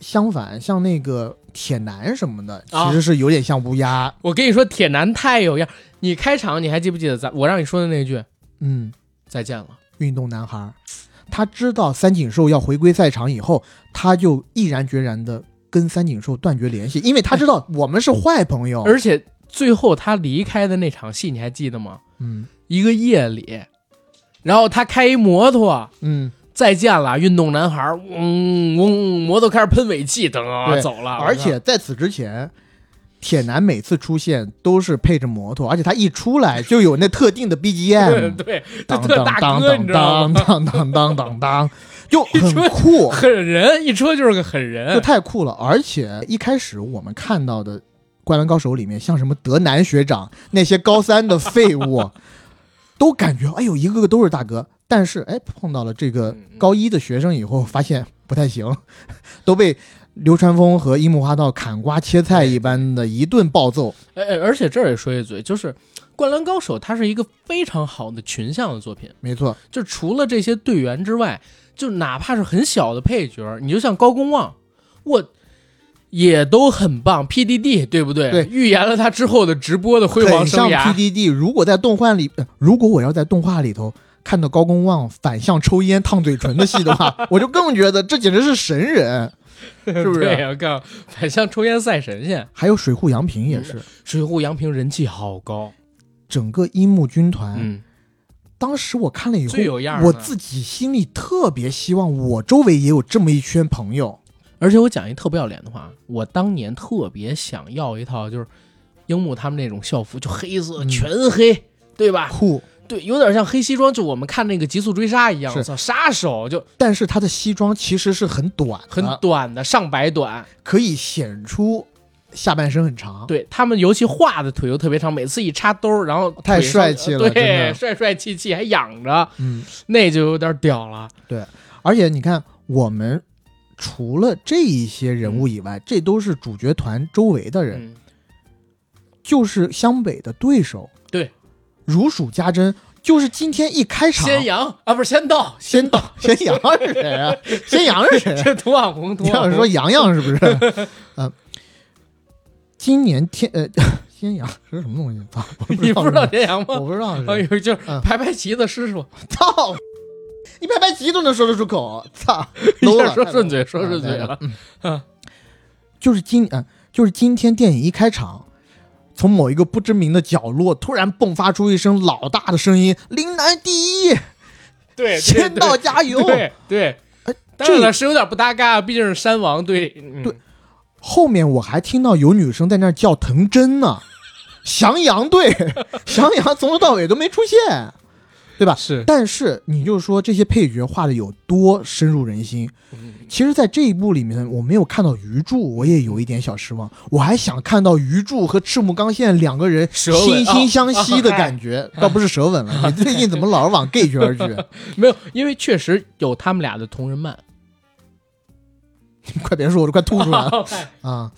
Speaker 2: 相反像那个铁男什么的，
Speaker 1: 啊
Speaker 2: 其实是有点像乌鸦。
Speaker 1: 我跟你说，铁男太有样。你开场你还记不记得咱我让你说的那句
Speaker 2: 嗯，
Speaker 1: 再见了？
Speaker 2: 运动男孩儿，他知道三井寿要回归赛场以后，他就毅然决然的跟三井寿断绝联系，因为他知道我们是坏朋友。
Speaker 1: 而且最后他离开的那场戏你还记得吗？
Speaker 2: 嗯
Speaker 1: 一个夜里，然后他开一摩托，
Speaker 2: 嗯，
Speaker 1: 再见了，运动男孩儿，嗡嗡，摩托开始喷尾气，噔、啊
Speaker 2: 对
Speaker 1: 走了。
Speaker 2: 而且在此之前。铁男每次出现都是配着摩托，而且他一出来就有那特 定的
Speaker 1: 对
Speaker 2: BGM，
Speaker 1: 对，就
Speaker 2: 当
Speaker 1: 特
Speaker 2: 当
Speaker 1: 大
Speaker 2: 当
Speaker 1: 哥，你
Speaker 2: 当
Speaker 1: 知道
Speaker 2: 当
Speaker 1: 吗？
Speaker 2: 当当当 当当，就
Speaker 1: 一
Speaker 2: 很
Speaker 1: 出哎
Speaker 2: 酷，
Speaker 1: 狠人，一说就是个狠
Speaker 2: 就
Speaker 1: 人。
Speaker 2: 太酷了。而且一开始我们看到的《灌篮高手》里面，像什么德南学长那些高三的废 物，都感觉哎呦，一个个都是大哥。但是哎，碰到了这个
Speaker 1: 嗯嗯
Speaker 2: 高一的学生以后，发现不太行，都被流川枫和樱木花道砍瓜切菜一般的一顿暴揍。
Speaker 1: 哎，哎而且这儿也说一嘴，就是《灌篮高手》，它是一个非常好的群像的作品。
Speaker 2: 没错，
Speaker 1: 就除了这些队员之外，就哪怕是很小的配角，你就像高公望，我也都很棒。PDD 对不对？
Speaker 2: 对
Speaker 1: 预言了他之后的直播的辉煌
Speaker 2: 很
Speaker 1: 生
Speaker 2: 像
Speaker 1: 涯。
Speaker 2: PDD。如果在动画里，呃如果我要在动画里头看到高公望反向抽烟烫嘴唇的戏的 话，我就更觉得这简直是神人，是不是？
Speaker 1: 对我 靠，反向抽烟赛神仙，
Speaker 2: 还有水户洋平也是，
Speaker 1: 水户洋平人气好高，
Speaker 2: 整个樱木军团，
Speaker 1: 嗯，
Speaker 2: 当时我看了以后
Speaker 1: 最，有样儿
Speaker 2: 我
Speaker 1: 的
Speaker 2: 自己心里特别希望我周围也有这么一圈朋友。
Speaker 1: 而且我讲一特不要脸的话，我当年特别想要一套就是樱木他们那种校服，就黑色
Speaker 2: 嗯
Speaker 1: 全黑，对吧？
Speaker 2: 酷，
Speaker 1: 对，有点像黑西装，就我们看那个《极速追杀》一样，
Speaker 2: 是
Speaker 1: 我操，杀手就
Speaker 2: 但是他的西装其实是很短的，
Speaker 1: 很短的上白短，
Speaker 2: 可以显出下半身很长。
Speaker 1: 对他们尤其画的腿又特别长，每次一插兜儿，然后
Speaker 2: 哦太
Speaker 1: 腿上
Speaker 2: 帅气了真
Speaker 1: 对，
Speaker 2: 的
Speaker 1: 帅帅气气还仰着，
Speaker 2: 嗯，
Speaker 1: 那就有点屌了。
Speaker 2: 而且你看，我们除了这一些人物以外，这都是主角团周围的人，
Speaker 1: 嗯，
Speaker 2: 就是湘北的对手，
Speaker 1: 对，
Speaker 2: 如数家珍。就是今天一开场，
Speaker 1: 先扬啊，不是先 到，
Speaker 2: 先 到先阳是谁啊？先阳是谁啊？
Speaker 1: 这涂网红，涂
Speaker 2: 你
Speaker 1: 网
Speaker 2: 想
Speaker 1: 红
Speaker 2: 说洋洋是不是？ 呃，今年天呃，先阳是什么东西？操，我
Speaker 1: 你不知道
Speaker 2: 是，
Speaker 1: 先扬吗？
Speaker 2: 我不知道是
Speaker 1: 哎
Speaker 2: 谁。
Speaker 1: 呦，就是
Speaker 2: 哦嗯
Speaker 1: 排排齐的师傅，
Speaker 2: 操！你拍拍棋都能说得出口， 操！
Speaker 1: 一
Speaker 2: 搂
Speaker 1: 下
Speaker 2: 了嗯
Speaker 1: 说顺嘴，说顺嘴。
Speaker 2: 太 low
Speaker 1: 了。 嗯
Speaker 2: 就是今呃，就是今天电影一开场，从某一个不知名的角落突然迸发出一声老大的声音：“岭南第一，
Speaker 1: 对，
Speaker 2: 先到加油！”
Speaker 1: 对对
Speaker 2: 哎。
Speaker 1: 当然
Speaker 2: 这
Speaker 1: 了，是有点不搭嘎，毕竟是山王对。嗯
Speaker 2: 对，后面我还听到有女生在那儿叫藤真呢， 翔阳队， 翔阳从头到尾都没出现，对吧？
Speaker 1: 是
Speaker 2: 但是你就说这些配角画的有多深入人心，
Speaker 1: 嗯
Speaker 2: 其实，在这一部里面，我没有看到鱼柱，我也有一点小失望。我还想看到鱼柱和赤木刚宪两个人
Speaker 1: 舌吻啊
Speaker 2: 惺惺相惜的感觉，倒不是舌吻了。你最近怎么老是往 gay 圈儿去？
Speaker 1: 没有，因为确实有他们俩的同人漫。
Speaker 2: 啊快别说，我都快吐出来了。啊，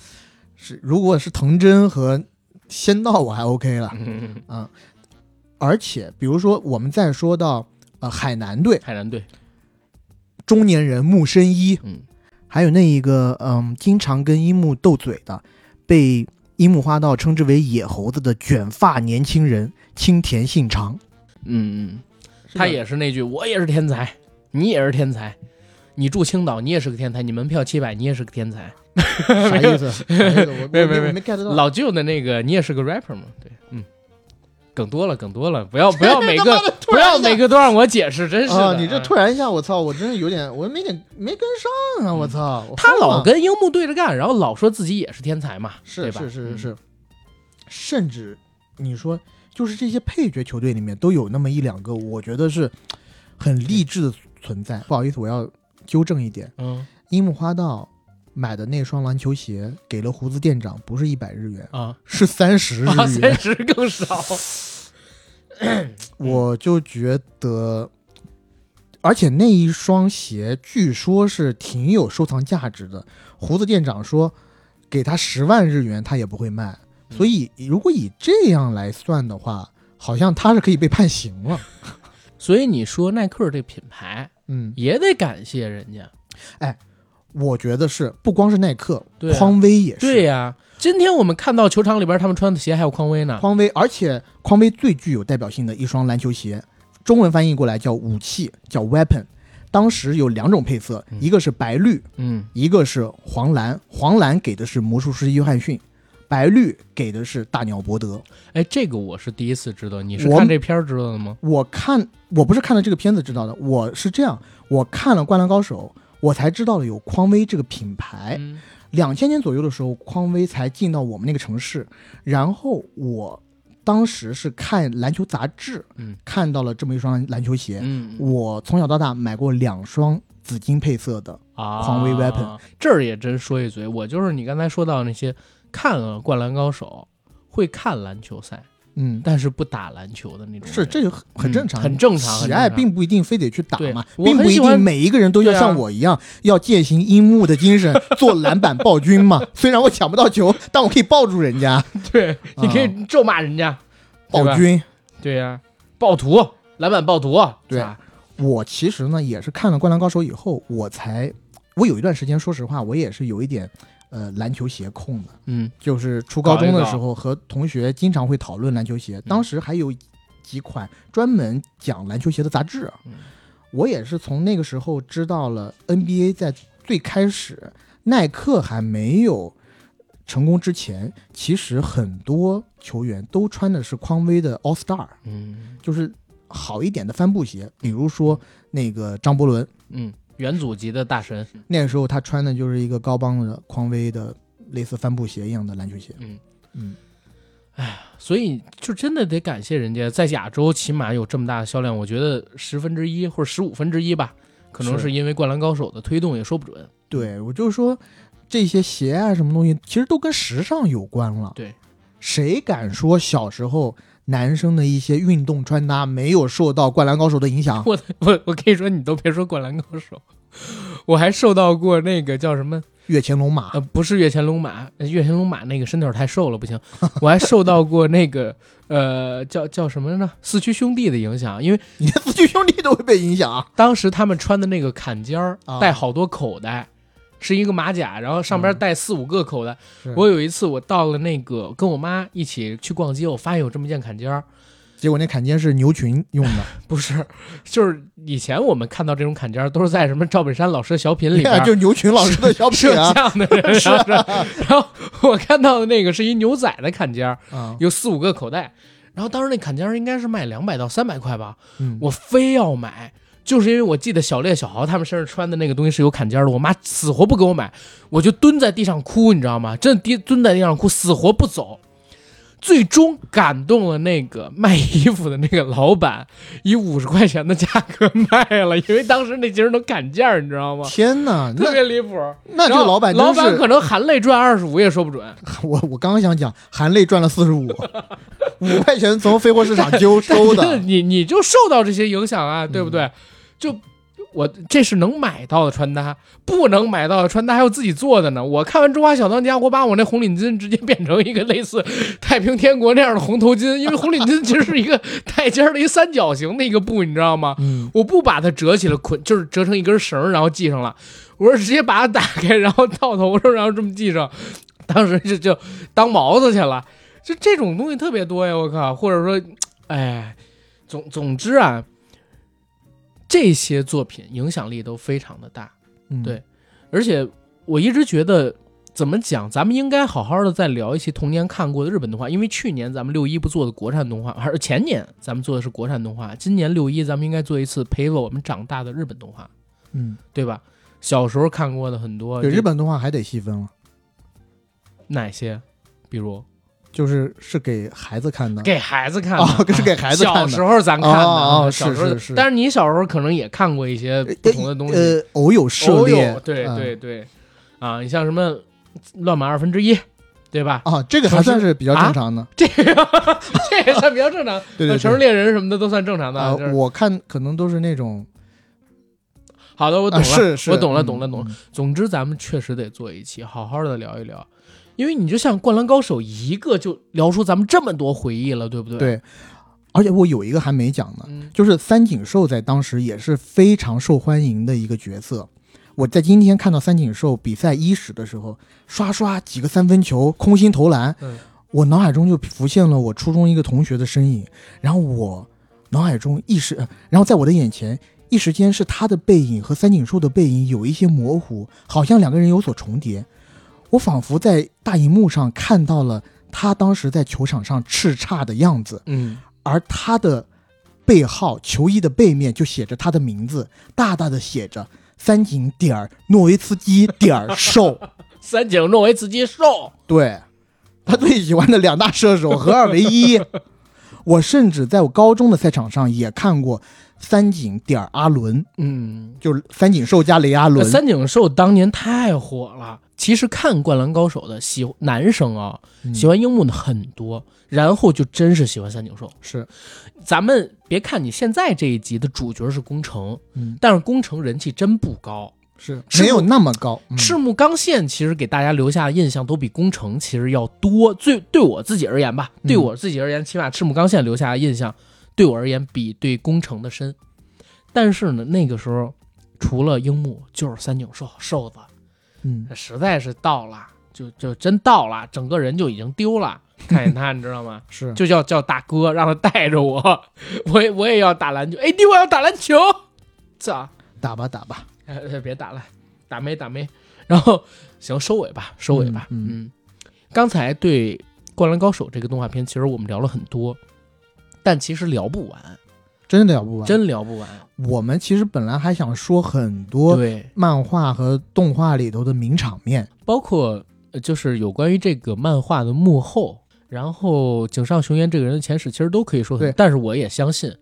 Speaker 2: 是如果是藤真和先到我还 OK 了。
Speaker 1: 嗯，
Speaker 2: 而且，比如说我们再说到呃海南队
Speaker 1: 海南队，
Speaker 2: 中年人木生一，
Speaker 1: 嗯，
Speaker 2: 还有那一个嗯经常跟樱木斗嘴的，被樱木花道称之为野猴子的卷发年轻人青田信长，
Speaker 1: 嗯嗯，他也是那句“我也是天才，你也是天才，你住青岛，你也是个天才，你门票七百，你也是个天才。
Speaker 2: 啥意 思？啥意思我我
Speaker 1: 没有没
Speaker 2: 没
Speaker 1: 有没有
Speaker 2: 没 get 到。
Speaker 1: 老舅的那个，你也是个 rapper 嘛？对，嗯，梗多了，梗多了， 不要不要每个不要每个都让我解释，真是
Speaker 2: 啊！
Speaker 1: 的嗯
Speaker 2: 你这突然一下，我操！我真是有点，我没点没跟上啊！我操！我
Speaker 1: 嗯他
Speaker 2: 疯
Speaker 1: 老
Speaker 2: 了
Speaker 1: 跟樱木对着干，然后老说自己也是天才嘛，
Speaker 2: 是
Speaker 1: 对吧
Speaker 2: 是是是，
Speaker 1: 嗯
Speaker 2: 是，甚至你说就是这些配角球队里面都有那么一两个，我觉得是很励志的存在。不好意思，我要纠正一点，
Speaker 1: 嗯
Speaker 2: 樱木花道买的那双篮球鞋给了胡子店长，不是一百日元，
Speaker 1: 啊，
Speaker 2: 是三十
Speaker 1: 啊
Speaker 2: 日元。
Speaker 1: 三十更少，
Speaker 2: 我就觉得，而且那一双鞋据说是挺有收藏价值的。胡子店长说，给他十万日元他也不会卖，
Speaker 1: 嗯
Speaker 2: 所以如果以这样来算的话，好像他是可以被判刑了。
Speaker 1: 所以你说耐克这品牌
Speaker 2: 嗯，
Speaker 1: 也得感谢人家，
Speaker 2: 我觉得是，不光是耐克，
Speaker 1: 对啊
Speaker 2: 匡威也是。
Speaker 1: 对呀、今天我们看到球场里边他们穿的鞋还有匡威呢，
Speaker 2: 匡威，而且匡威最具有代表性的一双篮球鞋，中文翻译过来叫武器，叫 weapon。当时有两种配色，
Speaker 1: 嗯
Speaker 2: 一个是白绿，
Speaker 1: 嗯
Speaker 2: 一个是黄蓝，黄蓝给的是魔术师约翰逊，白绿给的是大鸟伯德。，
Speaker 1: 哎，这个我是第一次知道，你是
Speaker 2: 我
Speaker 1: 看这片儿知道的吗？
Speaker 2: 我看我不是看了这个片子知道的，我是这样，我看了《灌篮高手》，我才知道了有匡威这个品牌。
Speaker 1: 嗯
Speaker 2: 两千年左右的时候，匡威才进到我们那个城市，然后我当时是看篮球杂志，
Speaker 1: 嗯
Speaker 2: 看到了这么一双篮球鞋。
Speaker 1: 嗯
Speaker 2: 我从小到大买过两双紫金配色的，
Speaker 1: 啊，
Speaker 2: 匡威 Weapon
Speaker 1: 这儿也真说一嘴，我就是你刚才说到那些看了《灌篮高手》会看篮球赛，
Speaker 2: 嗯，
Speaker 1: 但是不打篮球的那种人，
Speaker 2: 是，这就很很正
Speaker 1: 嗯
Speaker 2: 常，
Speaker 1: 很正常
Speaker 2: 喜
Speaker 1: 很
Speaker 2: 爱
Speaker 1: 正常
Speaker 2: 并不一定非得去打
Speaker 1: 对
Speaker 2: 嘛，
Speaker 1: 我
Speaker 2: 并不
Speaker 1: 很
Speaker 2: 一
Speaker 1: 喜欢
Speaker 2: 定每一个人都要
Speaker 1: 对啊
Speaker 2: 像我一样、要践行樱木的精神，做篮板暴君嘛。 虽然我抢不到球，但我可以抱住人家，
Speaker 1: 对，你可以咒骂人家，对吧
Speaker 2: 暴君。
Speaker 1: 对呀、暴徒，篮板暴徒，
Speaker 2: 对
Speaker 1: 啊，
Speaker 2: 我其实呢也是看了《灌篮高手》以后，我才我有一段时间，说实话，我也是有一点呃篮球鞋控的，
Speaker 1: 嗯
Speaker 2: 就是初高中
Speaker 1: 搞一
Speaker 2: 的
Speaker 1: 搞
Speaker 2: 时候和同学经常会讨论篮球鞋，当时还有几款专门讲篮球鞋的杂志。
Speaker 1: 嗯
Speaker 2: 我也是从那个时候知道了 NBA 在最开始耐克还没有成功之前，其实很多球员都穿的是匡威的 All Star，
Speaker 1: 嗯
Speaker 2: 就是好一点的帆布鞋，比如说那个张伯伦，
Speaker 1: 嗯，元祖级的大神，
Speaker 2: 那个时候他穿的就是一个高帮的匡威的类似帆布鞋一样的篮球鞋。
Speaker 1: 嗯
Speaker 2: 嗯，
Speaker 1: 所以就真的得感谢人家在亚洲起码有这么大的销量，我觉得十分之一或者十五分之一吧，可能
Speaker 2: 是
Speaker 1: 是因为《灌篮高手》的推动也说不准。
Speaker 2: 对，我就说这些鞋啊什么东西，其实都跟时尚有关了。
Speaker 1: 对，
Speaker 2: 谁敢说小时候男生的一些运动穿搭没有受到《灌篮高手》的影响？
Speaker 1: 我我可以说你都别说《灌篮高手》， 我还受到过那个叫什么
Speaker 2: 跃前龙马
Speaker 1: 呃，不是跃前龙马，呃跃前龙马那个身条太瘦了不行， 我还受到过那个呃叫叫什么呢？四驱兄弟的影响，因为
Speaker 2: 你的四驱兄弟都会被影响啊！
Speaker 1: 当时他们穿的那个坎肩儿
Speaker 2: 啊嗯
Speaker 1: 带好多口袋，是一个马甲，然后上边带四五个口袋。
Speaker 2: 是
Speaker 1: 我有一次我到了那个跟我妈一起去逛街，我发现有这么件坎肩儿，
Speaker 2: 结果那坎肩是牛群用的，
Speaker 1: 不是， 就是以前我们看到这种坎肩儿都是在什么赵本山老师的小品里边儿。
Speaker 2: 对 啊，就是牛群老师的小
Speaker 1: 是
Speaker 2: 品
Speaker 1: 有
Speaker 2: 啊
Speaker 1: 这！样的人，是不是？然后我看到的那个是一牛仔的坎肩儿，
Speaker 2: 啊，
Speaker 1: 有四五个口袋。然后当时那坎肩儿应该是卖两百到三百块吧，
Speaker 2: 嗯，
Speaker 1: 我非要买，就是因为我记得小烈、小豪他们身上穿的那个东西是有坎肩儿的，我妈死活不给我买，我就蹲在地上哭，你知道吗？真的蹲蹲在地上哭，死活不走。最终感动了那个卖衣服的那个老板，以五十块钱的价格卖了，因为当时那节人都砍价儿，你知道吗？
Speaker 2: 天哪，
Speaker 1: 特
Speaker 2: 那
Speaker 1: 别离谱。
Speaker 2: 那这个老板
Speaker 1: 老
Speaker 2: 真
Speaker 1: 板
Speaker 2: 是
Speaker 1: 可能含泪赚二十五也说不准。
Speaker 2: 我，我刚刚想讲，含泪赚了四十五，五块钱 从飞货市场揪收的，嗯
Speaker 1: 你你就受到这些影响啊，对不对？就我这是能买到的穿搭，不能买到的穿搭还有自己做的呢。我看完《中华小当家》，我把我那红领巾直接变成一个类似太平天国那样的红头巾，因为红领巾其实是一个 带尖儿的一三角形的一个布，你知道吗？
Speaker 2: 嗯，
Speaker 1: 我不把它折起来捆，就是折成一根绳儿，然后系上了。我说直接把它打开，然后套头上，然后这么系上。当时就就当毛子去了，就这种东西特别多呀！我靠，或者说，哎，总总之啊，这些作品影响力都非常的大。
Speaker 2: 嗯
Speaker 1: 对而且我一直觉得，怎么讲，咱们应该好好的再聊一期童年看过的日本动画，因为去年咱们六一不做的国产动画，还是前年咱们做的是国产动画，今年六一咱们应该做一次陪着我们长大的日本动画，
Speaker 2: 嗯，
Speaker 1: 对吧？小时候看过的很多，
Speaker 2: 对，
Speaker 1: 这
Speaker 2: 日本动画还得细分了，
Speaker 1: 哪些？比如
Speaker 2: 就是是给孩子看的，
Speaker 1: 给孩子看的，
Speaker 2: 哦，是给孩子看
Speaker 1: 小
Speaker 2: 的。
Speaker 1: 时候咱看的，啊
Speaker 2: 哦哦
Speaker 1: 小时候
Speaker 2: 是是是
Speaker 1: 但是你小时候可能也看过一些不同的东西，
Speaker 2: 呃，偶有涉
Speaker 1: 偶
Speaker 2: 猎
Speaker 1: 有，，对
Speaker 2: 嗯
Speaker 1: 对对，啊，你像什么乱码二分之一，对吧？
Speaker 2: 啊，这个还算是比较正常的，
Speaker 1: 这个这也算比较正常，
Speaker 2: 对对
Speaker 1: 城市
Speaker 2: 对。
Speaker 1: 猎人什么的都算正常的。
Speaker 2: 啊
Speaker 1: 就，是
Speaker 2: 我看可能都是那种，
Speaker 1: 好的，我懂
Speaker 2: 啊
Speaker 1: 了，
Speaker 2: 是是，
Speaker 1: 我懂了，
Speaker 2: 嗯
Speaker 1: 懂了，懂了。
Speaker 2: 嗯
Speaker 1: 总之，咱们确实得做一期，好好的聊一聊，因为你就像《灌篮高手》，一个就聊出咱们这么多回忆了，对不对？
Speaker 2: 对而且我有一个还没讲呢，
Speaker 1: 嗯，
Speaker 2: 就是三井寿在当时也是非常受欢迎的一个角色。我在今天看到三井寿比赛伊始的时候，刷刷几个三分球，空心投篮，
Speaker 1: 嗯
Speaker 2: 我脑海中就浮现了我初中一个同学的身影，然后我脑海中一时，呃然后在我的眼前一时间是他的背影和三井寿的背影有一些模糊，好像两个人有所重叠，我仿佛在大荧幕上看到了他当时在球场上叱咤的样子，
Speaker 1: 嗯，
Speaker 2: 而他的背号球衣的背面就写着他的名字，大大的写着三井点儿诺维茨基点儿寿。
Speaker 1: 三井诺维茨基瘦，
Speaker 2: 对，他最喜欢的两大射手合二为一。 我甚至在我高中的赛场上也看过三井点儿阿伦，
Speaker 1: 嗯，
Speaker 2: 就是三井寿加雷阿伦。
Speaker 1: 呃三井寿当年太火了。其实看《灌篮高手》的喜男生啊，
Speaker 2: 嗯
Speaker 1: 喜欢樱木的很多，然后就真是喜欢三井寿。
Speaker 2: 是，
Speaker 1: 咱们别看你现在这一集的主角是宫城，
Speaker 2: 嗯，
Speaker 1: 但是宫城人气真不高。
Speaker 2: 是
Speaker 1: 赤
Speaker 2: 没有
Speaker 1: 木
Speaker 2: 那么高。嗯
Speaker 1: 赤木刚宪其实给大家留下的印象都比宫城其实要多，最对我自己而言吧，
Speaker 2: 嗯
Speaker 1: 对我自己而言，起码赤木刚宪留下的印象对我而言比对宫城的深。但是呢，那个时候除了樱木就是三井寿，瘦子
Speaker 2: 嗯，
Speaker 1: 实在是到了，就就真到了，整个人就已经丢了。 看见他，你知道吗？
Speaker 2: 是
Speaker 1: 就叫叫大哥，让他带着我，我也我也要打篮球。哎，弟，我要打篮球，操！
Speaker 2: 打吧打吧。
Speaker 1: 哎， 别打了，打没打没。然后行，收尾吧，收尾吧。
Speaker 2: 嗯嗯
Speaker 1: 刚才对《灌篮高手》这个动画片，其实我们聊了很多，但其实聊不完，
Speaker 2: 真的聊不完。，
Speaker 1: 真聊不完。
Speaker 2: 我们其实本来还想说很多
Speaker 1: 对，
Speaker 2: 漫画和动画里头的名场面，
Speaker 1: 包括呃就是有关于这个漫画的幕后，然后井上雄彦这个人的前史，其实都可以说很
Speaker 2: 对。
Speaker 1: 但是我也相信，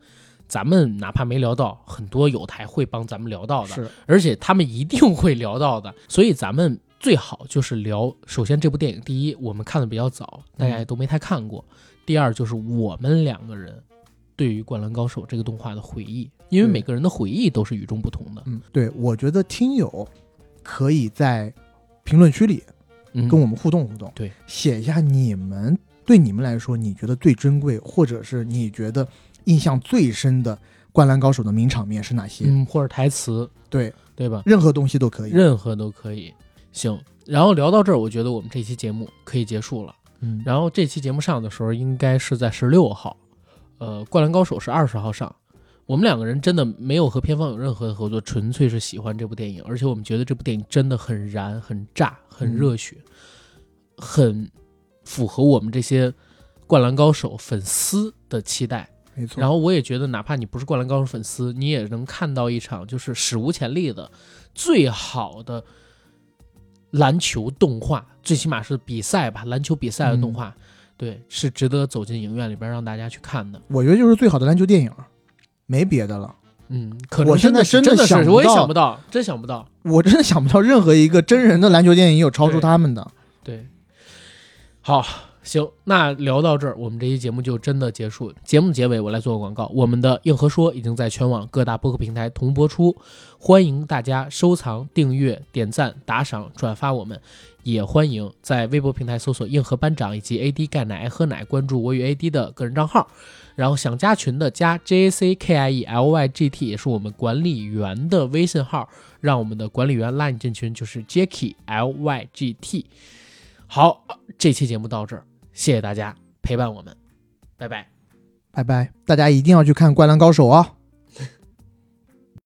Speaker 1: 咱们哪怕没聊到，很多有台会帮咱们聊到的。
Speaker 2: 是
Speaker 1: 而且他们一定会聊到的。 所以咱们最好就是聊，首先这部电影，第一我们看的比较早，大家也都没太看过；第二就是我们两个人对于《灌篮高手》这个动画的回忆，因为
Speaker 2: 对
Speaker 1: 每个人的回忆都是与众不同的。
Speaker 2: 嗯，对，我觉得听友可以在评论区里
Speaker 1: 嗯
Speaker 2: 跟我们互动互动，
Speaker 1: 对，
Speaker 2: 写一下你们对你们来说你觉得最珍贵，或者是你觉得印象最深的《灌篮高手》的名场面是哪些？
Speaker 1: 嗯，或者台词，
Speaker 2: 对，
Speaker 1: 对吧？
Speaker 2: 任何东西都可以。
Speaker 1: 任何都可以。行，然后聊到这儿，我觉得我们这期节目可以结束了。
Speaker 2: 嗯，
Speaker 1: 然后这期节目上的时候应该是在十六号，呃，《灌篮高手》是二十号上。我们两个人真的没有和片方有任何的合作，纯粹是喜欢这部电影，而且我们觉得这部电影真的很燃、很炸、很热血，很符合我们这些《灌篮高手》粉丝的期待。
Speaker 2: 没错。
Speaker 1: 然后我也觉得，哪怕你不是《灌篮高手》粉丝，你也能看到一场就是史无前例的最好的篮球动画，最起码是比赛吧，篮球比赛的动画，
Speaker 2: 嗯
Speaker 1: 对，是值得走进影院里边让大家去看的。
Speaker 2: 我觉得就是最好的篮球电影，没别的了。
Speaker 1: 嗯，可
Speaker 2: 我
Speaker 1: 能
Speaker 2: 现在
Speaker 1: 的是
Speaker 2: 真的
Speaker 1: 真的
Speaker 2: 想
Speaker 1: 是，
Speaker 2: 不
Speaker 1: 我也
Speaker 2: 到
Speaker 1: 想不到，真想不到。
Speaker 2: 我真的想不到任何一个真人的篮球电影有超出
Speaker 1: 对
Speaker 2: 他们的。
Speaker 1: 对，好，行，那聊到这儿，我们这期节目就真的结束。节目结尾我来做个广告，我们的《硬核说》已经在全网各大播客平台同步播出，欢迎大家收藏、订阅、点赞、打赏、转发我们，也欢迎在微博平台搜索“硬核班长”以及 “AD 钙奶爱喝奶”，关注我与 AD 的个人账号。然后想加群的加 J A C K I E L Y G T，也是我们管理员的微信号，让我们的管理员拉你进群，就是 Jacky E L Y G T。好，这期节目到这儿，谢谢大家陪伴我们，拜拜。
Speaker 2: 拜拜，大家一定要去看《灌篮高手》啊！